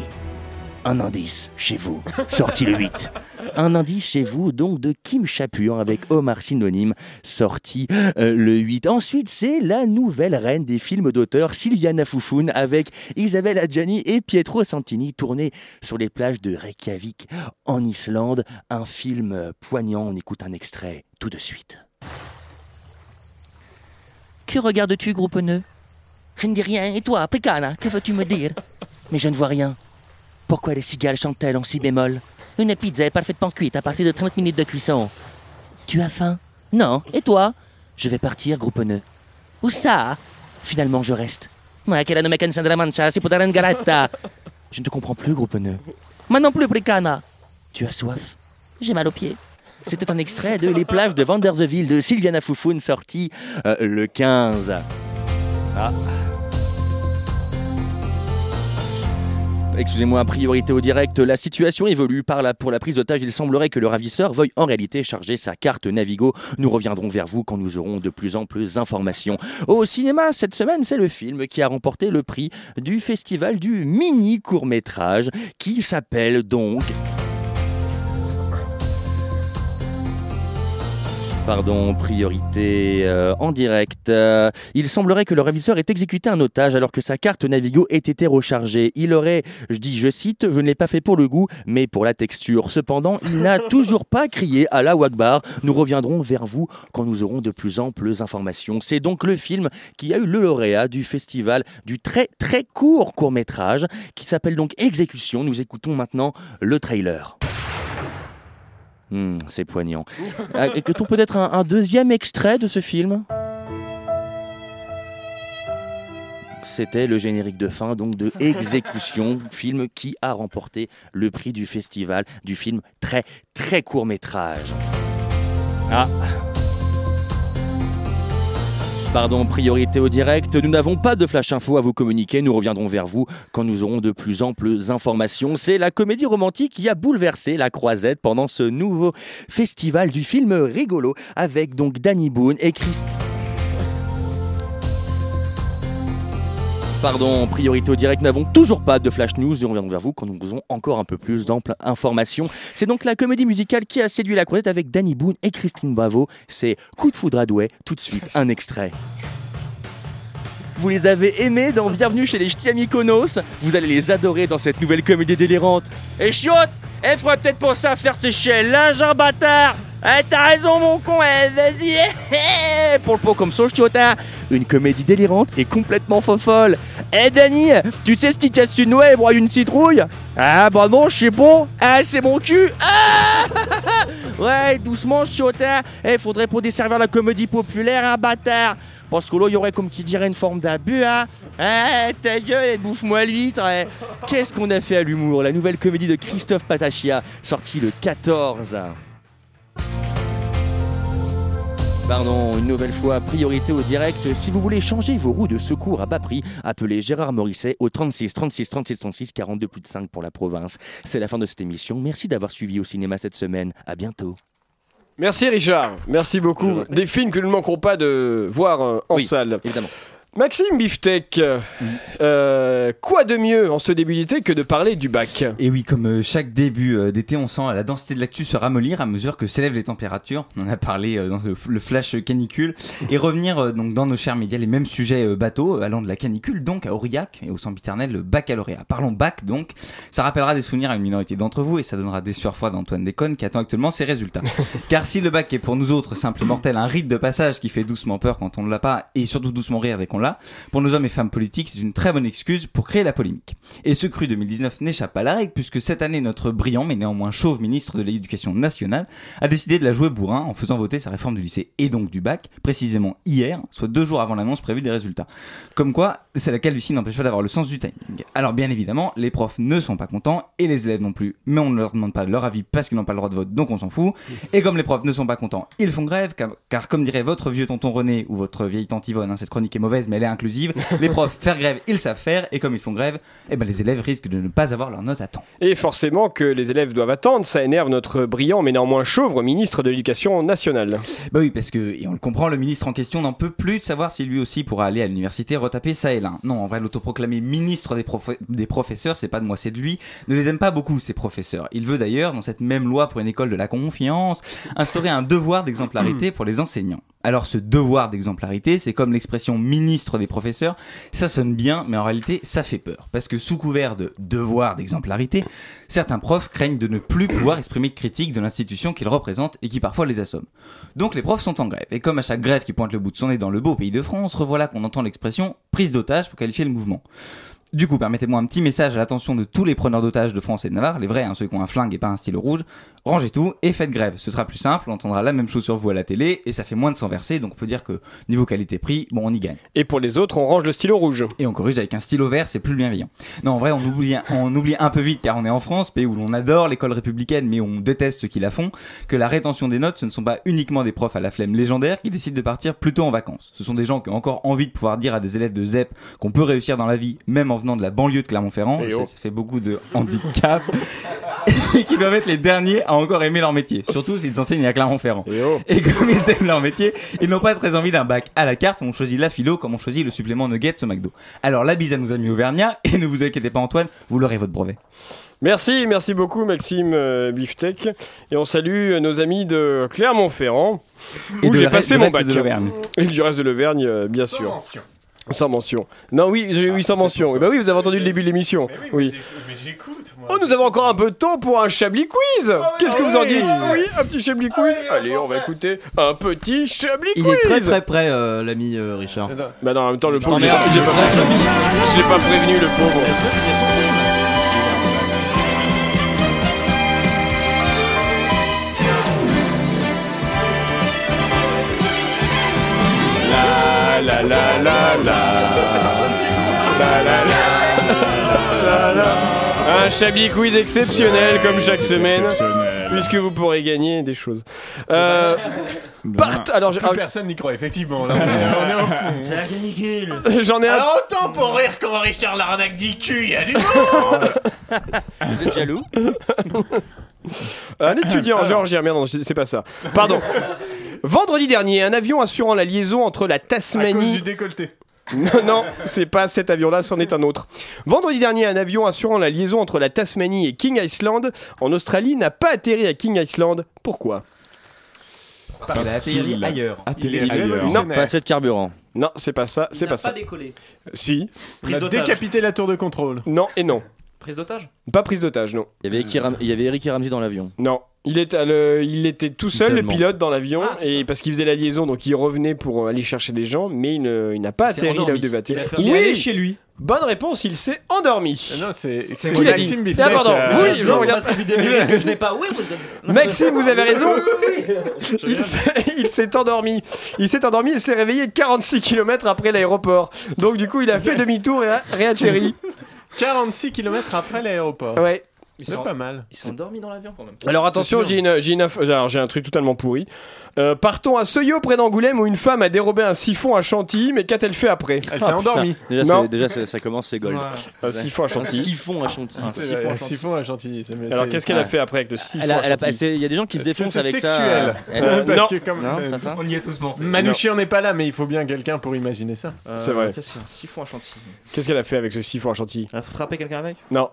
[SPEAKER 10] Un indice chez vous, sorti le 8. Un indice chez vous, donc de Kim Chapuan avec Omar Synonyme, sorti euh, le 8. Ensuite, c'est la nouvelle reine des films d'auteur, Sylviana Foufoun, avec Isabelle Adjani et Pietro Santini, tourné sur les plages de Reykjavik, en Islande. Un film euh, poignant, on écoute un extrait tout de suite. Que regardes-tu, gros pneu Je ne dis rien, et toi, Pécana, que veux-tu me dire Mais je ne vois rien. Pourquoi les cigales chantent-elles en si bémol Une pizza est parfaitement cuite à partir de 30 minutes de cuisson. Tu as faim Non, et toi Je vais partir, gros pneu. Où ça Finalement, je reste. Ma che la nome canzone della mancia si può dare un galata. Je ne te comprends plus, gros pneu. Moi non plus, Pécana. Tu as soif J'ai mal aux pieds. C'était un extrait de Les plages de Vanderseville de Sylviana Foufoune, sorti euh, le 15. Ah. Excusez-moi, priorité au direct, la situation évolue. Par la, pour la prise d'otage, il semblerait que le ravisseur veuille en réalité charger sa carte Navigo. Nous reviendrons vers vous quand nous aurons de plus en plus d'informations. Au cinéma, cette semaine, c'est le film qui a remporté le prix du festival du mini court-métrage qui s'appelle donc Pardon, priorité euh, en direct. Euh, il semblerait que le ravisseur ait exécuté un otage alors que sa carte Navigo ait été rechargée. Il aurait, je dis, je cite, je ne l'ai pas fait pour le goût, mais pour la texture. Cependant, il n'a toujours pas crié à la Wagbar. Nous reviendrons vers vous quand nous aurons de plus amples informations. C'est donc le film qui a eu le lauréat du festival du très très court court métrage qui s'appelle donc Exécution. Nous écoutons maintenant le trailer. Hmm, c'est poignant. Ah, Écoutons peut-être un, un deuxième extrait de ce film C'était le générique de fin, donc de Exécution, *laughs* film qui a remporté le prix du festival du film très très court métrage. Ah Pardon, priorité au direct. Nous n'avons pas de flash info à vous communiquer. Nous reviendrons vers vous quand nous aurons de plus amples informations. C'est la comédie romantique qui a bouleversé la croisette pendant ce nouveau festival du film rigolo avec donc Danny Boone et Christophe. Pardon, priorité au direct, nous n'avons toujours pas de flash news et on reviendra vers vous quand nous vous aurons encore un peu plus d'amples informations. C'est donc la comédie musicale qui a séduit la croisette avec Danny Boone et Christine Bravo. C'est Coup de foudre à Douai, tout de suite un extrait. Vous les avez aimés dans Bienvenue chez les Ch'tis à Mykonos Vous allez les adorer dans cette nouvelle comédie délirante. Et chiotte Elle fera peut-être penser à faire ses chiens, un bâtard Eh, t'as raison, mon con eh, Vas-y *laughs* eh, eh, Pour le pot comme son chiotte hein. Une comédie délirante et complètement fofolle. Eh, Danny Tu sais ce qui casse une noix et broie une citrouille Ah, bah non, je sais pas Ah, c'est mon cul Ah *laughs* Ouais, doucement, chiotte hein. Eh, faudrait pour desservir la comédie populaire, un bâtard parce que là, il y aurait, comme qui dirait, une forme d'abus, hein Ah, ta gueule, elle bouffe-moi l'huître eh. Qu'est-ce qu'on a fait à l'humour La nouvelle comédie de Christophe Patachia, sortie le 14. Pardon, une nouvelle fois, priorité au direct. Si vous voulez changer vos roues de secours à bas prix, appelez Gérard Morisset au 36 36 36 36 42 plus de 5 pour la province. C'est la fin de cette émission. Merci d'avoir suivi au cinéma cette semaine. À bientôt.
[SPEAKER 1] Merci Richard, merci beaucoup. Des films que nous ne manquerons pas de voir euh, en salle.
[SPEAKER 10] Évidemment.
[SPEAKER 1] Maxime Biftek, euh, quoi de mieux en ce début d'été que de parler du bac
[SPEAKER 9] Et oui, comme euh, chaque début euh, d'été, on sent la densité de l'actu se ramollir à mesure que s'élèvent les températures. On en a parlé euh, dans le, le flash canicule. Et revenir euh, donc dans nos chers médias les mêmes sujets euh, bateaux, allant de la canicule donc à Aurillac et au sempiternel le baccalauréat. Parlons bac donc. Ça rappellera des souvenirs à une minorité d'entre vous et ça donnera des sueurs froides à Antoine Déconne qui attend actuellement ses résultats. Car si le bac est pour nous autres, simples mortels, un rite de passage qui fait doucement peur quand on ne l'a pas et surtout doucement rire dès qu'on l'a, pour nos hommes et femmes politiques, c'est une très bonne excuse pour créer la polémique. Et ce cru 2019 n'échappe pas à la règle puisque cette année, notre brillant mais néanmoins chauve ministre de l'Éducation nationale a décidé de la jouer bourrin en faisant voter sa réforme du lycée et donc du bac, précisément hier, soit deux jours avant l'annonce prévue des résultats. Comme quoi, c'est la calvitie n'empêche pas d'avoir le sens du timing. Alors bien évidemment, les profs ne sont pas contents et les élèves non plus, mais on ne leur demande pas leur avis parce qu'ils n'ont pas le droit de vote, donc on s'en fout. Et comme les profs ne sont pas contents, ils font grève, car, car comme dirait votre vieux tonton René ou votre vieille tante Yvonne, hein, cette chronique est mauvaise mais elle est inclusive, les profs faire grève, ils savent faire, et comme ils font grève, eh ben, les élèves risquent de ne pas avoir leur note à temps.
[SPEAKER 1] Et forcément que les élèves doivent attendre, ça énerve notre brillant mais néanmoins chauvre ministre de l'Éducation nationale.
[SPEAKER 9] Bah oui, parce que, et on le comprend, le ministre en question n'en peut plus de savoir si lui aussi pourra aller à l'université retaper ça et là. Non, en vrai, l'autoproclamé ministre des, prof- des professeurs, c'est pas de moi, c'est de lui, ne les aime pas beaucoup, ces professeurs. Il veut d'ailleurs, dans cette même loi pour une école de la confiance, instaurer un devoir d'exemplarité pour les enseignants. Alors ce devoir d'exemplarité, c'est comme l'expression ministre des professeurs, ça sonne bien, mais en réalité ça fait peur. Parce que sous couvert de devoir d'exemplarité, certains profs craignent de ne plus pouvoir exprimer de critique de l'institution qu'ils représentent et qui parfois les assomme. Donc les profs sont en grève, et comme à chaque grève qui pointe le bout de son nez dans le beau pays de France, revoilà qu'on entend l'expression prise d'otage pour qualifier le mouvement. Du coup, permettez-moi un petit message à l'attention de tous les preneurs d'otages de France et de Navarre, les vrais, hein, ceux qui ont un flingue et pas un stylo rouge. Rangez tout et faites grève. Ce sera plus simple, on entendra la même chose sur vous à la télé et ça fait moins de s'enverser, donc on peut dire que niveau qualité-prix, bon, on y gagne.
[SPEAKER 1] Et pour les autres, on range le stylo rouge.
[SPEAKER 9] Et on corrige avec un stylo vert, c'est plus bienveillant. Non, en vrai, on oublie, on oublie un peu vite, car on est en France, pays où l'on adore l'école républicaine, mais où on déteste ceux qui la font, que la rétention des notes, ce ne sont pas uniquement des profs à la flemme légendaire qui décident de partir plutôt en vacances. Ce sont des gens qui ont encore envie de pouvoir dire à des élèves de ZEP qu'on peut réussir dans la vie, même en venant venant de la banlieue de Clermont-Ferrand,
[SPEAKER 12] Eh
[SPEAKER 9] ça,
[SPEAKER 12] oh.
[SPEAKER 9] ça fait beaucoup de handicap, et *laughs* qui doivent être les derniers à encore aimer leur métier, surtout s'ils enseignent à Clermont-Ferrand. Et comme ils aiment leur métier, ils n'ont pas très envie d'un bac à la carte, on choisit la philo comme on choisit le supplément nuggets au McDo. Alors la bise à nos amis auvergnats, et ne vous inquiétez pas Antoine, vous l'aurez votre brevet.
[SPEAKER 1] Merci, merci beaucoup Maxime euh, Biftek. Et on salue euh, nos amis de Clermont-Ferrand,
[SPEAKER 9] Et
[SPEAKER 1] où
[SPEAKER 9] de
[SPEAKER 1] j'ai
[SPEAKER 9] le reste-
[SPEAKER 1] passé
[SPEAKER 9] du
[SPEAKER 1] mon
[SPEAKER 9] reste
[SPEAKER 1] bac.
[SPEAKER 9] de l'Auvergne.
[SPEAKER 1] Et du reste de l'Auvergne, euh, bien sûr. Sans mention. Non, oui, j'ai- oui sans mention. Eh ben oui, vous avez entendu le début de l'émission. oui. Oh, nous avons encore un peu de temps pour un Chablis quiz. Qu'est-ce que vous en
[SPEAKER 2] oui.
[SPEAKER 1] dites Ah Oui, un petit Chablis quiz. Allez, on va écouter un petit Chablis
[SPEAKER 12] Il
[SPEAKER 1] quiz.
[SPEAKER 12] est très très près, euh, l'ami euh, Richard.
[SPEAKER 1] Bah non, en même temps, le pauvre, j'ai pas, j'ai pas- je l'ai pas prévenu, le pauvre.
[SPEAKER 18] La la la la
[SPEAKER 1] *laughs* Un Chablis quiz exceptionnel, comme chaque semaine.
[SPEAKER 2] exceptionnel.
[SPEAKER 1] Puisque vous pourrez gagner des choses. Euh, part- alors, j'ai-
[SPEAKER 2] Bah, Plus personne n'y croit, effectivement. Là, on est, on est au fond.
[SPEAKER 1] C'est la canicule. J'en ai un-
[SPEAKER 2] Alors, autant pour rire quand Richard Larnac dit cul, il y
[SPEAKER 10] *laughs*
[SPEAKER 2] a du monde
[SPEAKER 1] Vous êtes jaloux Un
[SPEAKER 2] Ah,
[SPEAKER 1] étudiant géorgien, merde, non, c'est pas ça. Pardon. Vendredi dernier, un avion assurant la liaison entre la
[SPEAKER 2] À cause
[SPEAKER 1] Tasmanie.
[SPEAKER 2] du décolleté.
[SPEAKER 1] Non, non, c'est pas cet avion-là, c'en est un autre. Vendredi dernier, un avion assurant la liaison entre la Tasmanie et King Island en Australie n'a pas atterri à King Island. Pourquoi
[SPEAKER 9] Parce qu'il a atterri ailleurs.
[SPEAKER 1] Atterri
[SPEAKER 9] Il est
[SPEAKER 1] ailleurs.
[SPEAKER 9] révolutionnaire.
[SPEAKER 1] Non. Pas assez
[SPEAKER 10] de carburant.
[SPEAKER 1] Non, c'est pas ça, c'est
[SPEAKER 4] n'a
[SPEAKER 1] pas
[SPEAKER 4] pas
[SPEAKER 1] ça.
[SPEAKER 4] décollé.
[SPEAKER 1] Si.
[SPEAKER 2] On a décapité la tour de contrôle.
[SPEAKER 1] Non et non.
[SPEAKER 4] Prise d'otage
[SPEAKER 1] Pas prise d'otage, non.
[SPEAKER 10] Il y avait, Eric Ram- il y avait Eric Ramsey dans l'avion.
[SPEAKER 1] Non. Il était, à le- il était tout
[SPEAKER 10] Si
[SPEAKER 1] seul, le
[SPEAKER 10] seulement.
[SPEAKER 1] pilote, dans l'avion, et parce qu'il faisait la liaison, donc il revennait pour aller chercher des gens, mais il, ne- il n'a pas
[SPEAKER 2] s'est
[SPEAKER 1] atterri là où
[SPEAKER 2] endormi.
[SPEAKER 1] il devait atterrir.
[SPEAKER 2] Il a fait- il est allé
[SPEAKER 1] Oui,
[SPEAKER 2] chez
[SPEAKER 1] lui. Bonne réponse, il s'est endormi.
[SPEAKER 2] Non, c'est
[SPEAKER 1] C'est qu'il a dit. Ah, pardon. Oui, je regarde.
[SPEAKER 4] que je n'ai pas. Oui, vous
[SPEAKER 1] Maxime, vous avez raison. Il s'est- il s'est endormi. Il s'est endormi et s'est réveillé 46 km après l'aéroport. Donc du coup, il a fait demi-tour et a réatterri.
[SPEAKER 2] 46 km après l'aéroport.
[SPEAKER 1] Ouais.
[SPEAKER 2] C'est pas mal.
[SPEAKER 19] Ils sont endormis dans l'avion quand même.
[SPEAKER 1] Alors attention, j'ai une, j'ai une inf- alors, j'ai un truc totalement pourri. Euh, partons à Seuillot près d'Angoulême où une femme a dérobé un siphon à Chantilly, mais qu'a-t-elle fait après Elle
[SPEAKER 10] Ah, putain. *laughs* Déjà, c'est- déjà c'est- ça commence, c'est gold.
[SPEAKER 1] Ouais. Ah, Un siphon à Chantilly.
[SPEAKER 10] Un siphon à Chantilly.
[SPEAKER 2] Un siphon à Chantilly. Siphon à Chantilly, c'est- mais
[SPEAKER 1] Alors
[SPEAKER 2] c'est-
[SPEAKER 1] qu'est-ce qu'elle a fait après avec le siphon
[SPEAKER 10] Elle a-
[SPEAKER 1] à
[SPEAKER 10] elle a-
[SPEAKER 1] Chantilly
[SPEAKER 10] elle s'est- il y a des gens qui se
[SPEAKER 2] Est-ce que
[SPEAKER 10] défoncent
[SPEAKER 2] c'est
[SPEAKER 10] avec ça, euh,
[SPEAKER 2] sexuel
[SPEAKER 10] elle- euh,
[SPEAKER 2] *laughs* Parce
[SPEAKER 10] non.
[SPEAKER 2] que comme,
[SPEAKER 10] Non,
[SPEAKER 2] euh,
[SPEAKER 10] pas ça.
[SPEAKER 2] on y a tous pensé.
[SPEAKER 1] Manouchian
[SPEAKER 2] Manouchian n'est pas là, mais il faut bien quelqu'un pour imaginer ça.
[SPEAKER 1] C'est
[SPEAKER 10] Euh,
[SPEAKER 1] vrai.
[SPEAKER 19] Qu'est-ce qu'il y a un siphon à chantilly
[SPEAKER 1] Qu'est-ce qu'elle a fait avec ce siphon à Chantilly
[SPEAKER 19] Elle a frappé quelqu'un avec
[SPEAKER 1] Non.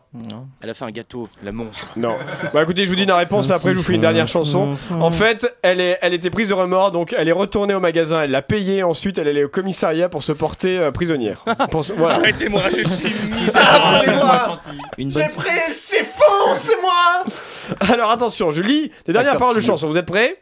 [SPEAKER 10] Elle a fait un gâteau, la monstre.
[SPEAKER 1] Non. Bah écoutez, je vous dis la réponse,
[SPEAKER 10] Un
[SPEAKER 1] après je vous fais une dernière
[SPEAKER 10] siphon.
[SPEAKER 1] chanson. En fait, elle, est, elle était prise de remords, donc elle est retournée au magasin, elle l'a payé, ensuite elle est allée au commissariat pour se porter euh, prisonnière. Pour se- voilà.
[SPEAKER 10] Arrêtez-moi, je suis
[SPEAKER 2] misérable.
[SPEAKER 1] Arrêtez-moi.
[SPEAKER 10] Une
[SPEAKER 2] J'ai pris le siphon, c'est moi
[SPEAKER 1] *laughs* Alors attention, je lis les dernières
[SPEAKER 2] Acteur
[SPEAKER 1] paroles de
[SPEAKER 2] signé.
[SPEAKER 1] chanson. Vous êtes prêts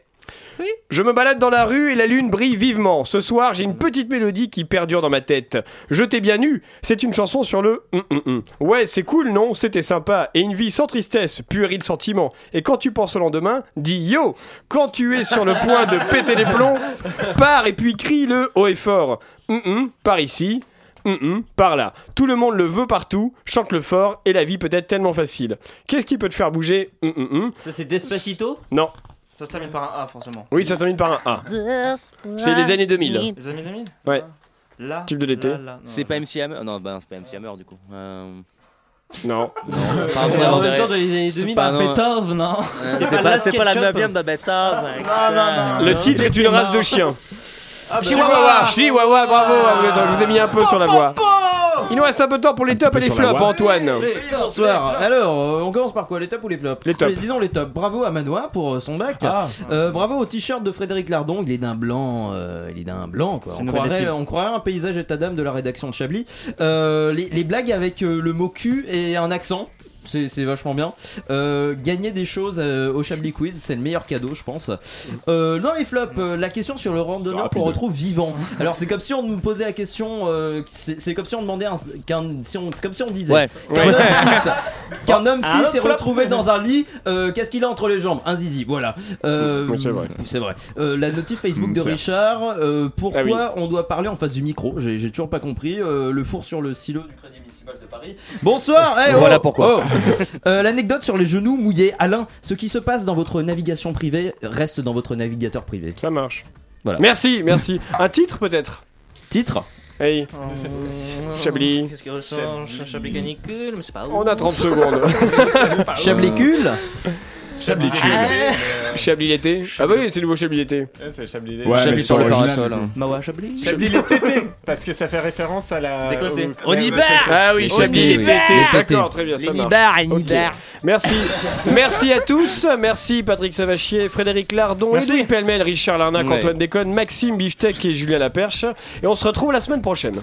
[SPEAKER 1] oui. Je me balade dans la rue et la lune brille vivement. Ce soir, j'ai une petite mélodie qui perdure dans ma tête. Je t'ai bien nu, c'est une chanson sur le hum, hum, hum. Ouais, c'est cool, non C'était sympa. Et une vie sans tristesse, puéril sentiment. Et quand tu penses au lendemain, dis yo Quand tu es sur le point de péter les plombs, *laughs* pars et puis crie le haut et fort. Hum, hum, par ici, Hum, hum, par là. Tout le monde le veut partout, chante le fort, et la vie peut être tellement facile. Qu'est-ce qui peut te faire bouger Hum, hum, hum.
[SPEAKER 4] Ça, c'est Despacito
[SPEAKER 1] Non.
[SPEAKER 19] Ça se termine par un A, forcément.
[SPEAKER 1] Oui, ça se termine par un A. C'est les années 2000.
[SPEAKER 19] Les années 2000
[SPEAKER 1] Ouais.
[SPEAKER 12] Ah.
[SPEAKER 19] Là.
[SPEAKER 1] Tube de l'été.
[SPEAKER 19] là, là. Non,
[SPEAKER 10] C'est pas MC Hammer Non, bah, c'est pas MC Hammer du coup. Euh,
[SPEAKER 1] Non.
[SPEAKER 10] Non, pas
[SPEAKER 19] Mais
[SPEAKER 10] vraiment
[SPEAKER 19] en même
[SPEAKER 10] derrière.
[SPEAKER 19] temps, dans les années
[SPEAKER 10] C'est
[SPEAKER 19] 2000,
[SPEAKER 10] pas-
[SPEAKER 19] un Beethoven,
[SPEAKER 12] hein.
[SPEAKER 19] non
[SPEAKER 10] Euh,
[SPEAKER 19] C'est
[SPEAKER 10] C'est
[SPEAKER 19] pas
[SPEAKER 10] pas,
[SPEAKER 19] la
[SPEAKER 10] c'est pas la
[SPEAKER 19] SketchUp.
[SPEAKER 10] 9ème de Beethoven.
[SPEAKER 12] Ah.
[SPEAKER 1] Le titre est une race de chiens. ben,
[SPEAKER 4] Ah, bah,
[SPEAKER 1] Chihuahua, Chihuahua, bravo. Attends, je vous ai mis un peu sur la voie. Il nous reste un peu de temps pour les tops et les flops, Antoine.
[SPEAKER 12] Bonsoir. Alors, euh, on commence par quoi Les tops ou les flops
[SPEAKER 1] Les tops.
[SPEAKER 12] Disons les tops. Bravo à Manois pour euh, son bac.
[SPEAKER 1] Ah.
[SPEAKER 12] Euh, bravo au t-shirt de Frédéric Lardon. Il est d'un blanc. euh, il est d'un blanc, quoi.
[SPEAKER 19] C'est
[SPEAKER 12] On
[SPEAKER 19] une nouvelle
[SPEAKER 12] croirait,
[SPEAKER 19] lessive.
[SPEAKER 12] on croirait un paysage état d'âme de la rédaction de Chablis. Euh, les, les blagues avec euh, le mot cul et un accent. C'est c'est vachement bien. Euh, gagner des choses euh, au Chablis Quiz, c'est le meilleur cadeau, je pense. Euh, dans les flops, euh, la question sur le randonneur qu'on retrouve vivant. Alors c'est comme si on me posait la question. euh, c'est c'est comme si on demandait un, qu'un- si on- c'est comme si on disait
[SPEAKER 10] Ouais.
[SPEAKER 12] qu'un
[SPEAKER 10] Ouais.
[SPEAKER 12] homme cis-
[SPEAKER 10] *laughs*
[SPEAKER 12] qu'un homme
[SPEAKER 10] Ah, un
[SPEAKER 12] cis s'est
[SPEAKER 10] autre flop.
[SPEAKER 12] retrouvé dans un lit. euh, Qu'est-ce qu'il a entre les jambes Un zizi, voilà. Euh,
[SPEAKER 1] Oui, c'est vrai.
[SPEAKER 12] C'est vrai. Euh, la notif Facebook
[SPEAKER 10] Mmh,
[SPEAKER 1] Mm,
[SPEAKER 12] de
[SPEAKER 1] certes.
[SPEAKER 12] Richard. euh, pourquoi
[SPEAKER 1] Ah oui.
[SPEAKER 12] on doit parler en face du micro J'ai j'ai toujours pas compris. euh, le four sur le silo du crédit municipal de Paris. Bonsoir. eh, oh,
[SPEAKER 10] Voilà pourquoi.
[SPEAKER 12] oh. Euh, L'anecdote sur les genoux mouillés. Alain, ce qui se passe dans votre navigation privée reste dans votre navigateur privé.
[SPEAKER 1] Ça marche.
[SPEAKER 12] Voilà.
[SPEAKER 1] Merci, merci. Un titre peut-être
[SPEAKER 12] Titre
[SPEAKER 1] Hey. Chablis.
[SPEAKER 12] Oh, Qu'est-ce qu'il ressent Chablis canicule, mais c'est pas
[SPEAKER 1] Ah On a 30
[SPEAKER 2] *laughs*
[SPEAKER 1] secondes.
[SPEAKER 12] *laughs*
[SPEAKER 20] Chablicule
[SPEAKER 1] Chablicule. Chablis l'été Ah bah oui, c'est nouveau Chablis l'été.
[SPEAKER 2] c'est Chablis
[SPEAKER 1] l'été. Chablis
[SPEAKER 2] mais
[SPEAKER 1] sur
[SPEAKER 2] c'est
[SPEAKER 1] le
[SPEAKER 2] original,
[SPEAKER 1] parasol,
[SPEAKER 2] lui.
[SPEAKER 1] hein.
[SPEAKER 12] Mawa Chablis
[SPEAKER 2] Chablis les tétés, parce que ça fait référence à la.
[SPEAKER 12] Décolleté.
[SPEAKER 2] au-
[SPEAKER 12] On y
[SPEAKER 2] Ouais,
[SPEAKER 12] bat
[SPEAKER 2] ouais,
[SPEAKER 1] Ah oui,
[SPEAKER 2] c'est-
[SPEAKER 1] Chablis
[SPEAKER 2] oui,
[SPEAKER 1] l'été.
[SPEAKER 2] oui.
[SPEAKER 1] D'accord, très bien, ça
[SPEAKER 2] Les
[SPEAKER 1] marche.
[SPEAKER 2] nibards et
[SPEAKER 1] Ok.
[SPEAKER 2] nibards. *laughs*
[SPEAKER 1] Merci. Merci à tous. Merci Patrick Savachier, Frédéric Lardon,
[SPEAKER 2] Merci.
[SPEAKER 1] Édouard Pellemel, Richard Larnac,
[SPEAKER 2] Ouais.
[SPEAKER 1] Antoine Déconne, Maxime Biftec et Julien Laperche. Et on se retrouve la semaine prochaine.